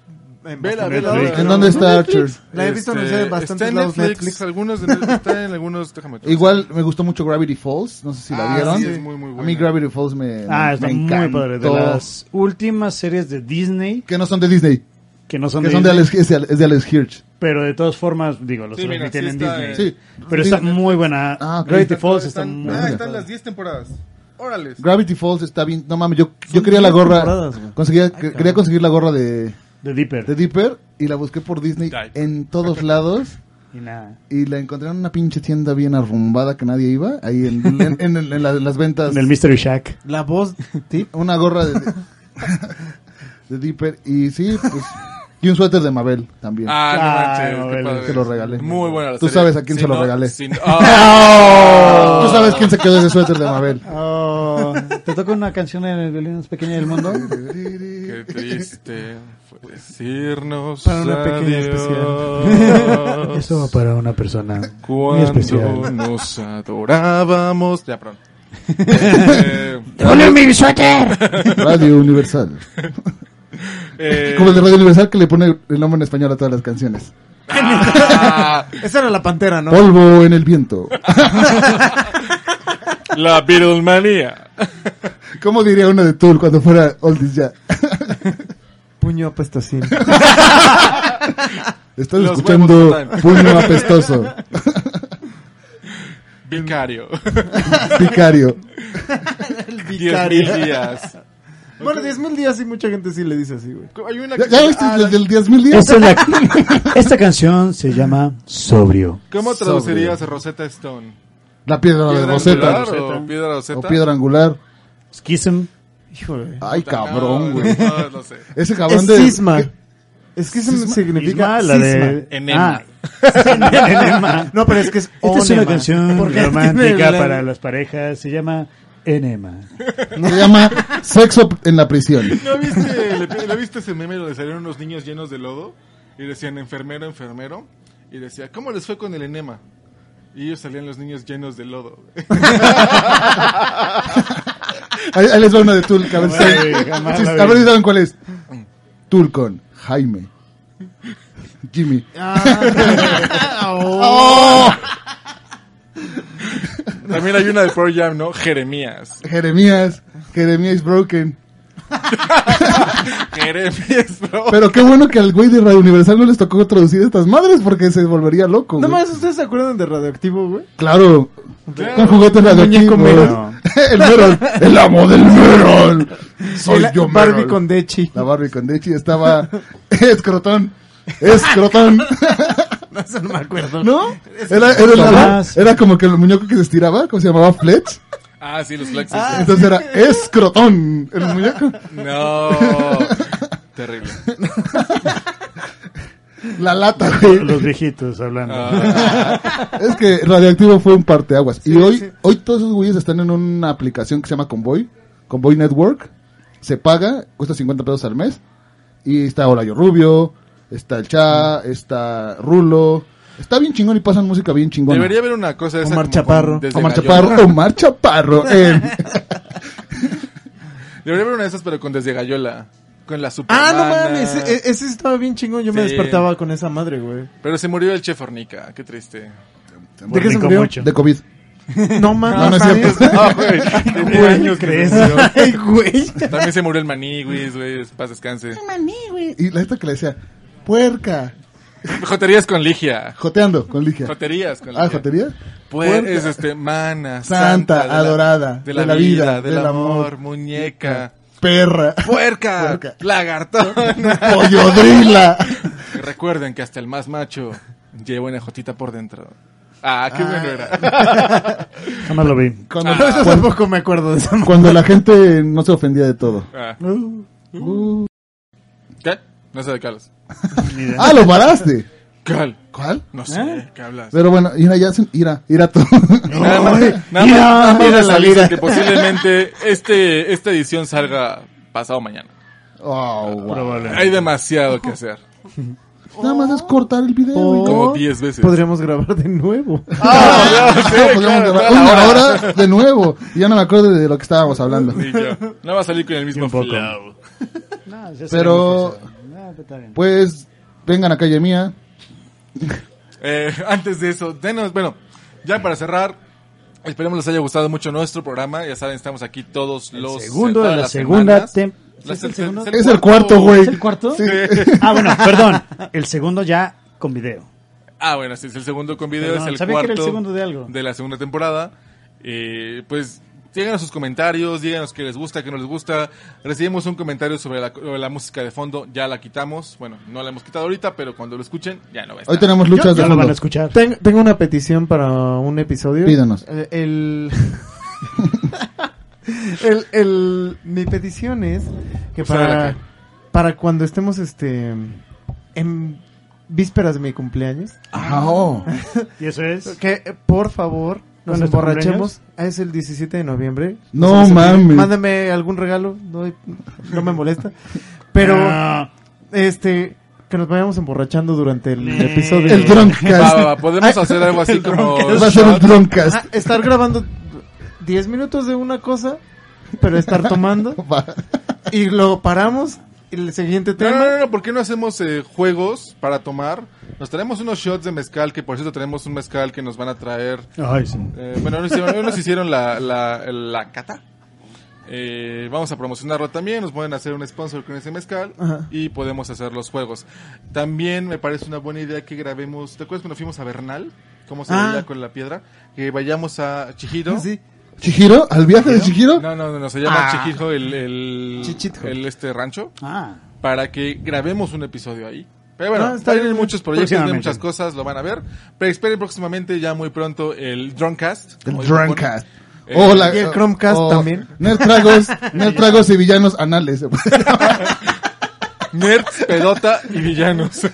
[SPEAKER 3] en
[SPEAKER 1] Vela, vela,
[SPEAKER 3] bastantes
[SPEAKER 1] Este,
[SPEAKER 3] lados,
[SPEAKER 2] vela.
[SPEAKER 4] ¿En
[SPEAKER 3] pero-
[SPEAKER 4] dónde está Archer?
[SPEAKER 3] La he visto anunciada en
[SPEAKER 1] está
[SPEAKER 3] bastantes
[SPEAKER 1] en
[SPEAKER 3] lados
[SPEAKER 1] Netflix,
[SPEAKER 3] Netflix.
[SPEAKER 1] algunos de Netflix, está en algunos, déjame ver.
[SPEAKER 4] Igual me gustó mucho Gravity Falls. No sé si la
[SPEAKER 1] Ah,
[SPEAKER 4] vieron.
[SPEAKER 1] sí, es muy, muy
[SPEAKER 4] A mí
[SPEAKER 1] buena.
[SPEAKER 4] Gravity Falls me,
[SPEAKER 2] Ah,
[SPEAKER 4] me-
[SPEAKER 2] está
[SPEAKER 4] me
[SPEAKER 2] muy padre. De
[SPEAKER 4] encantó.
[SPEAKER 2] las últimas series de Disney
[SPEAKER 4] Que no son de Disney.
[SPEAKER 2] que no son,
[SPEAKER 4] Que
[SPEAKER 2] de,
[SPEAKER 4] son de
[SPEAKER 2] Disney,
[SPEAKER 4] Alex, es de Alex- es de Alex Hirsch.
[SPEAKER 2] pero de todas formas, digo, los
[SPEAKER 1] Sí, mira,
[SPEAKER 2] transmiten
[SPEAKER 1] sí
[SPEAKER 2] en
[SPEAKER 1] está,
[SPEAKER 2] Disney.
[SPEAKER 4] Sí.
[SPEAKER 2] Pero está
[SPEAKER 4] Disney-
[SPEAKER 2] muy buena.
[SPEAKER 4] Ah, ok.
[SPEAKER 2] Gravity
[SPEAKER 1] Están-
[SPEAKER 2] Falls está
[SPEAKER 1] están-
[SPEAKER 2] muy
[SPEAKER 1] Ah,
[SPEAKER 2] buena.
[SPEAKER 1] están las 10 temporadas. Órale.
[SPEAKER 4] Gravity Falls está bien. No mames, yo, yo
[SPEAKER 3] Son
[SPEAKER 4] quería la
[SPEAKER 3] diez
[SPEAKER 4] gorra.
[SPEAKER 3] temporadas, güey.
[SPEAKER 4] Conseguía, que- quería conseguir la gorra de,
[SPEAKER 2] De Dipper.
[SPEAKER 4] de Dipper y la busqué por Disney
[SPEAKER 1] Ay.
[SPEAKER 4] en todos lados.
[SPEAKER 2] Y nada.
[SPEAKER 4] Y la encontré en una pinche tienda bien arrumbada que nadie iba. Ahí en, en- en- en- en la- las ventas.
[SPEAKER 2] En el Mystery Shack.
[SPEAKER 3] La voz, ¿sí?
[SPEAKER 4] Una gorra de, de Dipper. Y sí, pues. Y un suéter de Mabel también.
[SPEAKER 1] Ah, no
[SPEAKER 2] Ay, no,
[SPEAKER 1] manches, qué
[SPEAKER 2] velo,
[SPEAKER 1] padre.
[SPEAKER 4] se lo regalé.
[SPEAKER 1] Muy buena la
[SPEAKER 4] Tú
[SPEAKER 1] serie.
[SPEAKER 4] sabes a quién
[SPEAKER 1] Sí,
[SPEAKER 4] se lo
[SPEAKER 1] no,
[SPEAKER 4] regalé.
[SPEAKER 1] sí, no. Ah.
[SPEAKER 4] Tú sabes quién se quedó ese suéter de Mabel.
[SPEAKER 2] ¿Te toca una canción en el violín más pequeña del mundo?
[SPEAKER 1] Qué triste fue decirnos
[SPEAKER 3] Para una pequeña
[SPEAKER 1] adiós
[SPEAKER 2] Eso va para una persona muy
[SPEAKER 1] cuando
[SPEAKER 2] especial.
[SPEAKER 1] nos adorábamos. Ya pronto. Eh,
[SPEAKER 2] mi suéter!
[SPEAKER 4] Radio Universal.
[SPEAKER 1] eh,
[SPEAKER 4] Como el de Radio Universal que le pone el nombre en español a todas las canciones.
[SPEAKER 1] ah,
[SPEAKER 3] Esa era la pantera, ¿no?
[SPEAKER 4] Polvo en el viento.
[SPEAKER 1] la Beatlemanía.
[SPEAKER 4] ¿Cómo diría uno de Tool cuando fuera Oldies ya?
[SPEAKER 3] Puño apestosín.
[SPEAKER 4] Estás
[SPEAKER 1] Los
[SPEAKER 4] escuchando
[SPEAKER 1] huevos no
[SPEAKER 4] Puño Apestoso,
[SPEAKER 1] Vicario.
[SPEAKER 4] Vicario.
[SPEAKER 3] El
[SPEAKER 1] Diez
[SPEAKER 3] vicario.
[SPEAKER 1] mil días.
[SPEAKER 3] Bueno, 10.000 días y mucha gente sí le dice así, güey.
[SPEAKER 1] Hay una
[SPEAKER 4] ¿Ya, ya viste
[SPEAKER 1] Ah,
[SPEAKER 4] el del 10.000 días?
[SPEAKER 2] Esta, es la- esta canción se llama Sobrio.
[SPEAKER 1] ¿Cómo traducirías a Rosetta Stone?
[SPEAKER 4] La piedra de Rosetta.
[SPEAKER 1] angular o piedra Rosetta?
[SPEAKER 4] O piedra angular.
[SPEAKER 2] Schism.
[SPEAKER 3] Híjole.
[SPEAKER 4] Ay,
[SPEAKER 1] No,
[SPEAKER 4] cabrón, güey.
[SPEAKER 1] No, no sé.
[SPEAKER 4] Ese cabrón
[SPEAKER 3] Es
[SPEAKER 4] de...
[SPEAKER 3] cisma. Es que eso
[SPEAKER 2] Isma,
[SPEAKER 3] significa
[SPEAKER 2] la de...
[SPEAKER 1] Enema.
[SPEAKER 2] Ah, enema.
[SPEAKER 3] No, pero es que es
[SPEAKER 2] Esta es una
[SPEAKER 3] ónema.
[SPEAKER 2] canción
[SPEAKER 3] Porque
[SPEAKER 2] romántica
[SPEAKER 3] tiene la-
[SPEAKER 2] para las parejas. Se llama Enema.
[SPEAKER 4] Se llama Sexo en la prisión.
[SPEAKER 1] ¿No viste, el- ¿no viste ese meme donde salieron unos niños llenos de lodo? Y decían enfermero, enfermero. Y decía, ¿cómo les fue con el enema? Y ellos salían los niños llenos de lodo.
[SPEAKER 4] Ahí, ahí les va una de Tool, que a ver si
[SPEAKER 2] Güey, jamás
[SPEAKER 4] si-
[SPEAKER 2] la
[SPEAKER 4] a ver
[SPEAKER 2] vi.
[SPEAKER 4] si saben cuál es. Tool con Jaime. Jimmy.
[SPEAKER 3] Ah, oh.
[SPEAKER 1] También hay una de Pearl Jam, ¿no? Jeremías.
[SPEAKER 4] Jeremías. Jeremías Broken.
[SPEAKER 1] Jeremies, bro.
[SPEAKER 4] Pero qué bueno que al güey de Radio Universal no les tocó traducir estas madres porque se volvería loco.
[SPEAKER 3] No
[SPEAKER 4] güey.
[SPEAKER 3] más, ¿ustedes se acuerdan de Radioactivo, güey?
[SPEAKER 4] Claro.
[SPEAKER 1] Claro.
[SPEAKER 4] Un juguete radioactivo.
[SPEAKER 3] muñeco Merol.
[SPEAKER 4] el Merol. El amo del Merol. Soy
[SPEAKER 3] El-
[SPEAKER 4] yo,
[SPEAKER 3] Barbie
[SPEAKER 4] Merol.
[SPEAKER 3] con Dechi.
[SPEAKER 4] La Barbie con Dechi estaba... Escrotón. Escrotón.
[SPEAKER 3] No, eso no me acuerdo.
[SPEAKER 4] ¿No? Era, era, la-
[SPEAKER 2] Tomás.
[SPEAKER 4] era como que el muñeco que se estiraba, como se llamaba Fletch.
[SPEAKER 1] Ah, sí, los flexes.
[SPEAKER 3] Ah.
[SPEAKER 4] Entonces era escrotón el muñeco.
[SPEAKER 1] No. Terrible.
[SPEAKER 4] La lata, güey.
[SPEAKER 2] Los viejitos hablando.
[SPEAKER 1] Ah.
[SPEAKER 4] Es que Radioactivo fue un parteaguas. y
[SPEAKER 3] Sí,
[SPEAKER 4] hoy,
[SPEAKER 3] sí.
[SPEAKER 4] hoy todos esos güeyes están en una aplicación que se llama Convoy, Convoy Network. Se paga, cuesta 50 pesos al mes. Y está Hola Yo Rubio, está El Cha, está Rulo. Está bien chingón y pasan música bien chingona.
[SPEAKER 1] Debería haber una cosa de esa.
[SPEAKER 3] Omar
[SPEAKER 1] como con-
[SPEAKER 3] Chaparro.
[SPEAKER 1] desde
[SPEAKER 4] Omar
[SPEAKER 1] Gallo.
[SPEAKER 4] Chaparro, Omar Chaparro. en-
[SPEAKER 1] Debería haber una de esas, pero con desde Gallola. Con la super.
[SPEAKER 3] Ah, no mames, e- ese estaba bien chingón. Yo me
[SPEAKER 1] Sí.
[SPEAKER 3] despertaba con esa madre, güey.
[SPEAKER 1] Pero se murió el chef Fornica. Qué triste.
[SPEAKER 3] ¿De qué se
[SPEAKER 2] Rico
[SPEAKER 3] murió?
[SPEAKER 2] mucho.
[SPEAKER 4] De COVID.
[SPEAKER 3] No mames.
[SPEAKER 4] No, no es cierto.
[SPEAKER 1] No, güey. Tenía
[SPEAKER 2] güey,
[SPEAKER 1] años que
[SPEAKER 2] ¿crees?
[SPEAKER 1] se murió.
[SPEAKER 3] Ay, güey.
[SPEAKER 1] También se murió el maní, güey. güey, Paz descanse.
[SPEAKER 4] Y la gente que le decía, puerca,
[SPEAKER 1] Joterías con Ligia.
[SPEAKER 4] joteando con Ligia.
[SPEAKER 1] Joterías con Ligia.
[SPEAKER 4] Ah, jotería.
[SPEAKER 1] Pues
[SPEAKER 4] Puerca.
[SPEAKER 1] es este, mana,
[SPEAKER 4] Santa,
[SPEAKER 1] de la-
[SPEAKER 4] adorada,
[SPEAKER 1] de la, vida, del, amor, muñeca,
[SPEAKER 4] Perra.
[SPEAKER 1] puerca,
[SPEAKER 4] Puerca.
[SPEAKER 1] lagartona.
[SPEAKER 4] Pollodrila.
[SPEAKER 1] Y Recuerden que hasta el más macho lleva una jotita por dentro. Ah, qué bueno era.
[SPEAKER 2] Jamás lo vi.
[SPEAKER 4] Cuando,
[SPEAKER 3] No, eso tampoco me acuerdo de esa madre.
[SPEAKER 4] cuando la gente no se ofendía de todo.
[SPEAKER 1] Ah,
[SPEAKER 4] Uh.
[SPEAKER 1] ¿Qué? No sé de qué hablas.
[SPEAKER 2] Ni idea.
[SPEAKER 4] Ah, lo paraste.
[SPEAKER 1] ¿Qué?
[SPEAKER 4] ¿Cuál?
[SPEAKER 1] No sé
[SPEAKER 2] ¿Eh?
[SPEAKER 1] de qué hablas.
[SPEAKER 4] Pero bueno, ira, ya, se- ira, ira tú.
[SPEAKER 1] Nada más, nada más,
[SPEAKER 4] Ira,
[SPEAKER 1] nada más
[SPEAKER 4] ira,
[SPEAKER 1] les
[SPEAKER 4] la
[SPEAKER 1] aviso
[SPEAKER 4] ira.
[SPEAKER 1] que posiblemente este, esta edición salga pasado mañana.
[SPEAKER 4] Oh, wow.
[SPEAKER 2] Probable.
[SPEAKER 1] Hay demasiado que hacer.
[SPEAKER 4] Nada más es cortar el video.
[SPEAKER 3] Oh.
[SPEAKER 4] y-
[SPEAKER 1] Como 10 veces.
[SPEAKER 3] Podríamos grabar de nuevo.
[SPEAKER 1] Ah, ya, sí,
[SPEAKER 4] Ah, podemos
[SPEAKER 1] claro,
[SPEAKER 4] grabar
[SPEAKER 1] toda la
[SPEAKER 4] una
[SPEAKER 1] hora.
[SPEAKER 4] hora de nuevo. Y ya no me acuerdo de lo que estábamos hablando.
[SPEAKER 1] Y ya. No va a salir con el mismo
[SPEAKER 2] Un poco.
[SPEAKER 1] flow.
[SPEAKER 2] No, ya
[SPEAKER 4] Pero-
[SPEAKER 2] sabemos que sea. Ah, pero está bien.
[SPEAKER 4] Pues, vengan a calle mía.
[SPEAKER 1] Eh, antes de eso, denos, bueno, ya para cerrar, esperemos les haya gustado mucho nuestro programa. Ya saben, estamos aquí todos los. eh,
[SPEAKER 2] segundo
[SPEAKER 1] todas
[SPEAKER 2] de la
[SPEAKER 1] las
[SPEAKER 2] segunda
[SPEAKER 1] semanas.
[SPEAKER 2] tem-
[SPEAKER 1] La-
[SPEAKER 2] ¿Es el segundo?
[SPEAKER 4] Es el cuarto, güey.
[SPEAKER 3] ¿Es el cuarto?
[SPEAKER 4] Sí.
[SPEAKER 2] Ah, bueno, perdón. El segundo ya con video.
[SPEAKER 1] Ah, bueno, sí, es el segundo con video,
[SPEAKER 2] Perdón,
[SPEAKER 1] es el
[SPEAKER 2] sabía que
[SPEAKER 1] cuarto
[SPEAKER 2] era el segundo de algo.
[SPEAKER 1] la segunda temporada. Eh, pues díganos sus comentarios, díganos qué les gusta, qué no les gusta. Recibimos un comentario sobre la, sobre la música de fondo, ya la quitamos. Bueno, no la hemos quitado ahorita, pero cuando lo escuchen, ya no va a estar.
[SPEAKER 4] Hoy tenemos
[SPEAKER 2] Yo-
[SPEAKER 4] luchas
[SPEAKER 2] ya
[SPEAKER 4] de
[SPEAKER 2] lo van a
[SPEAKER 4] fondo.
[SPEAKER 2] escuchar.
[SPEAKER 3] Ten- tengo una petición para un episodio.
[SPEAKER 4] Pídanos.
[SPEAKER 3] Eh, El. el, el- Mi petición es que
[SPEAKER 4] Pues,
[SPEAKER 1] Usted la
[SPEAKER 3] para.
[SPEAKER 1] que-
[SPEAKER 3] Para cuando estemos este. En vísperas de mi cumpleaños.
[SPEAKER 4] Ah, oh.
[SPEAKER 2] Y eso es.
[SPEAKER 3] Que eh, por favor nos
[SPEAKER 2] ¿Cuándo es tu
[SPEAKER 3] emborrachemos. Ah, Es el 17 de noviembre.
[SPEAKER 4] No
[SPEAKER 3] se me olvide.
[SPEAKER 4] mames.
[SPEAKER 3] Mándame algún regalo. No, hay- no me molesta. Pero.
[SPEAKER 2] Ah,
[SPEAKER 3] Este. Que nos vayamos emborrachando durante el
[SPEAKER 2] Eh.
[SPEAKER 3] episodio.
[SPEAKER 1] Va,
[SPEAKER 4] El
[SPEAKER 1] va, va,
[SPEAKER 4] Drunkcast.
[SPEAKER 1] Podemos hacer algo así como.
[SPEAKER 4] Va a ser el
[SPEAKER 3] Ajá,
[SPEAKER 4] Drunkcast.
[SPEAKER 3] estar grabando 10 minutos de una cosa, pero estar tomando.
[SPEAKER 4] Va.
[SPEAKER 3] y lo paramos. y El siguiente
[SPEAKER 1] No,
[SPEAKER 3] tema.
[SPEAKER 1] no, no, no, ¿por qué no hacemos eh, juegos para tomar? Nos traemos unos shots de mezcal, que por cierto tenemos un mezcal que nos van a traer.
[SPEAKER 2] Ay, sí.
[SPEAKER 1] eh, bueno, nos hicieron, hoy nos hicieron la, la, la cata. Eh, vamos a promocionarlo también, nos pueden hacer un sponsor con ese mezcal
[SPEAKER 3] Ajá.
[SPEAKER 1] y podemos hacer los juegos. También me parece una buena idea que grabemos, ¿te acuerdas cuando fuimos a Bernal? ¿Cómo se
[SPEAKER 3] Ah.
[SPEAKER 1] veía con la piedra? Que vayamos a
[SPEAKER 2] Ah.
[SPEAKER 1] Chihiro.
[SPEAKER 3] Sí.
[SPEAKER 4] ¿Chihiro? ¿Al viaje de Chihiro?
[SPEAKER 1] No, no, no, se llama
[SPEAKER 3] Ah.
[SPEAKER 1] Chihiro el, el,
[SPEAKER 3] Chichitjo.
[SPEAKER 1] el este rancho
[SPEAKER 2] Ah,
[SPEAKER 1] para que grabemos un episodio ahí. Pero bueno,
[SPEAKER 3] Ah, está
[SPEAKER 1] vienen
[SPEAKER 3] bien.
[SPEAKER 1] muchos proyectos, vienen
[SPEAKER 2] Próximamente.
[SPEAKER 1] muchas cosas, lo van a ver. Pero esperen próximamente, ya muy pronto, el Drunkcast.
[SPEAKER 4] El
[SPEAKER 1] como dijo
[SPEAKER 4] Drunkcast.
[SPEAKER 1] Eh,
[SPEAKER 4] O la-
[SPEAKER 3] y el Chromecast
[SPEAKER 4] o
[SPEAKER 3] también.
[SPEAKER 4] Nerd oh, Tragos, Nerd Tragos y Villanos Anales.
[SPEAKER 1] Juan. Nerds, pedota y villanos.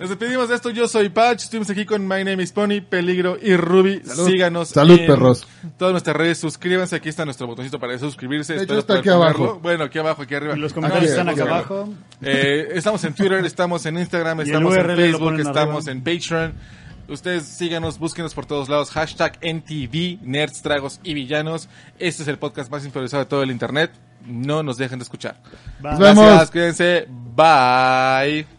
[SPEAKER 1] Nos despedimos de esto. Yo soy Patch. Estuvimos aquí con My Name is Pony, Peligro y Ruby.
[SPEAKER 4] Salud.
[SPEAKER 1] Síganos.
[SPEAKER 4] Salud,
[SPEAKER 1] en
[SPEAKER 4] perros.
[SPEAKER 1] Todas nuestras redes. Suscríbanse. Aquí está nuestro botoncito para suscribirse.
[SPEAKER 4] De hecho,
[SPEAKER 1] Espero
[SPEAKER 4] está
[SPEAKER 1] poder
[SPEAKER 4] aquí abajo.
[SPEAKER 1] ponerlo. Bueno, aquí abajo, aquí arriba.
[SPEAKER 2] y los comentarios
[SPEAKER 4] Aquí,
[SPEAKER 2] están
[SPEAKER 4] aquí
[SPEAKER 2] acá
[SPEAKER 4] abajo.
[SPEAKER 2] abajo.
[SPEAKER 1] Eh, estamos en Twitter, estamos en Instagram,
[SPEAKER 2] el
[SPEAKER 1] estamos en
[SPEAKER 2] URL lo
[SPEAKER 1] Facebook,
[SPEAKER 2] ponen
[SPEAKER 1] estamos
[SPEAKER 2] arriba.
[SPEAKER 1] en Patreon. Ustedes síganos, búsquenos por todos lados. Hashtag NTV, Nerds, Tragos y Villanos. Este es el podcast más improvisado de todo el internet. No nos dejen de escuchar.
[SPEAKER 2] Pues Va.
[SPEAKER 4] Nos vemos.
[SPEAKER 1] Gracias, cuídense. Bye.